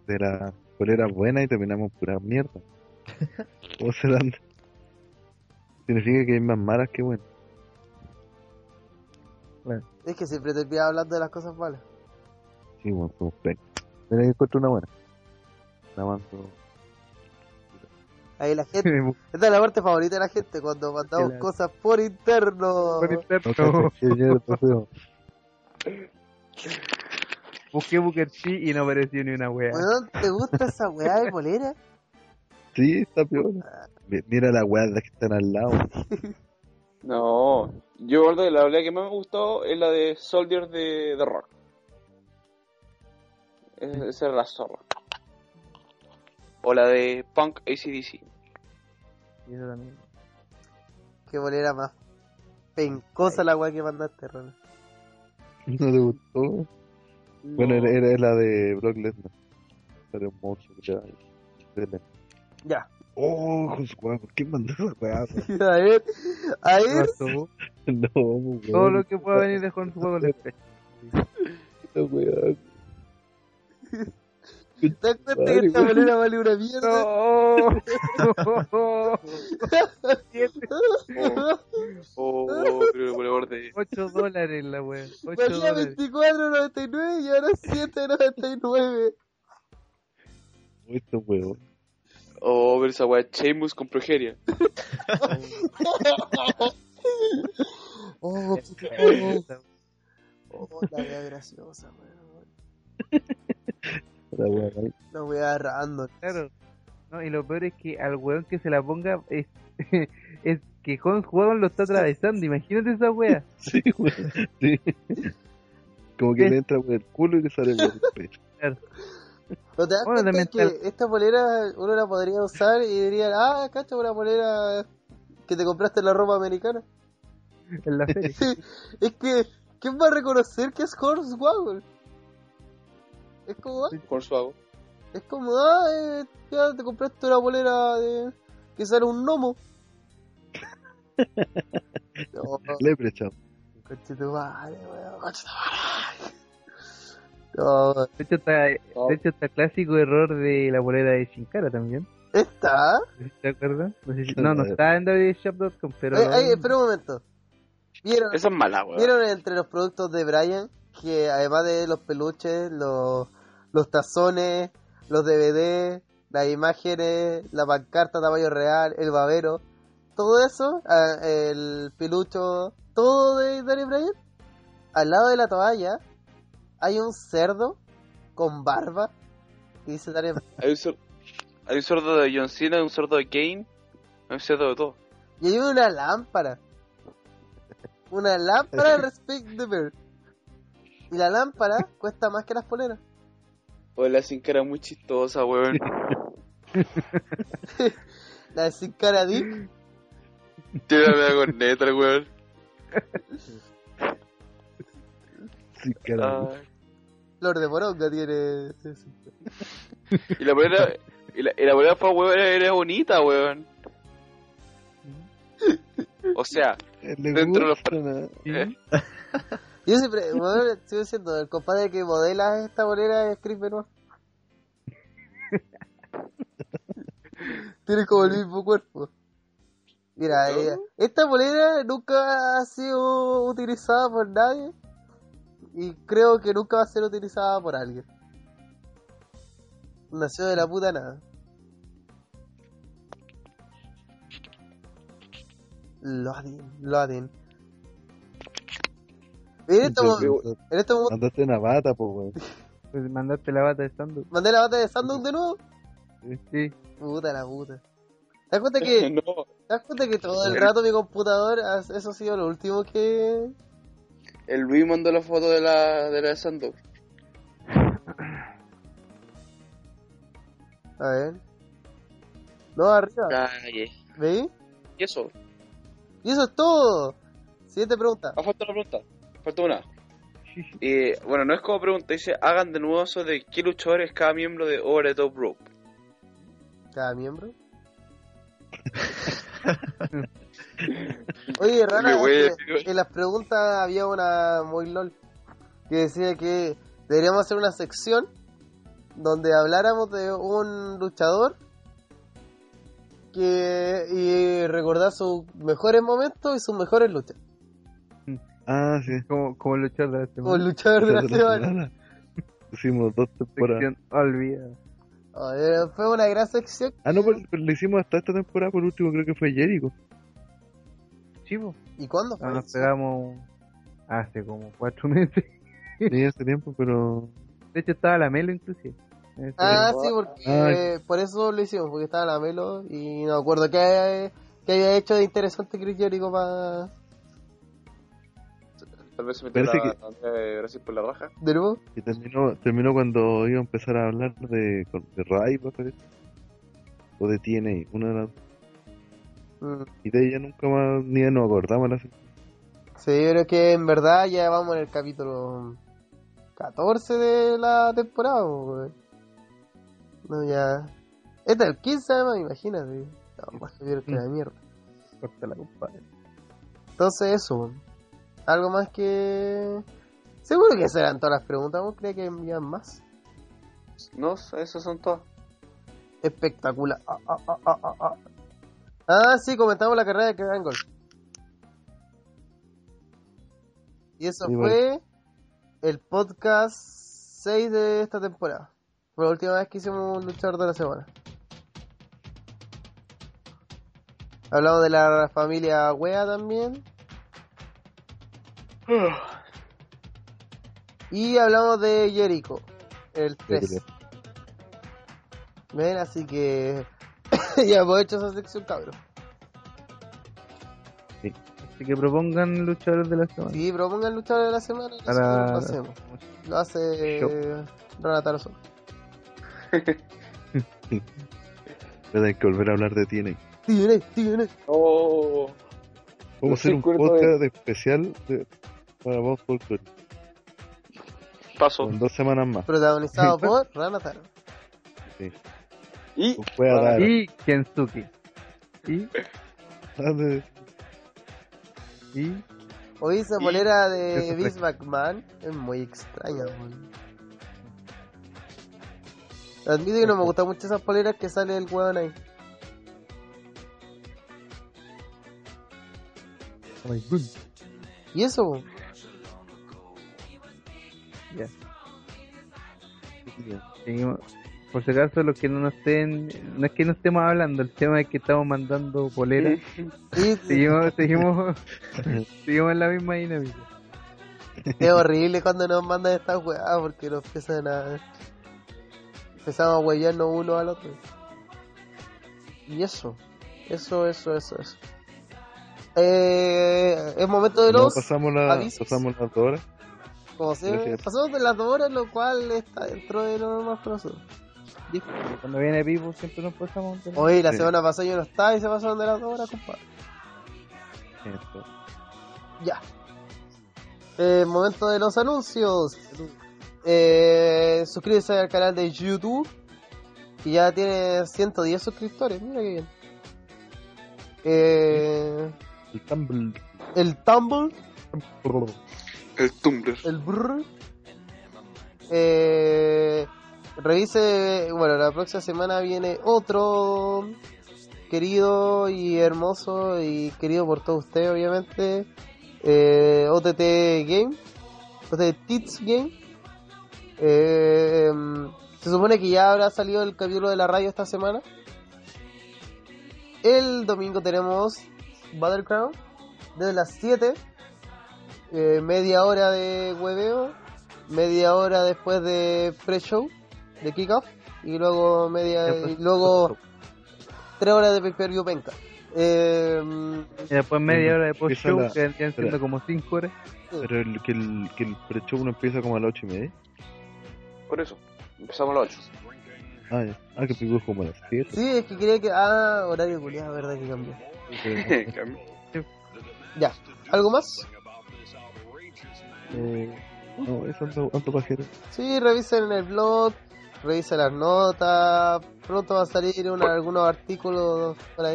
Speaker 6: de la polera buena y terminamos pura mierda. ¿Cómo se dan? Significa que hay más malas que buenas.
Speaker 1: Es que siempre te olvidas hablando de las cosas malas.
Speaker 6: Sí, bueno, somos pencas. Mira, yo encuentro una buena. La mando.
Speaker 1: Ahí la gente, esta es la parte favorita de la gente, cuando mandamos
Speaker 2: la-
Speaker 1: cosas por interno.
Speaker 2: Por interno.
Speaker 6: No, cacho, que yo no poseo.
Speaker 2: Busqué Booker T y no apareció ni una wea.
Speaker 1: Weón, ¿te gusta esa weá de polera?
Speaker 6: Sí, está peor. Mi- Mira las weas las que están al lado.
Speaker 7: No.
Speaker 3: Yo, gordo, la polea que más me gustó es la de Soldier de, de Rock. Es- Esa era la zorra.
Speaker 7: O la de Punk ACDC.
Speaker 2: Y eso también.
Speaker 1: Qué polera más pencosa la weá que mandaste, Ronald.
Speaker 6: No le gustó. Bueno, era, era la de Brock Lesnar. Era un monstruo que era- era-
Speaker 1: Ya.
Speaker 6: Oh, con su weá, ¿por qué mandó esa weá?
Speaker 1: A ver, a ver,
Speaker 2: Todo,
Speaker 6: No, weón.
Speaker 2: todo lo que pueda venir de Juan Juego le espejo.
Speaker 6: Esta weá.
Speaker 1: ¿te das cuenta que
Speaker 6: Madre,
Speaker 1: esta
Speaker 6: weón.
Speaker 1: polera vale una mierda?
Speaker 2: ¡No! Siete,
Speaker 7: O Oh, pero por el borde.
Speaker 2: ocho dólares la wea. Ocho
Speaker 1: Valía
Speaker 2: dólares.
Speaker 1: 24.99 y ahora es 7.99.
Speaker 6: Esto weón.
Speaker 7: O ver oh, esa weá, Sheamus con Progeria.
Speaker 1: Oh,
Speaker 2: Esa-
Speaker 1: oh, la wea graciosa, weón.
Speaker 6: La weá, ahí.
Speaker 1: La wea random.
Speaker 2: Claro. No, y lo peor es que al weón que se la ponga es, es que Juan Juego lo está atravesando. Imagínate esa wea.
Speaker 6: Sí, weón. Sí. Como que le entra por el culo y le sale por el pecho.
Speaker 1: ¿No te das
Speaker 2: Bueno,
Speaker 1: cuenta
Speaker 2: también
Speaker 1: que esta polera uno la podría usar y dirían, ah, cacho, una polera que te compraste en la ropa americana?
Speaker 2: En la feria.
Speaker 1: Es que, ¿quién va a reconocer que es Hornswoggle? Es como, ah,
Speaker 7: Con su agua.
Speaker 1: es como, ah, eh, ya te compraste una polera de... que sale un gnomo. No, no.
Speaker 6: Le prechamos.
Speaker 1: Conchetumare, weón, conchetumare. No,
Speaker 2: De hecho, está, de hecho, está clásico error de la bolera de Shinkara también.
Speaker 1: esta.
Speaker 2: ¿Te acuerdas? No, sé si- no, no está en www.shop.com, pero.
Speaker 1: eh, Ay, ay, espera un momento. ¿Vieron,
Speaker 7: Esa es mala, weón.
Speaker 1: ¿Vieron entre los productos de Brian que además de los peluches, los, los tazones, los DVD, las imágenes, la pancarta tamaño real, el babero, todo eso, ah, el pelucho, todo de Danny Bryan? Al lado de la toalla hay un cerdo con barba que dice Danny Bryan.
Speaker 7: Hay un, cer- hay un cerdo de John Cena, hay un cerdo de Kane, hay un cerdo de todo.
Speaker 1: Y hay una lámpara. Una lámpara de Respect the Bear. Y la lámpara cuesta más que las poleras.
Speaker 7: O la sin cara muy chistosa, weón.
Speaker 1: La de Sin Cara Dick.
Speaker 7: Tiene la corneta, weón.
Speaker 6: Sí, caramba.
Speaker 7: Ah,
Speaker 1: Flor de Moronga tiene. sí, sí.
Speaker 7: y la primera
Speaker 3: Y la, y la polera fue, weón, era bonita, weón.
Speaker 7: o sea eh,
Speaker 6: Le
Speaker 7: dentro de los-
Speaker 6: gusta, ¿no?
Speaker 1: Yo siempre, bueno, sigo diciendo, el compadre que modela esta bolera es Chris Benoit. Tiene como el mismo cuerpo. Mira, eh, esta bolera nunca ha sido utilizada por nadie y creo que nunca va a ser utilizada por alguien. Nació de la puta nada. Loading, loading. En este, mo-
Speaker 6: Entonces,
Speaker 1: en este momento
Speaker 6: Mandaste una bata, po, weón.
Speaker 2: Pues mandaste la bata de stand
Speaker 1: mandé la bata de Sandok de nuevo.
Speaker 2: Sí,
Speaker 1: Puta la puta. ¿Te das cuenta que,
Speaker 7: no
Speaker 1: te das cuenta que todo el rato mi computador, ha- eso ha sido lo último que...
Speaker 7: el Luis mandó la foto de la de la de Sandow
Speaker 1: A ver. No, arriba.
Speaker 7: Calle.
Speaker 1: ¿Veí?
Speaker 7: y eso
Speaker 1: Y eso es todo. Siguiente pregunta.
Speaker 7: ha faltado una pregunta ah, falta una Eh, bueno no es como pregunta dice hagan de nuevo eso de qué luchador es cada miembro de Over the Top Rope
Speaker 1: Cada miembro. Oye, rara,
Speaker 7: Me voy a
Speaker 1: es
Speaker 7: decir-
Speaker 1: que en las preguntas había una muy lol que decía que deberíamos hacer una sección donde habláramos de un luchador que y recordar sus mejores momentos y sus mejores luchas.
Speaker 6: Ah, sí.
Speaker 2: como, como luchador de este la
Speaker 1: Como el
Speaker 2: semana.
Speaker 1: luchador de la
Speaker 6: Esa es la
Speaker 1: semana.
Speaker 6: semana. Pusimos dos temporadas.
Speaker 2: Sección olvidada.
Speaker 1: A ver, fue una gran sección.
Speaker 6: Ah, no, pero, pero lo hicimos hasta esta temporada, por último creo que fue Jericho.
Speaker 2: Chivo,
Speaker 1: ¿Y cuándo fue?
Speaker 2: Ah, no nos
Speaker 1: eso?
Speaker 2: pegamos hace como cuatro meses.
Speaker 6: Sí, hace tiempo, pero...
Speaker 2: De hecho, estaba la Melo inclusive. Eh,
Speaker 1: Ah,
Speaker 7: Pero-
Speaker 1: sí, porque
Speaker 6: Ay.
Speaker 1: eh, por eso lo hicimos, porque estaba la Melo y no me acuerdo qué, qué había hecho de interesante Chris Jericho para...
Speaker 7: tal vez se metió
Speaker 6: Parece
Speaker 7: la de Brasil por la raja
Speaker 1: ¿De nuevo?
Speaker 6: Que terminó, terminó cuando iba a empezar a hablar de, con- de Rai, me parece. O de TNA, una de las...
Speaker 1: Mm.
Speaker 6: Y de ella nunca más, ni nos acordamos. La...
Speaker 1: Sí, yo creo que en verdad ya vamos en el capítulo 14 de la temporada, po, weón. No, ya... Este es el 15 además, imagínate. No, más que vieron que la mierda.
Speaker 2: Córtala, compadre.
Speaker 1: Entonces eso, algo más que... Seguro que serán todas las preguntas, ¿vos crees que envían más?
Speaker 7: no esas son todas
Speaker 1: espectacular. Ah, ah, ah, ah, ah, ah. Ah, sí, comentamos la carrera de Kurt Angle. Y eso
Speaker 6: Sí,
Speaker 1: fue el podcast 6 de esta temporada. Fue la última vez que hicimos un luchador de la semana. Hablamos de la familia Wea también. Y hablamos de Jericho, el 3. Ven, así que ya hemos hecho esa sección, cabrón.
Speaker 2: Así que propongan luchadores de la semana.
Speaker 1: Sí, propongan luchador de la semana, nosotros
Speaker 2: Para-
Speaker 1: lo hacemos. Lo hace
Speaker 2: Yo.
Speaker 1: Renata Lozano.
Speaker 6: Pero hay que volver a hablar de TNA.
Speaker 1: TNA, TNA.
Speaker 7: oh
Speaker 6: Vamos a hacer un
Speaker 7: recuerdo
Speaker 6: podcast especial de- para Voz Folklore.
Speaker 7: paso
Speaker 6: En dos semanas más.
Speaker 1: Protagonizado por Renata.
Speaker 7: y
Speaker 6: Pues Fue a dar.
Speaker 2: Y Kensuke. Y,
Speaker 6: Dale.
Speaker 2: y,
Speaker 1: Hoy esa
Speaker 7: Y-
Speaker 1: bolera
Speaker 2: Eso
Speaker 1: de
Speaker 2: fue.
Speaker 1: Vince McMahon es muy extraña, weón. Admito que no me gustan mucho esas poleras que sale el weón ahí. Y eso, weón?
Speaker 2: ya. Seguimos. Por si acaso, los que no nos estén, no es que no estemos hablando, el tema es que estamos mandando poleras.
Speaker 1: Y
Speaker 2: Seguimos, seguimos, seguimos en la misma dinámica.
Speaker 1: Es horrible cuando nos mandan estas weas porque nos empiezan a. Empezamos a huellarnos uno al otro. Y eso. Eso, eso, eso, eso. Eh, es momento de
Speaker 6: No,
Speaker 1: los.
Speaker 6: pasamos, la,
Speaker 1: avisos.
Speaker 6: pasamos las dos horas.
Speaker 1: como se-
Speaker 6: gracias.
Speaker 1: pasamos de las dos horas, lo cual está dentro de lo normal para nosotros.
Speaker 2: Cuando viene Pipo, siempre nos pasamos. de-
Speaker 1: Hoy, la
Speaker 6: Sí.
Speaker 1: semana pasada yo no estaba y se pasaron de las dos horas, compadre. Ya. Eh, momento de los anuncios. Eh, suscríbete al canal de YouTube. Y ya tiene 110 suscriptores. Mira que bien. Eh,
Speaker 6: El Tumblr.
Speaker 1: el Tumble.
Speaker 7: El Tumblr.
Speaker 1: el brr. Eh, revise, bueno, la próxima semana viene otro querido y hermoso y querido por todos ustedes, obviamente. eh, OTT Game, OTT Tits Game. Eh, em, se supone que ya habrá salido el capítulo de la radio esta semana. El domingo tenemos Battleground desde las 7 eh, media hora de hueveo, media hora después de pre-show, de kickoff, y luego media,
Speaker 2: pues,
Speaker 1: y luego tres horas de pay-per-view penca. Eh,
Speaker 2: Y después pues, media hora de post-show,
Speaker 6: Esa es la-
Speaker 2: que vendrían siendo
Speaker 6: espera.
Speaker 2: como 5 horas.
Speaker 6: Pero el, que el, que el pre-show no empieza como a las 8 y media.
Speaker 7: Por eso. Empezamos a las 8.
Speaker 6: Ah, ya. Ah, que empezó como a las 7.
Speaker 1: sí, es que quería que. Ah, horario culiado, verdad que cambió. Ya, ¿algo más?
Speaker 6: Eh, no, eso ando, ando pajero.
Speaker 1: Sí, revisen el blog, revisen las notas. Pronto va a salir una-
Speaker 7: Por-
Speaker 1: algunos artículos por ahí.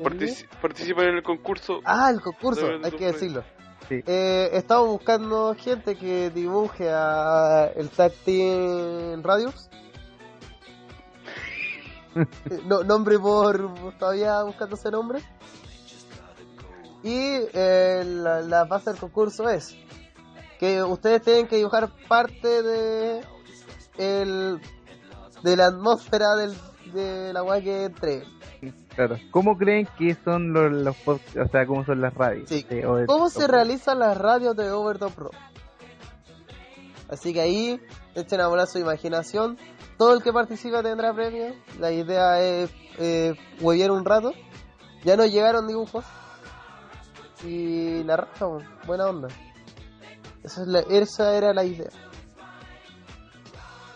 Speaker 7: Partici- participa en el concurso.
Speaker 1: Ah, el concurso,
Speaker 7: Debe de
Speaker 1: hay que
Speaker 7: sufrir.
Speaker 1: decirlo.
Speaker 2: Sí.
Speaker 1: Eh, estamos buscando gente que dibuje a el tag team Radius. Eh, no, nombre por. todavía buscando ese nombre. Y eh, la, la base del concurso es que ustedes tienen que dibujar parte de. el- de la atmósfera del, de la weá que entre.
Speaker 2: Claro. ¿Cómo creen que son los, los pod- o sea, cómo son las radios?
Speaker 1: Sí.
Speaker 2: Eh, o el-
Speaker 1: ¿Cómo se
Speaker 2: o-
Speaker 1: realizan las radios de Overdose Pro? Así que ahí echen a volar su imaginación. Todo el que participa tendrá premio. La idea es eh, hueviar un rato. Ya nos llegaron dibujos. Y la raja, weón. buena onda. Esa, es la- esa era la idea.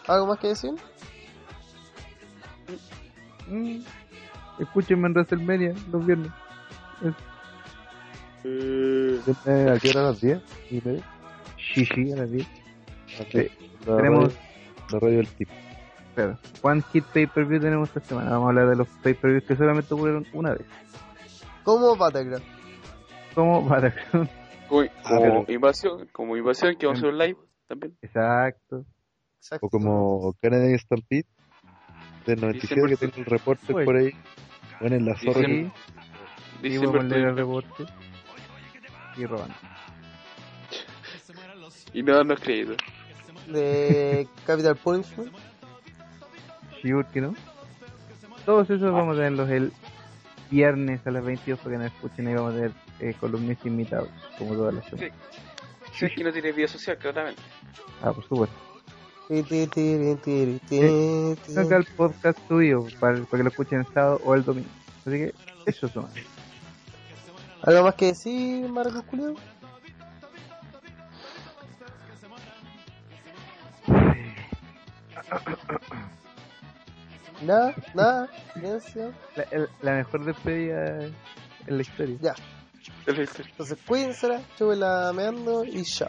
Speaker 1: ¿Algo más que decir?
Speaker 2: Mm. Escúchenme en WrestleMania los viernes.
Speaker 6: Eh, ¿A qué hora? ¿A las 10? ¿Y media?
Speaker 2: Sí, sí, a las 10.
Speaker 6: La
Speaker 2: Tenemos-
Speaker 6: radio- La radio del tipo.
Speaker 2: Claro. One Hit Pay Per View tenemos esta semana. Vamos a hablar de los pay per views que solamente ocurrieron una vez.
Speaker 1: ¿Cómo Battleground?
Speaker 2: Como Battleground.
Speaker 7: Uy,
Speaker 6: pero-
Speaker 7: como invasión. Como invasión que vamos a hacer un live también.
Speaker 2: Exacto.
Speaker 1: Exacto.
Speaker 6: O como Canadian Stampede del 97 que tengo el reporte
Speaker 2: Oye.
Speaker 6: por ahí. Bueno, en la zorra.
Speaker 7: Diciembre.
Speaker 2: Sí, sí,
Speaker 7: Diciembre
Speaker 2: vamos a leer el
Speaker 7: estoy-
Speaker 2: reporte. Y roban.
Speaker 7: Y no darnos crédito.
Speaker 1: De Capital Punishment.
Speaker 2: Sure que no. Todos esos vamos a tenerlos el viernes a las 22 para que nos escuchen y vamos a tener eh, columnistas invitados, como todas las semanas.
Speaker 7: Si es que no tiene vida social, claramente.
Speaker 2: Ah, por supuesto.
Speaker 6: Eh,
Speaker 1: Ti, ti, ti, ti, ti,
Speaker 2: Eh,
Speaker 1: ti.
Speaker 2: Saca el podcast suyo para, para que lo escuchen el sábado o el domingo. Así que eso son.
Speaker 1: ¿Algo más que decir, Marcos Julio? Nada, nada, silencio.
Speaker 2: La, el- la mejor despedida en la historia.
Speaker 1: Ya,
Speaker 7: Es la historia.
Speaker 1: entonces cuídense, chupen la meando y chao.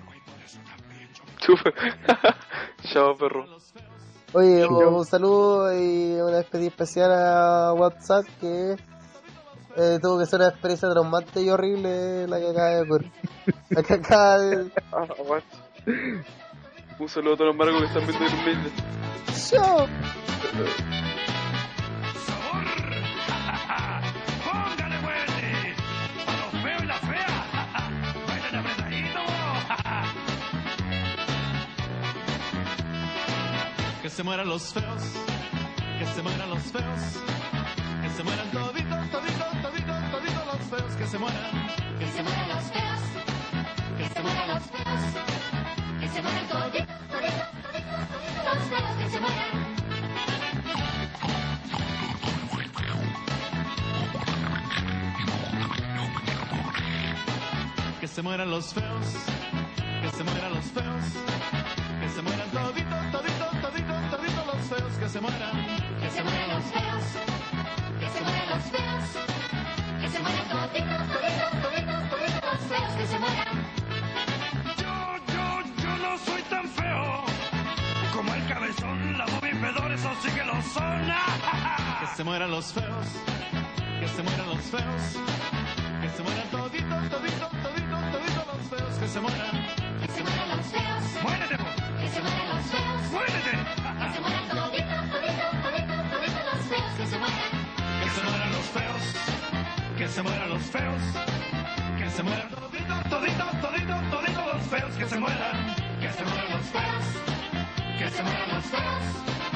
Speaker 7: Chupa. Chao, perro.
Speaker 1: Oye, un saludo y una despedida especial a WhatsApp que eh, tuvo que ser una experiencia traumante y horrible la que acaba de ocurrir. La que acaba de.
Speaker 7: Ah, aguante. Un saludo a todos los marcos que están viendo el mail.
Speaker 1: ¡Chao!
Speaker 5: sabor. Póngale hueones a los feos y las feas. Bailen apretadito. Que se mueran los feos, que se mueran los feos, que se mueran toditos, toditos, toditos, toditos los feos, que se mueran, que se mueran los feos, que se mueran los feos, que se mueran toditos, toditos, toditos, toditos los feos, que se mueran. Que se mueran los feos, que se mueran los feos, que se mueran toditos, toditos, toditos, toditos los feos, que se mueran, que se mueran los feos, que se mueran los feos, que se mueran toditos, toditos, toditos, toditos los feos, que se mueran. sí que lo son. Que se mueran los feos, que se mueran los feos, que se mueran toditos, toditos, toditos, toditos los feos, que se mueran.
Speaker 9: Que se mueran los feos,
Speaker 5: ¡Muérete, po!
Speaker 9: que se mueran los feos,
Speaker 5: ¡Muérete!
Speaker 9: que se mueran toditos, toditos, toditos, toditos los feos, que se mueran,
Speaker 5: Que se mueran los feos, que se mueran los feos, que se mueran toditos, toditos, toditos, toditos los feos, que se mueran. Que se mueran los feos, que se mueran los feos,